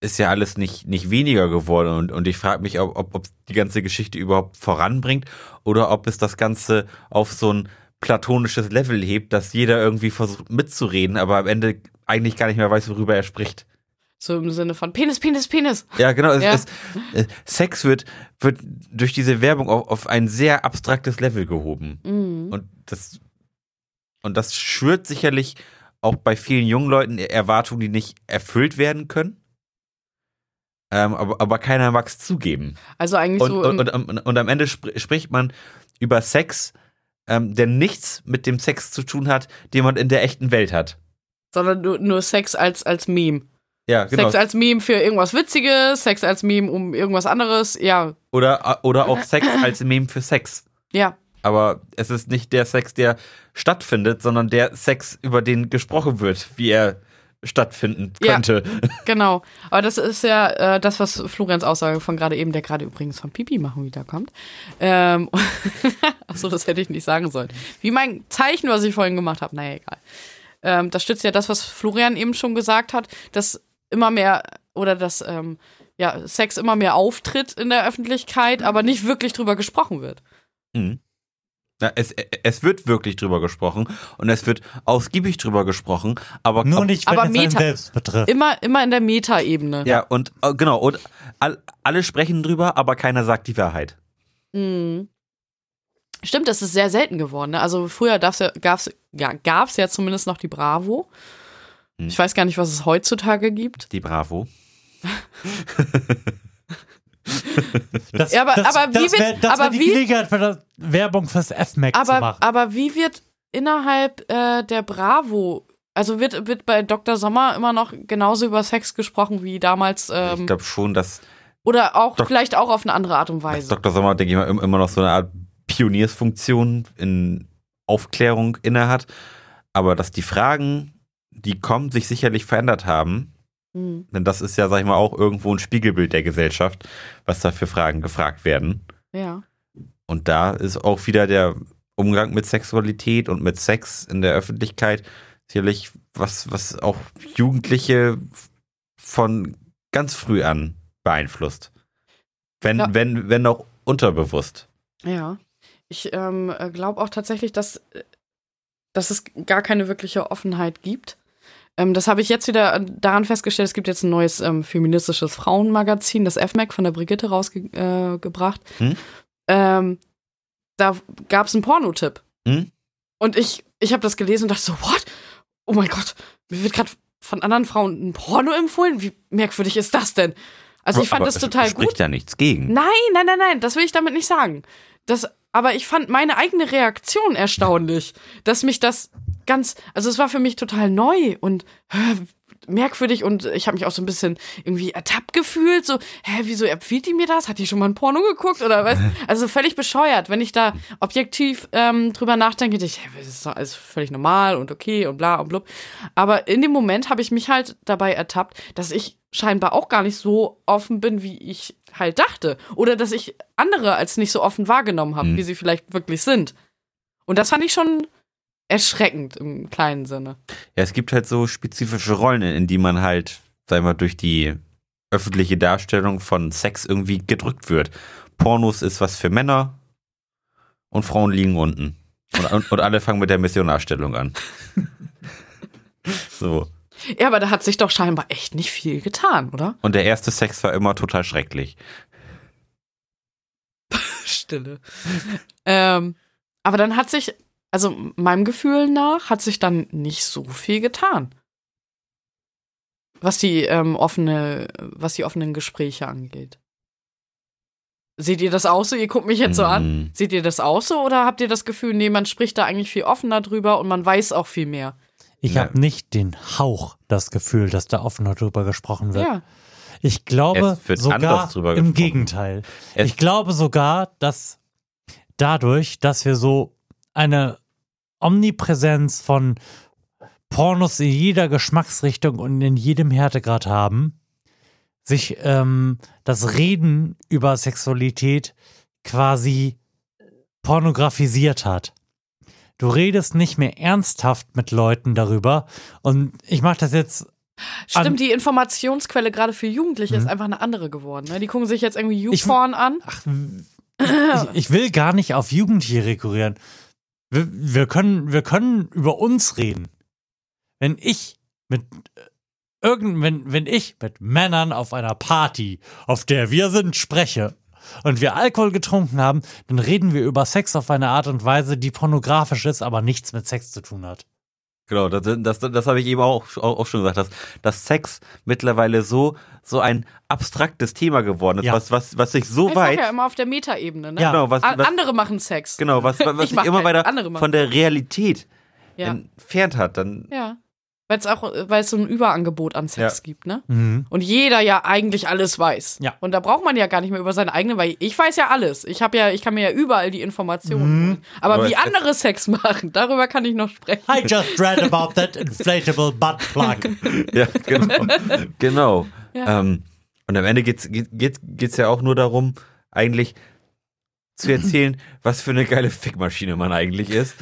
C: ist ja alles nicht, nicht weniger geworden. Und, und ich frage mich, ob, ob, ob die ganze Geschichte überhaupt voranbringt oder ob es das Ganze auf so ein platonisches Level hebt, dass jeder irgendwie versucht mitzureden, aber am Ende eigentlich gar nicht mehr weiß, worüber er spricht.
B: So im Sinne von Penis, Penis, Penis.
C: Ja, genau. Es,
B: Ja.
C: Es, äh, Sex wird, wird durch diese Werbung auf, auf ein sehr abstraktes Level gehoben.
B: Mhm.
C: Und das, und das schürt sicherlich auch bei vielen jungen Leuten Erwartungen, die nicht erfüllt werden können. Ähm, aber, aber keiner mag es zugeben.
B: Also eigentlich
C: Und,
B: so. im-
C: und, und, und, und am Ende spr spricht man über Sex, ähm, der nichts mit dem Sex zu tun hat, den man in der echten Welt hat.
B: sondern nur, nur Sex als, als Meme.
C: Ja, genau.
B: Sex als Meme für irgendwas Witziges, Sex als Meme um irgendwas anderes. Ja,
C: Oder, oder auch Sex als Meme für Sex.
B: ja.
C: Aber es ist nicht der Sex, der stattfindet, sondern der Sex, über den gesprochen wird, wie er stattfinden
B: Ja.
C: könnte.
B: Genau. Aber das ist ja äh, das, was Florians Aussage von gerade eben, der gerade übrigens von Pipi machen wiederkommt. Ähm, Achso, das hätte ich nicht sagen sollen. Wie mein Zeichen, was ich vorhin gemacht habe. Naja, egal. Ähm, das stützt ja das, was Florian eben schon gesagt hat, dass immer mehr oder dass ähm, ja, Sex immer mehr auftritt in der Öffentlichkeit, aber nicht wirklich drüber gesprochen wird.
C: Mhm. Na, es, es wird wirklich drüber gesprochen und es wird ausgiebig drüber gesprochen, aber
A: Nur nicht, wenn
B: Aber
A: es einen
B: Meta-
A: selbst betrifft.
B: Immer, immer in der Meta-Ebene.
C: Ja, und äh, genau, und all, alle sprechen drüber, aber keiner sagt die Wahrheit.
B: Mhm. Stimmt, das ist sehr selten geworden. Ne? Also früher gab's ja, gab's, ja, gab's ja zumindest noch die Bravo.
C: Mhm.
B: Ich weiß gar nicht, was es heutzutage gibt.
C: Die Bravo.
A: Das,
B: Ja, aber-
A: das,
B: aber wie
A: das
B: wird-
A: wär, das wär
B: aber
A: die
B: wie-
A: Gelegenheit für das Werbung fürs F-Mac zu
B: Aber,
A: machen.
B: aber wie wird innerhalb äh, der Bravo, also wird, wird bei Dr. Sommer immer noch genauso über Sex gesprochen wie damals?
C: ich
B: Ähm,
C: glaube schon, dass,
B: oder auch
C: Dok-
B: vielleicht auch auf eine andere Art und
C: dass
B: Weise.
C: Dr. Sommer, denke ich mal, im- immer noch so eine Art Pioniersfunktion in Aufklärung innehat. Aber dass die Fragen, die kommen, sich sicherlich verändert haben.
B: Mhm.
C: Denn das ist ja, sag ich mal, auch irgendwo ein Spiegelbild der Gesellschaft, was da für Fragen gefragt werden.
B: Ja.
C: Und da ist auch wieder der Umgang mit Sexualität und mit Sex in der Öffentlichkeit sicherlich was, was auch Jugendliche von ganz früh an beeinflusst. Wenn,
B: Ja.
C: wenn, wenn auch unterbewusst.
B: Ja, ich ähm, glaube auch tatsächlich, dass, äh, dass es gar keine wirkliche Offenheit gibt. Ähm, das habe ich jetzt wieder äh, daran festgestellt, es gibt jetzt ein neues ähm, feministisches Frauenmagazin, das FMAC von der Brigitte rausgebracht. Äh, gebracht.
C: Hm?
B: ähm, da gab es einen Pornotipp.
C: Hm?
B: Und ich, ich habe das gelesen und dachte so, what? Oh mein Gott, mir wird gerade von anderen Frauen ein Porno empfohlen? Wie merkwürdig ist das denn? Also ich fand
C: Aber
B: das
C: es
B: total
C: spricht
B: gut.
C: da nichts gegen.
B: Nein, nein, nein, nein, das will ich damit nicht sagen. Das, aber ich fand meine eigene Reaktion erstaunlich, dass mich das ganz, also es war für mich total neu und hä, merkwürdig und ich habe mich auch so ein bisschen irgendwie ertappt gefühlt, so, hä, wieso empfiehlt die mir das? Hat die schon mal ein Porno geguckt oder was? Also völlig bescheuert, wenn ich da objektiv ähm, drüber nachdenke, denke ich, hä, das ist doch alles völlig normal und okay und bla und blub. Aber in dem Moment habe ich mich halt dabei ertappt, dass ich scheinbar auch gar nicht so offen bin, wie ich halt dachte. Oder dass ich andere als nicht so offen wahrgenommen habe,
C: Mhm.
B: wie sie vielleicht wirklich sind. Und das fand ich schon erschreckend im kleinen Sinne.
C: Ja, es gibt halt so spezifische Rollen, in die man halt, sagen wir mal, durch die öffentliche Darstellung von Sex irgendwie gedrückt wird. Pornos ist was für Männer und Frauen liegen unten. Und, und, und alle fangen mit der Missionarstellung an. so.
B: Ja, aber da hat sich doch scheinbar echt nicht viel getan, oder?
C: Und der erste Sex war immer total schrecklich.
B: Stille. ähm, aber dann hat sich, also meinem Gefühl nach, hat sich dann nicht so viel getan. Was die ähm, offene, was die offenen Gespräche angeht. Seht ihr das auch so? Ihr guckt mich jetzt so
A: Mhm.
B: an.
C: Mm.
B: Seht ihr das auch so oder habt ihr das Gefühl, nee, man spricht da eigentlich viel offener drüber und man weiß auch viel mehr?
A: Ich
C: Ja.
A: habe nicht den Hauch das Gefühl, dass da offener drüber gesprochen wird.
B: Ja.
A: Ich glaube
C: Es wird
A: sogar
C: anders drüber
A: im
C: gesprochen.
A: Gegenteil.
C: Es-
A: ich glaube sogar, dass dadurch, dass wir so eine Omnipräsenz von Pornos in jeder Geschmacksrichtung und in jedem Härtegrad haben, sich ähm, das Reden über Sexualität quasi pornografisiert hat. Du redest nicht mehr ernsthaft mit Leuten darüber. Und ich mache das jetzt
B: Stimmt,
A: An-
B: die Informationsquelle gerade für Jugendliche ist
A: Mhm.
B: einfach eine andere geworden. Ne? Die gucken sich jetzt irgendwie
A: Ich-
B: YouPorn an.
A: Ach, ich, ich will gar nicht auf Jugendliche rekurrieren. Wir, wir, können, wir können über uns reden. Wenn ich mit äh, irgend, wenn, wenn ich mit Männern auf einer Party, auf der wir sind, spreche und wir Alkohol getrunken haben, dann reden wir über Sex auf eine Art und Weise, die pornografisch ist, aber nichts mit Sex zu tun hat.
C: Genau, das, das, das habe ich eben auch, auch, auch schon gesagt, dass, dass Sex mittlerweile so, so ein abstraktes Thema geworden ist,
A: Ja.
C: was, was, was sich so
B: Ich sag
C: weit,
B: ja immer auf der Metaebene. Ne?
A: Ja.
C: genau, was,
B: A-
C: was,
B: andere machen Sex.
C: genau, was, was
B: Ich
C: sich
B: mach
C: immer
B: keinen,
C: weiter
B: andere machen.
C: von der Realität
B: Ja.
C: entfernt hat, dann
B: Ja. Weil es auch, äh, weil es so ein Überangebot an Sex
C: Ja.
B: gibt, ne?
A: Mhm.
B: Und jeder ja eigentlich alles weiß.
A: Ja.
B: Und da braucht man ja gar nicht mehr über seinen eigenen, weil ich weiß ja alles. Ich habe ja, ich kann mir ja überall die Informationen. holen. Aber,
C: Mhm. Aber
B: wie
C: es-
B: andere Sex machen, darüber kann ich noch sprechen.
A: I just read about that inflatable butt plug.
C: Ja, genau. genau.
B: Ja.
C: Ähm, und am Ende geht's, geht, geht- geht's ja auch nur darum, eigentlich zu erzählen, was für eine geile Fickmaschine man eigentlich ist.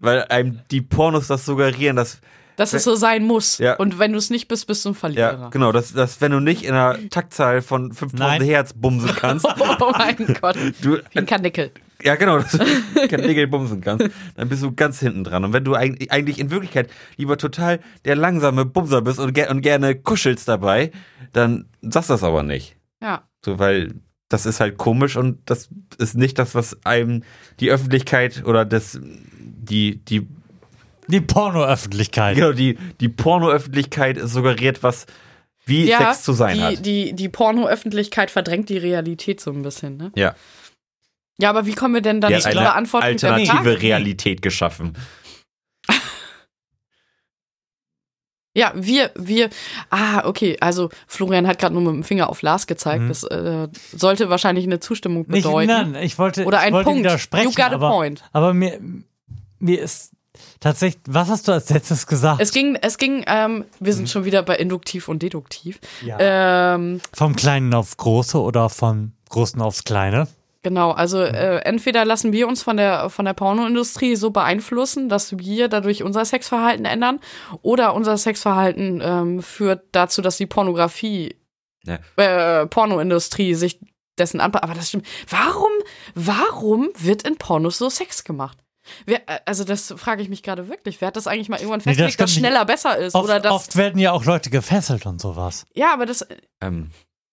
C: Weil einem die Pornos das suggerieren, dass,
B: Dass es so sein muss.
C: Ja.
B: Und wenn du es nicht bist, bist du ein Verlierer.
C: ja, genau, dass, dass wenn du nicht in einer Taktzahl von 5000
A: Nein.
C: Hertz bumsen kannst,
B: Oh mein Gott.
C: genau. du,
B: Wie ein Kanickel.
C: ja genau, dass du kein Nägel bumsen kannst, dann bist du ganz hinten dran. Und wenn du eigentlich, eigentlich in Wirklichkeit lieber total der langsame Bumser bist und, ger und gerne kuschelst dabei, dann sagst das aber nicht.
B: Ja.
C: So, weil das ist halt komisch und das ist nicht das, was einem die Öffentlichkeit oder das, die, die,
A: Die Pornoöffentlichkeit.
C: genau, die, die Porno-Öffentlichkeit suggeriert, was, wie
B: ja,
C: Sex zu sein
B: die,
C: hat.
B: Die, die Porno-Öffentlichkeit verdrängt die Realität so ein bisschen, ne?
C: Ja,
B: Ja, aber wie kommen wir denn dann
C: die
B: ja,
C: hat
B: zu
C: eine
B: der Antwort mit der Frage?
C: alternative Realität geschaffen.
B: Ja, wir, wir, ah, okay, also Florian hat gerade nur mit dem Finger auf Lars gezeigt.
A: Mhm.
B: Das äh, sollte wahrscheinlich eine Zustimmung
A: Nicht,
B: bedeuten.
A: nein, ich wollte,
B: Oder
A: ich
B: ein
A: wollte
B: Punkt.
A: widersprechen,
B: You got a
A: aber
B: point.
A: Aber mir, mir ist tatsächlich, was hast du als letztes gesagt?
B: Es ging, es ging, ähm, wir sind schon wieder bei induktiv und deduktiv.
A: Mhm. Ja.
B: Ähm,
A: vom Kleinen aufs Große oder vom Großen aufs Kleine?
B: genau, also
A: Mhm.
B: äh, entweder lassen wir uns von der, von der Pornoindustrie so beeinflussen, dass wir dadurch unser Sexverhalten ändern, oder unser Sexverhalten ähm, führt dazu, dass die Pornografie,
C: Ja.
B: äh, Pornoindustrie sich dessen anpasst. Aber das stimmt. Warum, warum wird in Pornos so Sex gemacht? Wer, äh, also das frage ich mich gerade wirklich. Wer hat das eigentlich mal irgendwann
A: Nee, das
B: festgelegt, dass
A: stimmt nicht.
B: schneller besser ist?
A: Oft,
B: oder dass,
A: oft werden ja auch Leute gefesselt und sowas.
B: Ja, aber das,
C: Ähm,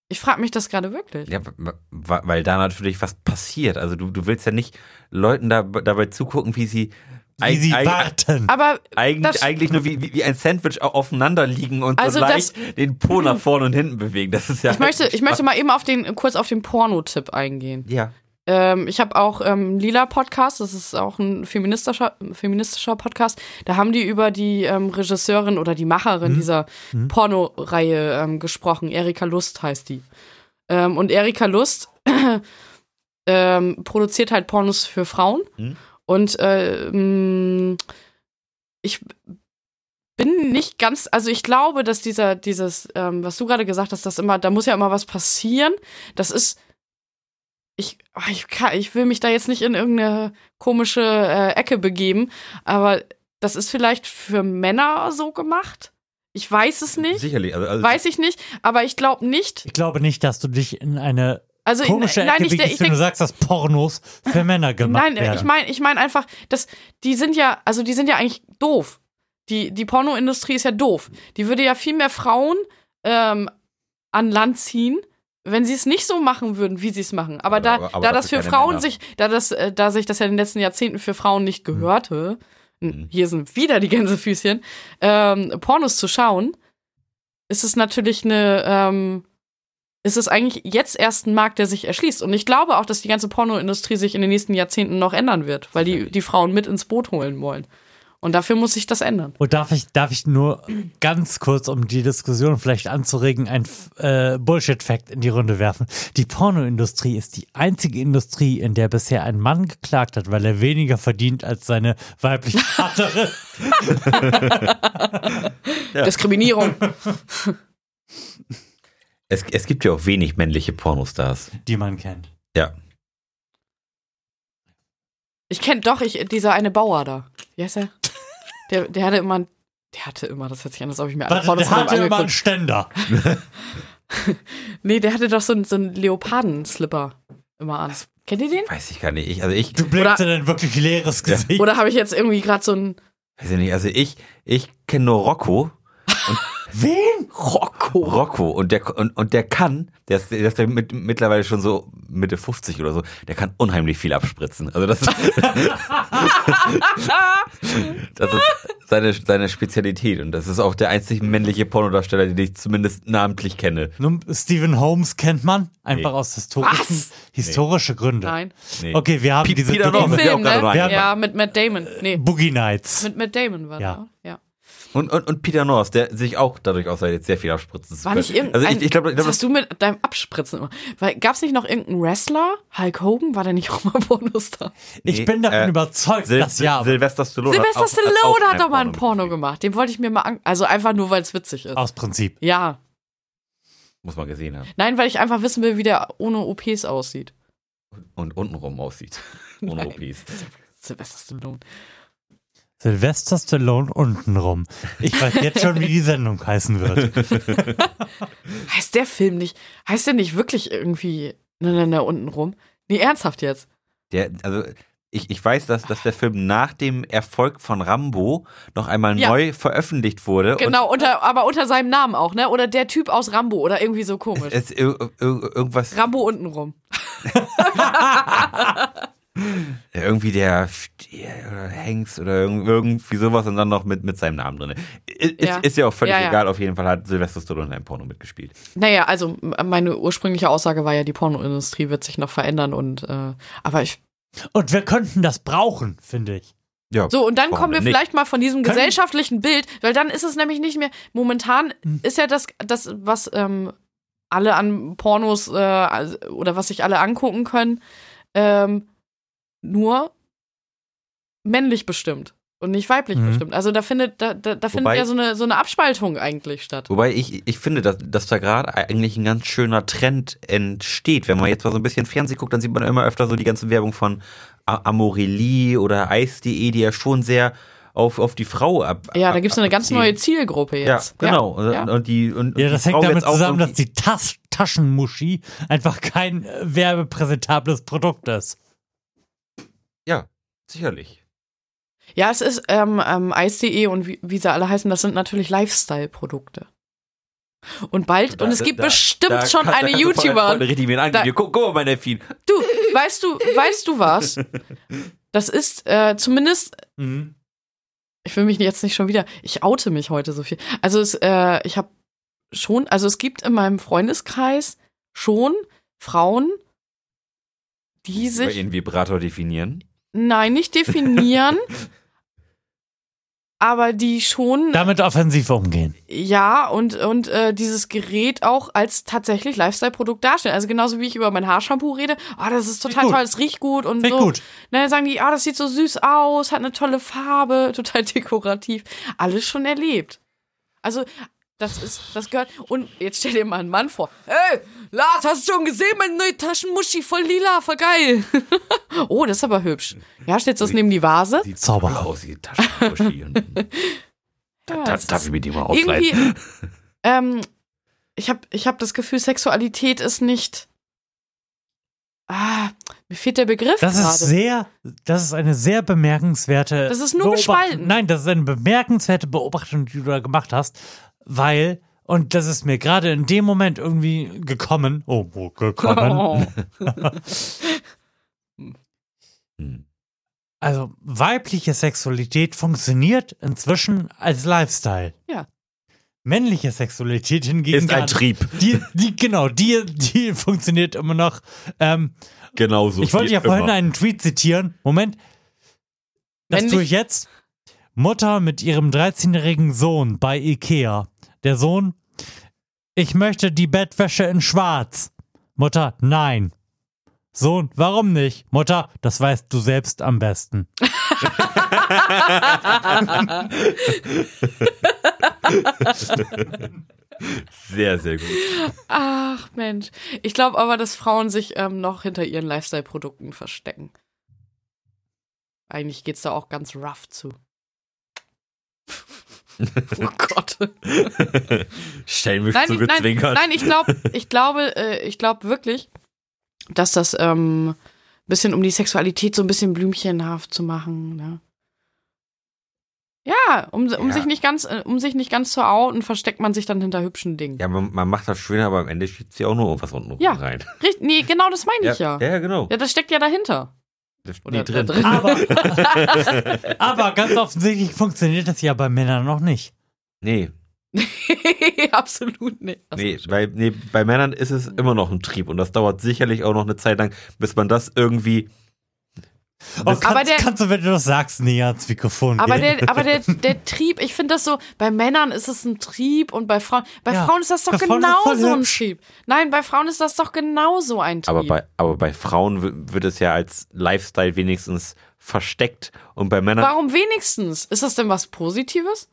B: Ich frage mich das gerade wirklich.
C: ja, wa- wa- weil da natürlich was passiert. Also du, du willst ja nicht Leuten da, dabei zugucken, wie sie,
A: Wie sie
C: eig- eig-
A: warten.
B: Aber das-
C: Eigentlich, eigentlich nur wie, wie, wie ein Sandwich au- aufeinander liegen und
B: Also
C: so
B: das-
C: leicht den Po nach vorne und hinten bewegen. Das ist ja.
B: ich
A: Äh,
B: möchte, ich möchte mal eben auf den, kurz auf den Porno-Tipp eingehen.
C: Ja.
B: Ähm, ich habe auch ähm, Lila Podcast, das ist auch ein feministischer, feministischer Podcast. Da haben die über die ähm, Regisseurin oder die Macherin dieser Porno-Reihe ähm, gesprochen. Erika Lust heißt die. Ähm, und Erika Lust ähm, produziert halt Pornos für Frauen.
C: Mhm.
B: Und äh, mh, ich bin nicht ganz, also ich glaube, dass dieser, dieses, ähm, was du gerade gesagt hast, dass immer, da muss ja immer was passieren. Das ist ich, ah, ich, kann, ich will mich da jetzt nicht in irgendeine komische äh, Ecke begeben, aber das ist vielleicht für Männer so gemacht. Ich weiß es nicht.
C: Sicherlich. Also, also
B: Weiß ich nicht, aber ich glaube nicht.
A: Ich glaube nicht, dass du dich in eine
B: Also
A: komische
B: ich, nein,
A: Ecke
B: ich,
A: begibst,
B: ich
A: wenn
B: denk,
A: du sagst, dass Pornos für Männer gemacht
B: Nein, äh,
A: werden.
B: ich meine, ich meine einfach, dass die sind ja, also die sind ja eigentlich doof. Die, die Pornoindustrie ist ja doof. Die würde ja viel mehr Frauen ähm, an Land ziehen, wenn sie es nicht so machen würden, wie sie es machen. Aber,
C: Aber-
B: da,
C: aber- aber
B: da das
C: dafür
B: für
C: keine
B: Frauen
C: Männer.
B: sich, da das, äh, da sich das ja in den letzten Jahrzehnten für Frauen nicht gehörte,
C: Mhm.
B: hier sind wieder die Gänsefüßchen, ähm, Pornos zu schauen, ist es natürlich eine, ähm, ist es eigentlich jetzt erst ein Markt, der sich erschließt. Und ich glaube auch, dass die ganze Pornoindustrie sich in den nächsten Jahrzehnten noch ändern wird, weil die, die Frauen mit ins Boot holen wollen. Und dafür muss sich das ändern.
A: Und darf ich, darf ich nur ganz kurz, um die Diskussion vielleicht anzuregen, ein äh, Bullshit-Fact in die Runde werfen? Die Pornoindustrie ist die einzige Industrie, in der bisher ein Mann geklagt hat, weil er weniger verdient als seine weibliche Partnerin.
C: Ja.
B: Diskriminierung.
C: Es, es gibt ja auch wenig männliche Pornostars.
A: die man kennt.
C: Ja.
B: Ich kenne doch ich, dieser eine Bauer da. Wie heißt er? Der, der hatte immer, ein- der hatte immer, das hört sich an, als ob ich mir alle
A: Warte, der
B: Pornos von ihm
A: hatte immer einen
B: angeguckt.
A: Ständer.
B: Nee, der hatte doch so, einen- so einen Leopardenslipper immer an. Kennt ihr den?
C: Weiß ich gar nicht. Ich, also ich,
A: Du blickst in ein wirklich leeres Gesicht.
B: Oder habe ich jetzt irgendwie gerade so einen
C: weiß ich nicht, also ich, ich kenne nur Rocco.
A: Wen?
C: Rocco. Rocco. Und der, und, und der kann, der ist, der ist ja mit, mittlerweile schon so Mitte 50 oder so, der kann unheimlich viel abspritzen. Also das ist, das ist seine, seine Spezialität. Und das ist auch der einzige männliche Pornodarsteller, den ich zumindest namentlich kenne.
A: Nun, Stephen Holmes kennt man einfach
C: Nee.
A: aus historischen,
B: Was?
A: historische Gründe.
B: Nein.
C: Nee.
A: Okay, wir haben
C: Pi-
A: diese
C: Peter
A: Dokumentation.
C: Norman. wir auch
B: Film,
C: gerade
B: ne?
C: rein.
B: Ja, mit Matt Damon. Nee,
A: Boogie Nights.
B: mit Matt Damon war
A: Ja.
B: da. Ja.
C: Und, und, und Peter Norris, der sich auch dadurch aussah, sehr viel abspritzen zu
B: War nicht
C: können.
B: irgendein.
C: Also ich, ich glaube, ich
B: das
C: glaub,
B: hast du mit deinem Abspritzen immer. Weil, gab's nicht noch irgendeinen Wrestler? Hulk Hogan? War der nicht auch mal Pornostar?
A: Ich
C: Nee,
A: bin davon
C: äh,
A: überzeugt,
C: Sil
A: dass ja
C: Silvester Stallone. hat
B: Sylvester
C: auch-
B: Stallone hat
C: auch
B: doch mal ein Porno
C: gedreht.
B: gemacht. Den wollte ich mir mal an. Also einfach nur, weil es witzig ist.
A: aus Prinzip.
B: Ja.
C: Muss man gesehen haben.
B: Nein, weil ich einfach wissen will, wie der ohne OPs aussieht.
C: Und untenrum aussieht. Ohne
B: Nein.
C: OPs.
B: Sylvester Stallone.
A: Sylvester Stallone untenrum. Ich weiß jetzt schon, wie die Sendung heißen wird.
B: Heißt der Film nicht. Heißt der nicht wirklich irgendwie. ne, Nein, nein, nein, unten rum? Nee, ernsthaft jetzt.
C: Der, also ich, ich weiß, dass, dass der Film nach dem Erfolg von Rambo noch einmal
B: Ja.
C: neu veröffentlicht wurde.
B: Genau, unter, aber unter seinem Namen auch, ne? Oder der Typ aus Rambo oder irgendwie so
C: Und
B: komisch.
C: es, es, ir- ir- irgendwas,
B: Rambo untenrum.
C: irgendwie der Stier oder Hengst oder irg- irgendwie sowas und dann noch mit, mit seinem Namen drin. Ist
B: Ja.
C: ja, ist ja auch völlig
B: Ja, ja.
C: egal, auf jeden Fall hat Sylvester Stallone in einem Porno mitgespielt.
B: Naja, also m- meine ursprüngliche Aussage war ja, die Pornoindustrie wird sich noch verändern und äh, aber ich.
A: Und wir könnten das brauchen, finde ich.
C: Ja,
B: So, und dann
C: Warum
B: kommen wir
C: denn nicht?
B: vielleicht mal von diesem
A: Können-
B: gesellschaftlichen Bild, weil dann ist es nämlich nicht mehr. Momentan
C: Hm.
B: ist ja das, das, was ähm, alle an Pornos äh, also- oder was sich alle angucken können, ähm, nur männlich bestimmt und nicht weiblich
A: Mhm.
B: bestimmt. Also da findet, da, da, da findet
C: Wobei-
B: ja so eine, so eine Abspaltung eigentlich statt.
C: Wobei ich, ich finde, dass, dass da gerade eigentlich ein ganz schöner Trend entsteht. Wenn man jetzt mal so ein bisschen Fernsehen guckt, dann sieht man immer öfter so die ganze Werbung von A- Amorelie oder Eis.de, die ja schon sehr auf, auf die Frau ab.
B: Ja, da gibt es eine ganz
C: abzielen.
B: neue Zielgruppe
C: Ja,
B: jetzt.
C: genau. Und-
B: ja.
C: Und die, und, und
A: Ja,
C: die
A: das hängt
C: Frau
A: damit
C: jetzt auch
A: zusammen, dass
C: irgendwie-
A: die Tas Taschenmuschi einfach kein äh, werbepräsentables Produkt ist.
C: Ja, sicherlich.
B: Ja, es ist ähm, ähm, Eis.de und wie, wie sie alle heißen, das sind natürlich Lifestyle-Produkte. Und bald,
C: Da-
B: und es
C: da-
B: gibt
C: da-
B: bestimmt
C: da
B: schon
C: kann- da
B: eine
C: kannst du vor allem
B: YouTuberin.
C: Freunde richtig mit
B: Da-
C: angehen. Guck, guck mal, mein Delfin.
B: Du, weißt du, weißt du was? Das ist äh, zumindest,
A: Mhm.
B: ich will mich jetzt nicht schon wieder, ich oute mich heute so viel. Also es, äh, ich habe schon, also es gibt in meinem Freundeskreis schon Frauen, die
C: Über
B: sich
C: ihren Vibrator definieren.
B: Nein, nicht definieren. aber die schon,
A: Damit offensiv umgehen.
B: ja, und, und äh, dieses Gerät auch als tatsächlich Lifestyle-Produkt darstellen. Also genauso wie ich über mein Haarshampoo rede, ah, das ist total
A: gut.
B: toll, es riecht gut und
A: Finde
B: so.
A: ich gut.
B: Na, dann sagen die, ah, das sieht so süß aus, hat eine tolle Farbe, total dekorativ. Alles schon erlebt. Also Das ist, das gehört. Und jetzt stell dir mal einen Mann vor. Ey, Lars, hast du schon gesehen, meine neue Taschenmuschi voll lila, voll geil. oh, das ist aber hübsch. Ja, stellst du das neben die Vase?
C: Sieht
A: Zauber.
C: toll aus, die Taschenmuschi. und-
B: Ja,
C: da, da,
B: das
C: darf
B: ist
C: ich mir die mal
B: Irgendwie.
C: ausleihen?
B: ähm, ich habe ich hab das Gefühl, Sexualität ist nicht. Ah, mir fehlt der Begriff
A: Das ist
B: gerade.
A: sehr, das ist eine sehr bemerkenswerte.
B: Das ist nur
A: Beobacht-
B: gespalten.
A: Nein, das ist eine bemerkenswerte Beobachtung, die du da gemacht hast, weil, und das ist mir gerade in dem Moment irgendwie gekommen. Oh, wo gekommen.
B: Oh.
C: Hm.
A: Also, weibliche Sexualität funktioniert inzwischen als Lifestyle.
B: Ja.
A: Männliche Sexualität hingegen.
C: Ist
A: gar
C: ein
A: nicht.
C: Trieb.
A: Die, die, genau, die, die funktioniert immer noch. Ähm,
C: Genauso.
A: ich wollte
C: wie
A: ja vorhin
C: immer.
A: einen Tweet zitieren. Moment. Das
B: Wenn
A: tue
B: nicht-
A: ich jetzt. Mutter mit ihrem 13-jährigen Sohn bei Ikea. Der Sohn, ich möchte die Bettwäsche in schwarz. Mutter, nein. Sohn, warum nicht? Mutter, das weißt du selbst am besten.
C: Sehr, sehr gut.
B: Ach Mensch. Ich glaube aber, dass Frauen sich ähm, noch hinter ihren Lifestyle-Produkten verstecken. Eigentlich geht's da auch ganz rough zu. Oh Gott.
C: Stellen mich
B: Nein,
C: zu
B: ich, nein,
C: gezwinkert.
B: nein ich, glaub, ich glaube, äh, ich glaube wirklich, dass das ähm, bisschen um die Sexualität so ein bisschen blümchenhaft zu machen. Ne? Ja, um, um
C: Ja.
B: sich nicht ganz, äh, um sich nicht ganz zu outen, versteckt man sich dann hinter hübschen Dingen.
C: Ja, man, man macht das schöner, aber am Ende schiebt sie auch nur irgendwas unten
B: Ja.
C: rein.
B: Richt- nee, genau das meine ich
C: ja,
B: ja.
C: ja, genau.
B: Ja, das steckt ja dahinter.
C: Das steht
B: Oder
C: nie drin.
B: da drin.
A: Aber, aber ganz offensichtlich funktioniert das ja bei Männern noch nicht.
C: Nee,
B: Absolut nicht. Das
C: nee,
B: ist schön.
C: bei, nee, bei Männern ist es immer noch ein Trieb und das dauert sicherlich auch noch eine Zeit lang, bis man das irgendwie.
A: Und kannst,
B: Aber der-
A: kannst du, wenn du das sagst, näher ans Mikrofon
B: aber
A: gehen?
B: der, aber der, der Trieb, ich finde das so, bei Männern ist es ein Trieb und bei Frauen, bei
A: Ja,
B: Frauen ist das doch
A: bei Frauen ist das voll
B: genauso ein
A: hübsch.
B: Trieb. Nein, bei Frauen ist das doch genauso ein Trieb.
C: Aber bei, aber bei Frauen w- wird es ja als Lifestyle wenigstens versteckt und bei Männern,
B: Warum wenigstens? Ist das denn was Positives?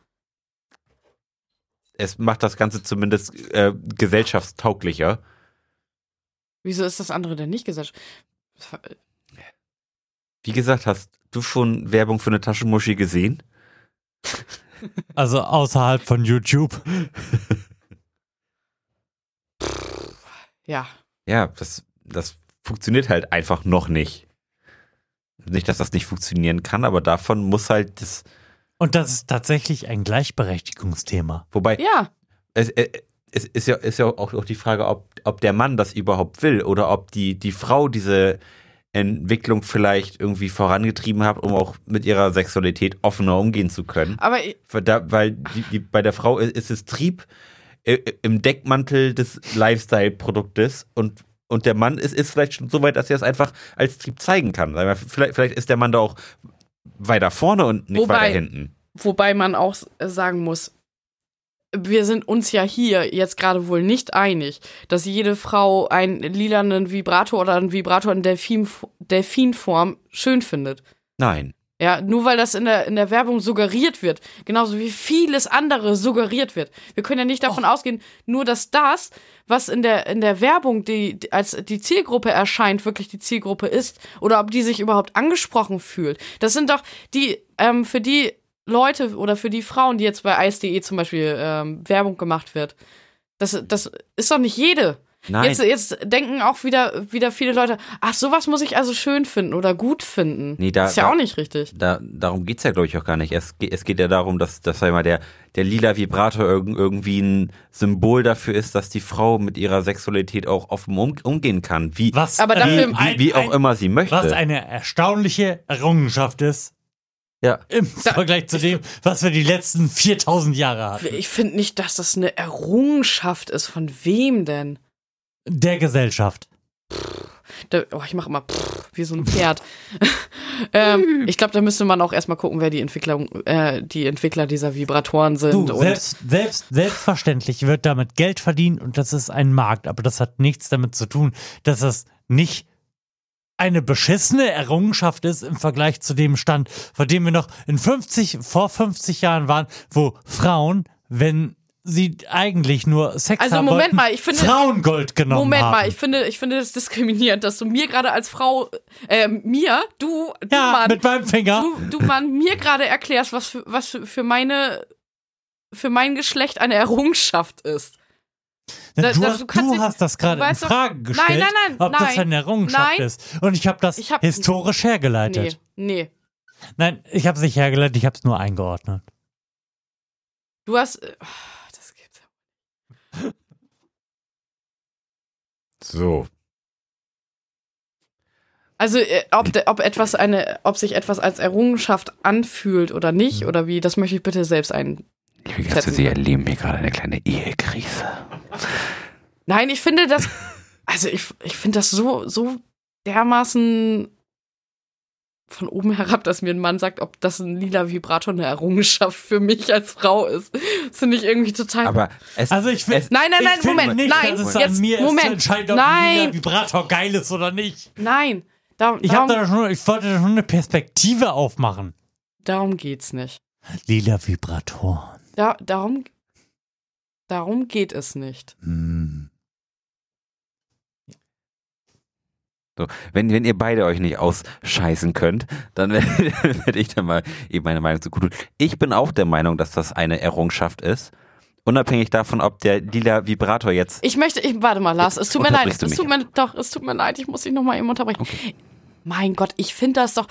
C: es macht das Ganze zumindest äh, gesellschaftstauglicher.
B: Wieso ist das andere denn nicht gesagt?
C: Wie gesagt, hast du schon Werbung für eine Taschenmuschi gesehen?
A: also außerhalb von YouTube.
B: Ja.
C: Ja, das, das funktioniert halt einfach noch nicht. Nicht, dass das nicht funktionieren kann, aber davon muss halt das.
A: Und das ist tatsächlich ein Gleichberechtigungsthema.
C: Wobei,
B: Ja.
C: es, äh, es ist ja, ist ja auch, auch die Frage, ob, ob der Mann das überhaupt will oder ob die, die Frau diese Entwicklung vielleicht irgendwie vorangetrieben hat, um auch mit ihrer Sexualität offener umgehen zu können.
B: Aber
C: Weil Da, weil die, die, bei der Frau ist, ist es Trieb äh, im Deckmantel des Lifestyle-Produktes und und der Mann ist, ist vielleicht schon so weit, dass er es einfach als Trieb zeigen kann. Sagen wir, Vielleicht, vielleicht ist der Mann da auch weiter vorne und nicht
B: Wobei-
C: weiter hinten.
B: Wobei man auch äh, sagen muss, wir sind uns ja hier jetzt gerade wohl nicht einig, dass jede Frau einen lilanen Vibrator oder einen Vibrator in Delfin, Delfinform schön findet.
C: Nein.
B: Ja, nur weil das in der, in der Werbung suggeriert wird. Genauso wie vieles andere suggeriert wird. Wir können ja nicht davon ausgehen, nur dass das, was in der, in der Werbung die, die, als die Zielgruppe erscheint, wirklich die Zielgruppe ist. Oder ob die sich überhaupt angesprochen fühlt. Das sind doch die, ähm, für die Leute oder für die Frauen, die jetzt bei ice.de E zum Beispiel ähm, Werbung gemacht wird. Das, das ist doch nicht jede.
C: Nein.
B: Jetzt, jetzt denken auch wieder, wieder viele Leute, ach, sowas muss ich also schön finden oder gut finden.
C: Nee, da-
B: ist ja
C: da-
B: auch nicht richtig.
C: Da, darum geht's ja, glaube ich, auch gar nicht. Es, ge- es geht ja darum, dass, dass sag ich mal, der, der lila Vibrator irg irgendwie ein Symbol dafür ist, dass die Frau mit ihrer Sexualität auch offen um, umgehen kann. Wie,
A: Was,
B: Aber
C: wie,
B: dafür-
C: wie, wie auch immer sie möchte.
A: was eine erstaunliche Errungenschaft ist
C: ja.
A: im Vergleich zu dem, was wir die letzten 4000 Jahre hatten.
B: Ich finde nicht, dass das eine Errungenschaft ist. Von wem denn?
A: Der Gesellschaft.
B: Da, oh, ich mache immer pff, wie so ein Pferd. ähm, ich glaube, da müsste man auch erstmal gucken, wer die Entwickler, äh, die Entwickler dieser Vibratoren sind.
A: Du,
B: und
A: selbst, selbst, selbstverständlich wird damit Geld verdient und das ist ein Markt, aber das hat nichts damit zu tun, dass das nicht eine beschissene Errungenschaft ist im Vergleich zu dem Stand, von dem wir noch in 50, vor 50 Jahren waren, wo Frauen, wenn sie eigentlich nur Sex
B: Also
A: haben
B: Moment
A: wollten,
B: mal, ich finde-
A: Frauengold genommen
B: Moment
A: haben.
B: mal, ich finde, ich finde das diskriminierend, dass du mir gerade als Frau, äh, mir, du, du
A: ja,
B: Mann,
A: mit meinem Finger.
B: du, du Mann, mir gerade erklärst, was für, was für- für meine, für mein Geschlecht eine Errungenschaft ist.
A: Du,
B: da- da-
A: hast,
B: du kannst
A: du
B: nicht-
A: hast das gerade
B: du
A: in
B: weißt doch-
A: Frage gestellt,
B: nein, nein,
A: ob das
B: nein.
A: eine Errungenschaft
B: Nein.
A: ist. Und ich habe das
B: Ich hab-
A: historisch hergeleitet.
B: Nee, nee.
A: Nein, ich habe es nicht hergeleitet, ich habe es nur eingeordnet.
B: Du hast, äh, das gibt's.
C: So.
B: Also, äh, ob, de- ob etwas eine, ob sich etwas als Errungenschaft anfühlt oder nicht,
A: Mhm.
B: oder wie, das möchte ich bitte selbst ein.
C: Liebe
B: Gäste, Sie
C: erleben hier gerade eine kleine Ehekrise.
B: Nein, ich finde das, also ich, ich finde das so, so dermaßen von oben herab, dass mir ein Mann sagt, ob das ein lila Vibrator eine Errungenschaft für mich als Frau ist. Das finde ich irgendwie total.
C: Aber es,
A: Also ich find-
C: es-
B: nein, nein, nein,
A: ich finde
B: Moment,
A: nicht,
B: nein,
A: dass es
B: jetzt,
A: an mir ist, zu
B: Moment,
A: entscheiden, ob
B: nein,
A: dieser Vibrator geil ist oder nicht.
B: nein, darum,
A: Ich, hab
B: darum,
A: da schon, ich wollte da schon eine Perspektive aufmachen.
B: darum geht's nicht.
A: Lila Vibrator.
B: Da, darum, darum geht es nicht.
A: Hm.
C: so, wenn, wenn ihr beide euch nicht ausscheißen könnt, dann werde ich dann mal eben meine Meinung zu gut tun. Ich bin auch der Meinung, dass das eine Errungenschaft ist. Unabhängig davon, ob der lila Vibrator jetzt.
B: Ich möchte, ich, warte mal, Lars, es tut mir leid,
C: Unterbrichst du
B: es
C: mich
B: tut mir, doch, es tut mir leid, ich muss dich nochmal eben unterbrechen. Mein Gott, ich finde das doch,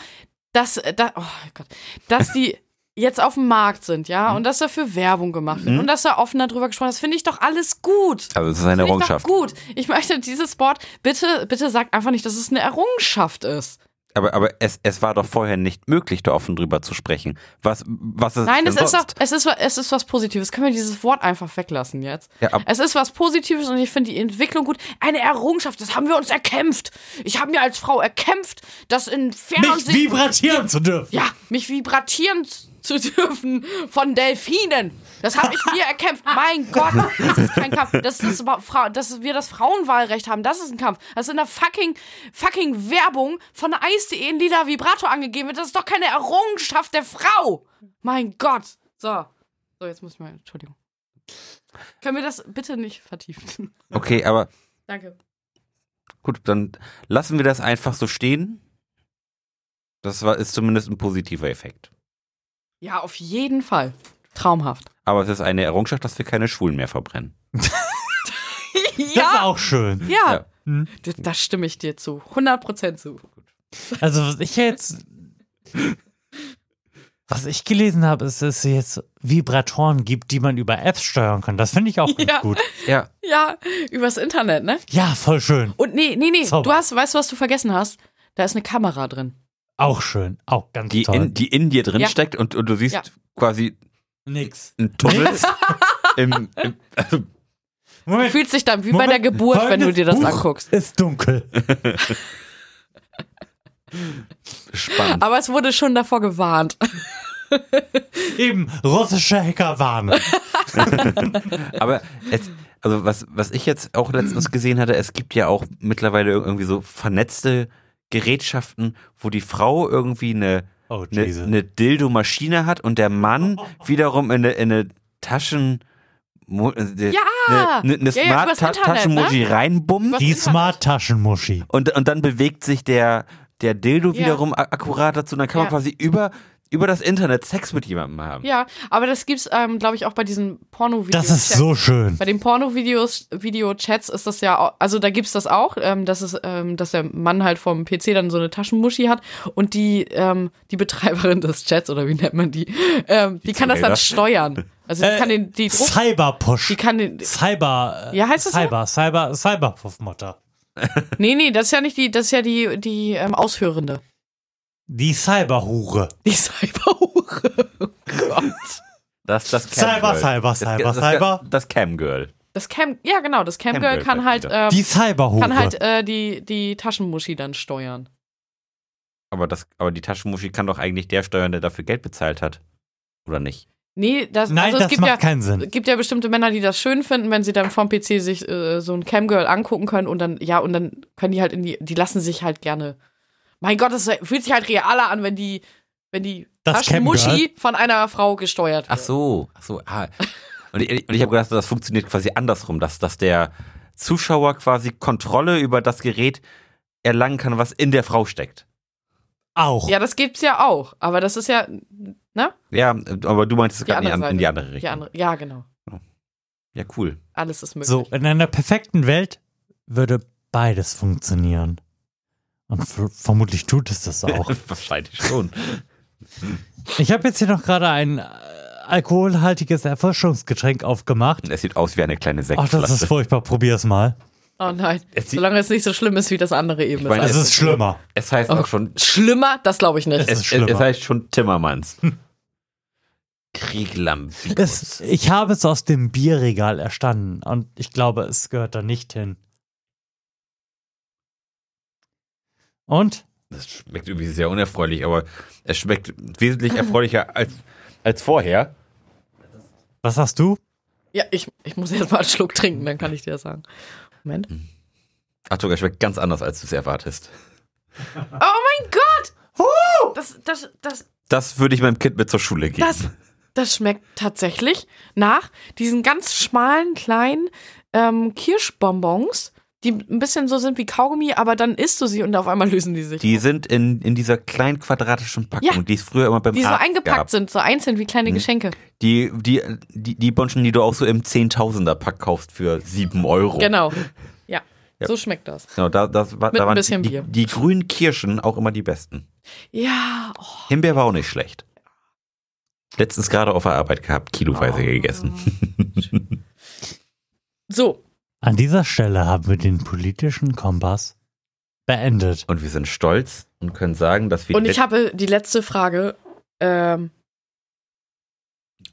B: dass, äh, da, oh Gott, dass die jetzt auf dem Markt sind, ja, und dass dafür Werbung gemacht wird
C: Mhm.
B: und dass da offen darüber gesprochen wird, das finde ich doch alles gut.
C: Also es ist eine
B: Finde ich doch
C: Errungenschaft.
B: gut. Ich möchte dieses Wort, bitte, bitte sagt einfach nicht, dass es eine Errungenschaft ist.
C: Aber, aber es, es war doch vorher nicht möglich, da offen drüber zu sprechen. Was, was ist
B: Nein,
C: denn
B: es ist doch,
C: sonst?
B: es ist, wa- es ist was Positives. Können wir dieses Wort einfach weglassen jetzt?
C: Ja, ab-
B: Es ist was Positives und ich finde die Entwicklung gut. Eine Errungenschaft, das haben wir uns erkämpft. Ich habe mir als Frau erkämpft, dass in
A: Nicht
B: Fernsehen.
A: vibratieren zu dürfen.
B: ja, mich vibratieren z- zu dürfen von Delfinen. Das habe ich mir erkämpft. Mein Gott, das ist kein Kampf. Das ist aber Fra dass wir das Frauenwahlrecht haben, das ist ein Kampf. Das ist in der fucking, fucking Werbung von Eis.de ein E lila Vibrator angegeben wird. Das ist doch keine Errungenschaft der Frau. Mein Gott. So. So, jetzt muss ich mal. Entschuldigung. Können wir das bitte nicht vertiefen?
C: Okay, aber
B: Danke.
C: gut, dann lassen wir das einfach so stehen. Das war, ist zumindest ein positiver Effekt.
B: Ja, auf jeden Fall. Traumhaft.
C: Aber es ist eine Errungenschaft, dass wir keine Schwulen mehr verbrennen.
A: Das ist
B: Ja,
A: auch schön.
B: ja.
A: Hm.
B: Da, da stimme ich dir zu. 100% zu.
A: Also was ich jetzt, was ich gelesen habe, ist, dass es jetzt Vibratoren gibt, die man über Apps steuern kann. Das finde ich auch ganz
B: Ja.
A: gut.
C: Ja,
B: Ja, übers Internet, ne?
A: Ja, voll schön.
B: Und nee, nee, nee,
A: Zauber.
B: du hast, weißt du, was du vergessen hast? Da ist eine Kamera drin.
A: Auch schön. Auch ganz
C: die
A: toll.
C: in, die in dir drin
B: Ja.
C: steckt und, und du siehst
B: Ja.
C: quasi
A: Nix.
C: einen Tunnel. im, im, also,
B: Du
A: Moment.
B: fühlst dich dann wie
A: Moment,
B: bei der Geburt, wenn du dir das
A: folgendes Buch
B: anguckst.
A: Ist dunkel.
C: spannend.
B: Aber es wurde schon davor gewarnt.
A: Eben, russische Hacker warnen.
C: Aber es, also was, was ich jetzt auch letztens gesehen hatte, es gibt ja auch mittlerweile irgendwie so vernetzte Gerätschaften, wo die Frau irgendwie eine,
A: Oh,
C: eine,
A: Jesus.
C: eine Dildo-Maschine hat und der Mann wiederum in eine, in eine Taschen. Ja, eine, eine, eine
B: Ja, ja, übers
C: Smart-Taschenmoji
B: Internet, ne?
C: reinbummt
A: Die Smart-Taschenmuschi.
C: und, und dann bewegt sich der, der Dildo
B: Ja.
C: wiederum a- akkurat dazu und dann kann man
B: Ja.
C: quasi über, über das Internet Sex mit jemandem haben.
B: Ja, aber das gibt's, ähm, glaube ich, auch bei diesen Pornovideos.
A: Das ist so schön.
B: Bei den Porno-Videos, Video-Chats ist das ja, au- also da gibt's das auch, ähm, dass, es, ähm, dass der Mann halt vom PC dann so eine Taschenmuschi hat und die, ähm, die Betreiberin des Chats, oder wie nennt man die, ähm, die, kann das dann
C: Zuhälter.
B: steuern. Also die
A: Äh,
B: kann den, die, Druck,
A: Cyberpush.
B: die kann den,
A: Cyber. äh,
B: Ja, heißt das so?
A: Cyber, Cyber, Cyberpuff-Mutter.
B: Nee, nee, das ist ja nicht die, das ist ja die, die ähm, Aushörende.
A: Die Cyberhure.
B: Die Cyberhure. Oh Gott.
C: Das, das
A: Cyber,
C: Camgirl.
A: Cyber,
C: Das-
A: Cyber,
C: das,
A: Cyber.
C: Das, das Camgirl.
B: Das Cam, ja genau, das Camgirl
C: Camgirl
B: kann
C: halt
B: halt,
C: wieder.
A: Die
B: ähm,
A: Cyberhure.
B: kann halt äh, die, die Taschenmuschi dann steuern.
C: Aber, das, aber die Taschenmuschi kann doch eigentlich der steuern, der dafür Geld bezahlt hat. Oder nicht?
B: Nee, das,
A: Nein,
B: also es
A: das
B: gibt
A: macht
B: ja,
A: keinen Sinn.
B: es gibt ja bestimmte Männer, die das schön finden, wenn sie dann vom PC sich äh, so ein Camgirl angucken können und dann, ja, und dann können die halt in die, die lassen sich halt gerne. Mein Gott, das fühlt sich halt realer an, wenn die, wenn die
A: Das
B: Taschenmuschi von einer Frau gesteuert wird.
C: Ach so, ach so. Ah. Und ich, und ich habe gedacht, das funktioniert quasi andersrum, dass, dass der Zuschauer quasi Kontrolle über das Gerät erlangen kann, was in der Frau steckt.
A: Auch.
B: Ja, das gibt's ja auch, aber das ist ja, ne?
C: Ja, aber du meinst es
B: Die
C: gerade in, die
B: andere
C: an-
B: Seite.
C: in die andere Richtung.
B: Die andere, ja, genau.
C: Ja, cool.
B: Alles ist möglich.
A: So, in einer perfekten Welt würde beides funktionieren. Und f- vermutlich tut es das auch.
C: Wahrscheinlich schon.
A: Ich habe jetzt hier noch gerade ein äh, alkoholhaltiges Erfrischungsgetränk aufgemacht.
C: Es sieht aus wie eine kleine
A: Ach, das ist
C: Sektflasche.
A: furchtbar. Probier's mal.
B: Oh nein,
C: Es-
B: solange es nicht so schlimm ist wie das andere eben.
C: Ich meine,
B: ist
A: Es
B: alles-
A: ist schlimmer.
C: Es heißt auch schon,
B: Schlimmer, das glaube ich nicht.
A: Es
C: es,
A: ist
C: es,
A: schlimmer.
C: es heißt schon Timmermans.
B: Hm.
C: Krieglambikus.
A: Es, ich habe es aus dem Bierregal erstanden und ich glaube, es gehört da nicht hin. Und?
C: Das schmeckt irgendwie sehr unerfreulich, aber es schmeckt wesentlich erfreulicher als, als vorher.
A: Was sagst du?
B: Ja, ich, ich muss jetzt mal einen Schluck trinken, dann kann ich dir das sagen. Moment.
C: Mhm. Achtung, es schmeckt ganz anders, als du es erwartest.
B: Oh mein Gott! Das, das, das,
C: Das würde ich meinem Kind mit zur Schule geben.
B: das, das schmeckt tatsächlich nach diesen ganz schmalen, kleinen ähm, Kirschbonbons, die ein bisschen so sind wie Kaugummi, aber dann isst du sie und auf einmal lösen die sich.
C: Die sind in, in dieser kleinen quadratischen Packung,
B: Ja.
C: die es früher immer beim
B: die so
C: Arzt
B: eingepackt
C: gab.
B: sind, so einzeln wie kleine
C: Mhm.
B: Geschenke.
C: Die, die, die, die Bonschen, die du auch so im Zehntausender-Pack kaufst für 7 Euro.
B: Genau. Ja,
C: Ja.
B: so schmeckt das.
C: Genau, da, das, war-
B: Mit
C: da
B: ein
C: waren
B: bisschen
C: die,
B: Bier.
C: die grünen Kirschen auch immer die besten.
B: Ja, oh,
C: Himbeer war auch nicht schlecht. Letztens gerade auf der Arbeit gehabt, kiloweise
B: Oh.
C: gegessen.
B: so.
A: An dieser Stelle haben wir den politischen Kompass beendet.
C: Und wir sind stolz und können sagen, dass wir
B: Und
C: die
B: ich habe die letzte Frage ähm,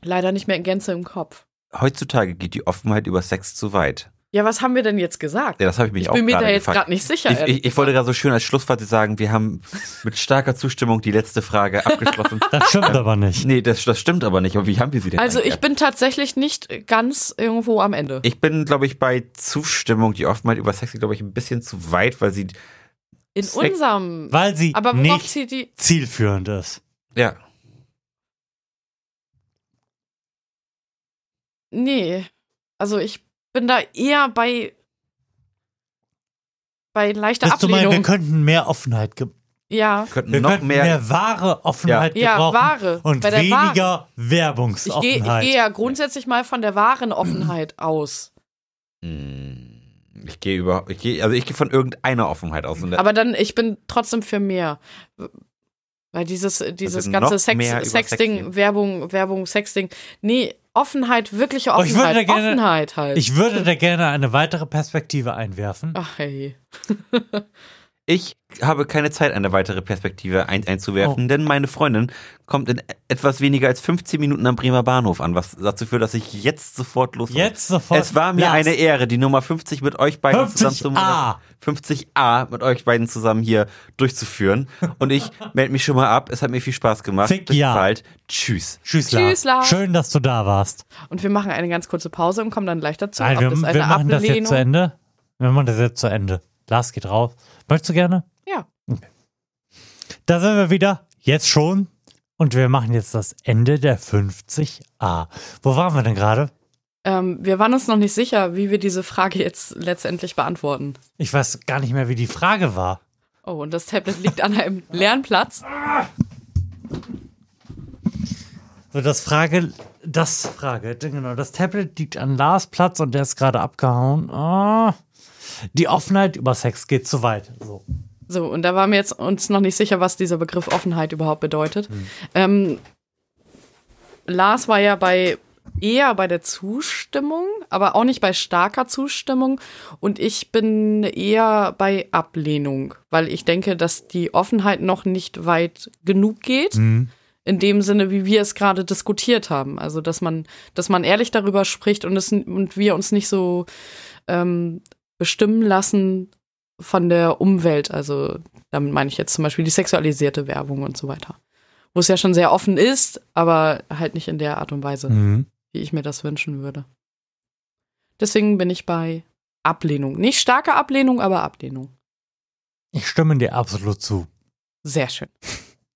B: leider nicht mehr in Gänze im Kopf.
C: let- heutzutage geht die Offenheit über Sex zu weit.
B: Ja, was haben wir denn jetzt gesagt?
C: Ja, das habe ich mich
B: ich
C: auch
B: bin mir da
C: gerade
B: jetzt
C: gefragt.
B: gerade nicht sicher.
C: Ich,
B: ehrlich
C: ich, ich wollte gerade so schön als Schlussfazit sagen, wir haben mit starker Zustimmung die letzte Frage abgeschlossen.
A: Das stimmt aber nicht.
C: nee, das, das stimmt aber nicht. Aber wie haben wir sie denn?
B: also ich
C: eigentlich?
B: bin tatsächlich nicht ganz irgendwo am Ende.
C: ich bin, glaube ich, bei Zustimmung, die Offenheit über Sex geht, glaube ich, ein bisschen zu weit, weil sie,
B: In
C: Sex-
B: unserem.
A: Weil sie
B: aber worauf
A: nicht
B: zieht die.
A: zielführend ist.
C: ja,
B: Nee. Also ich bin da eher bei. Bei leichter
A: Willst du meinen, wir
B: Ablehnung.
A: könnten mehr Offenheit, ge
B: ja.
C: könnten
A: wir
C: noch
A: könnten mehr, wahre Offenheit
B: Ja,
A: gebrauchen
B: Ware.
A: und
B: Bei der
A: weniger
B: Ich gehe
A: Werbungsoffenheit.
B: geh ja grundsätzlich mal von der wahren Offenheit aus.
C: Hm, Ich gehe über, ich gehe, also ich gehe von irgendeiner Offenheit aus. Und
A: Äh,
B: Aber dann, ich bin trotzdem für mehr. Weil dieses,
A: Also
B: dieses
C: noch
B: ganze
C: mehr über
B: Sex, Sexding,
C: Sex
B: Werbung, Werbung, Sexding. Nee, Offenheit, wirkliche
A: Oh, ich würde
B: Offenheit.
A: da gerne-
B: Offenheit halt.
A: Ich würde da gerne eine weitere Perspektive einwerfen.
B: Ach hey.
C: ich habe keine Zeit, eine weitere Perspektive ein,
A: Oh.
C: einzuwerfen, denn meine Freundin kommt in etwas weniger als 15 Minuten am Bremer Bahnhof an, was dazu führt, dass ich jetzt sofort los muss.
A: Jetzt sofort.
C: Es war mir
A: Lars,
C: eine Ehre, die Nummer 50 mit euch beiden zusammen zu
A: 50a.
C: 50a mit euch beiden zusammen hier durchzuführen. Und ich melde mich schon mal ab. Es hat mir viel Spaß gemacht.
A: Fick
C: Bis
A: ja.
C: bald. Tschüss.
A: Tschüss,
B: Tschüss,
A: Lars.
B: Lars.
A: Schön, dass du da warst.
B: Und wir machen eine ganz kurze Pause und kommen dann gleich dazu.
A: Nein,
B: Ob
A: wir,
B: das eine
A: wir machen das jetzt zu
B: Ablehnung-
A: Ende. Wir machen das jetzt zu Ende. Lars geht raus. Möchtest du gerne?
B: Ja.
A: Okay. Da sind wir wieder. Jetzt schon. Und wir machen jetzt das Ende der 50a. Wo waren wir denn gerade?
B: Ähm, wir waren uns noch nicht sicher, wie wir diese Frage jetzt letztendlich beantworten.
A: Ich weiß gar nicht mehr, wie die Frage war.
B: Oh, und das Tablet liegt an einem leeren Platz.
A: So, das Frage, das Frage, genau, das Tablet liegt an Lars Platz und der ist gerade abgehauen. Ah, die Offenheit über Sex geht zu weit. So.
B: So, und da waren wir jetzt uns noch nicht sicher, was dieser Begriff Offenheit überhaupt bedeutet. Ähm, Lars war ja bei eher bei der Zustimmung, aber auch nicht bei starker Zustimmung. Und ich bin eher bei Ablehnung, weil ich denke, dass die Offenheit noch nicht weit genug
A: Hm.
B: geht. In dem Sinne, wie wir es gerade diskutiert haben. Also, dass man, dass man ehrlich darüber spricht und, es, und wir uns nicht so ähm, bestimmen lassen, von der Umwelt, also damit meine ich jetzt zum Beispiel die sexualisierte Werbung und so weiter. Wo es ja schon sehr offen ist, aber halt nicht in der Art und Weise,
A: Mhm.
B: wie ich mir das wünschen würde. Deswegen bin ich bei Ablehnung. Nicht starke Ablehnung, aber Ablehnung.
A: Ich stimme dir absolut zu.
B: Sehr schön.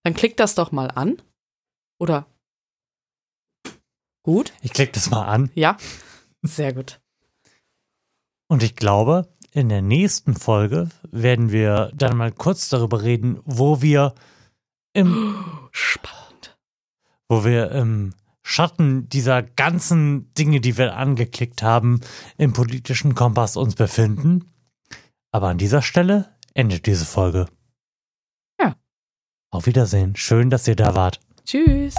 B: Dann klickt das doch mal an. Oder Gut,
A: Ich klicke das mal an.
B: ja. Sehr gut.
A: Und ich glaube, in der nächsten Folge werden wir dann mal kurz darüber reden, wo wir im,
B: Spannend.
A: wo wir im Schatten dieser ganzen Dinge, die wir angeklickt haben, im politischen Kompass uns befinden. Aber an dieser Stelle endet diese Folge.
B: Ja.
A: Auf Wiedersehen. Schön, dass ihr da wart.
B: Tschüss.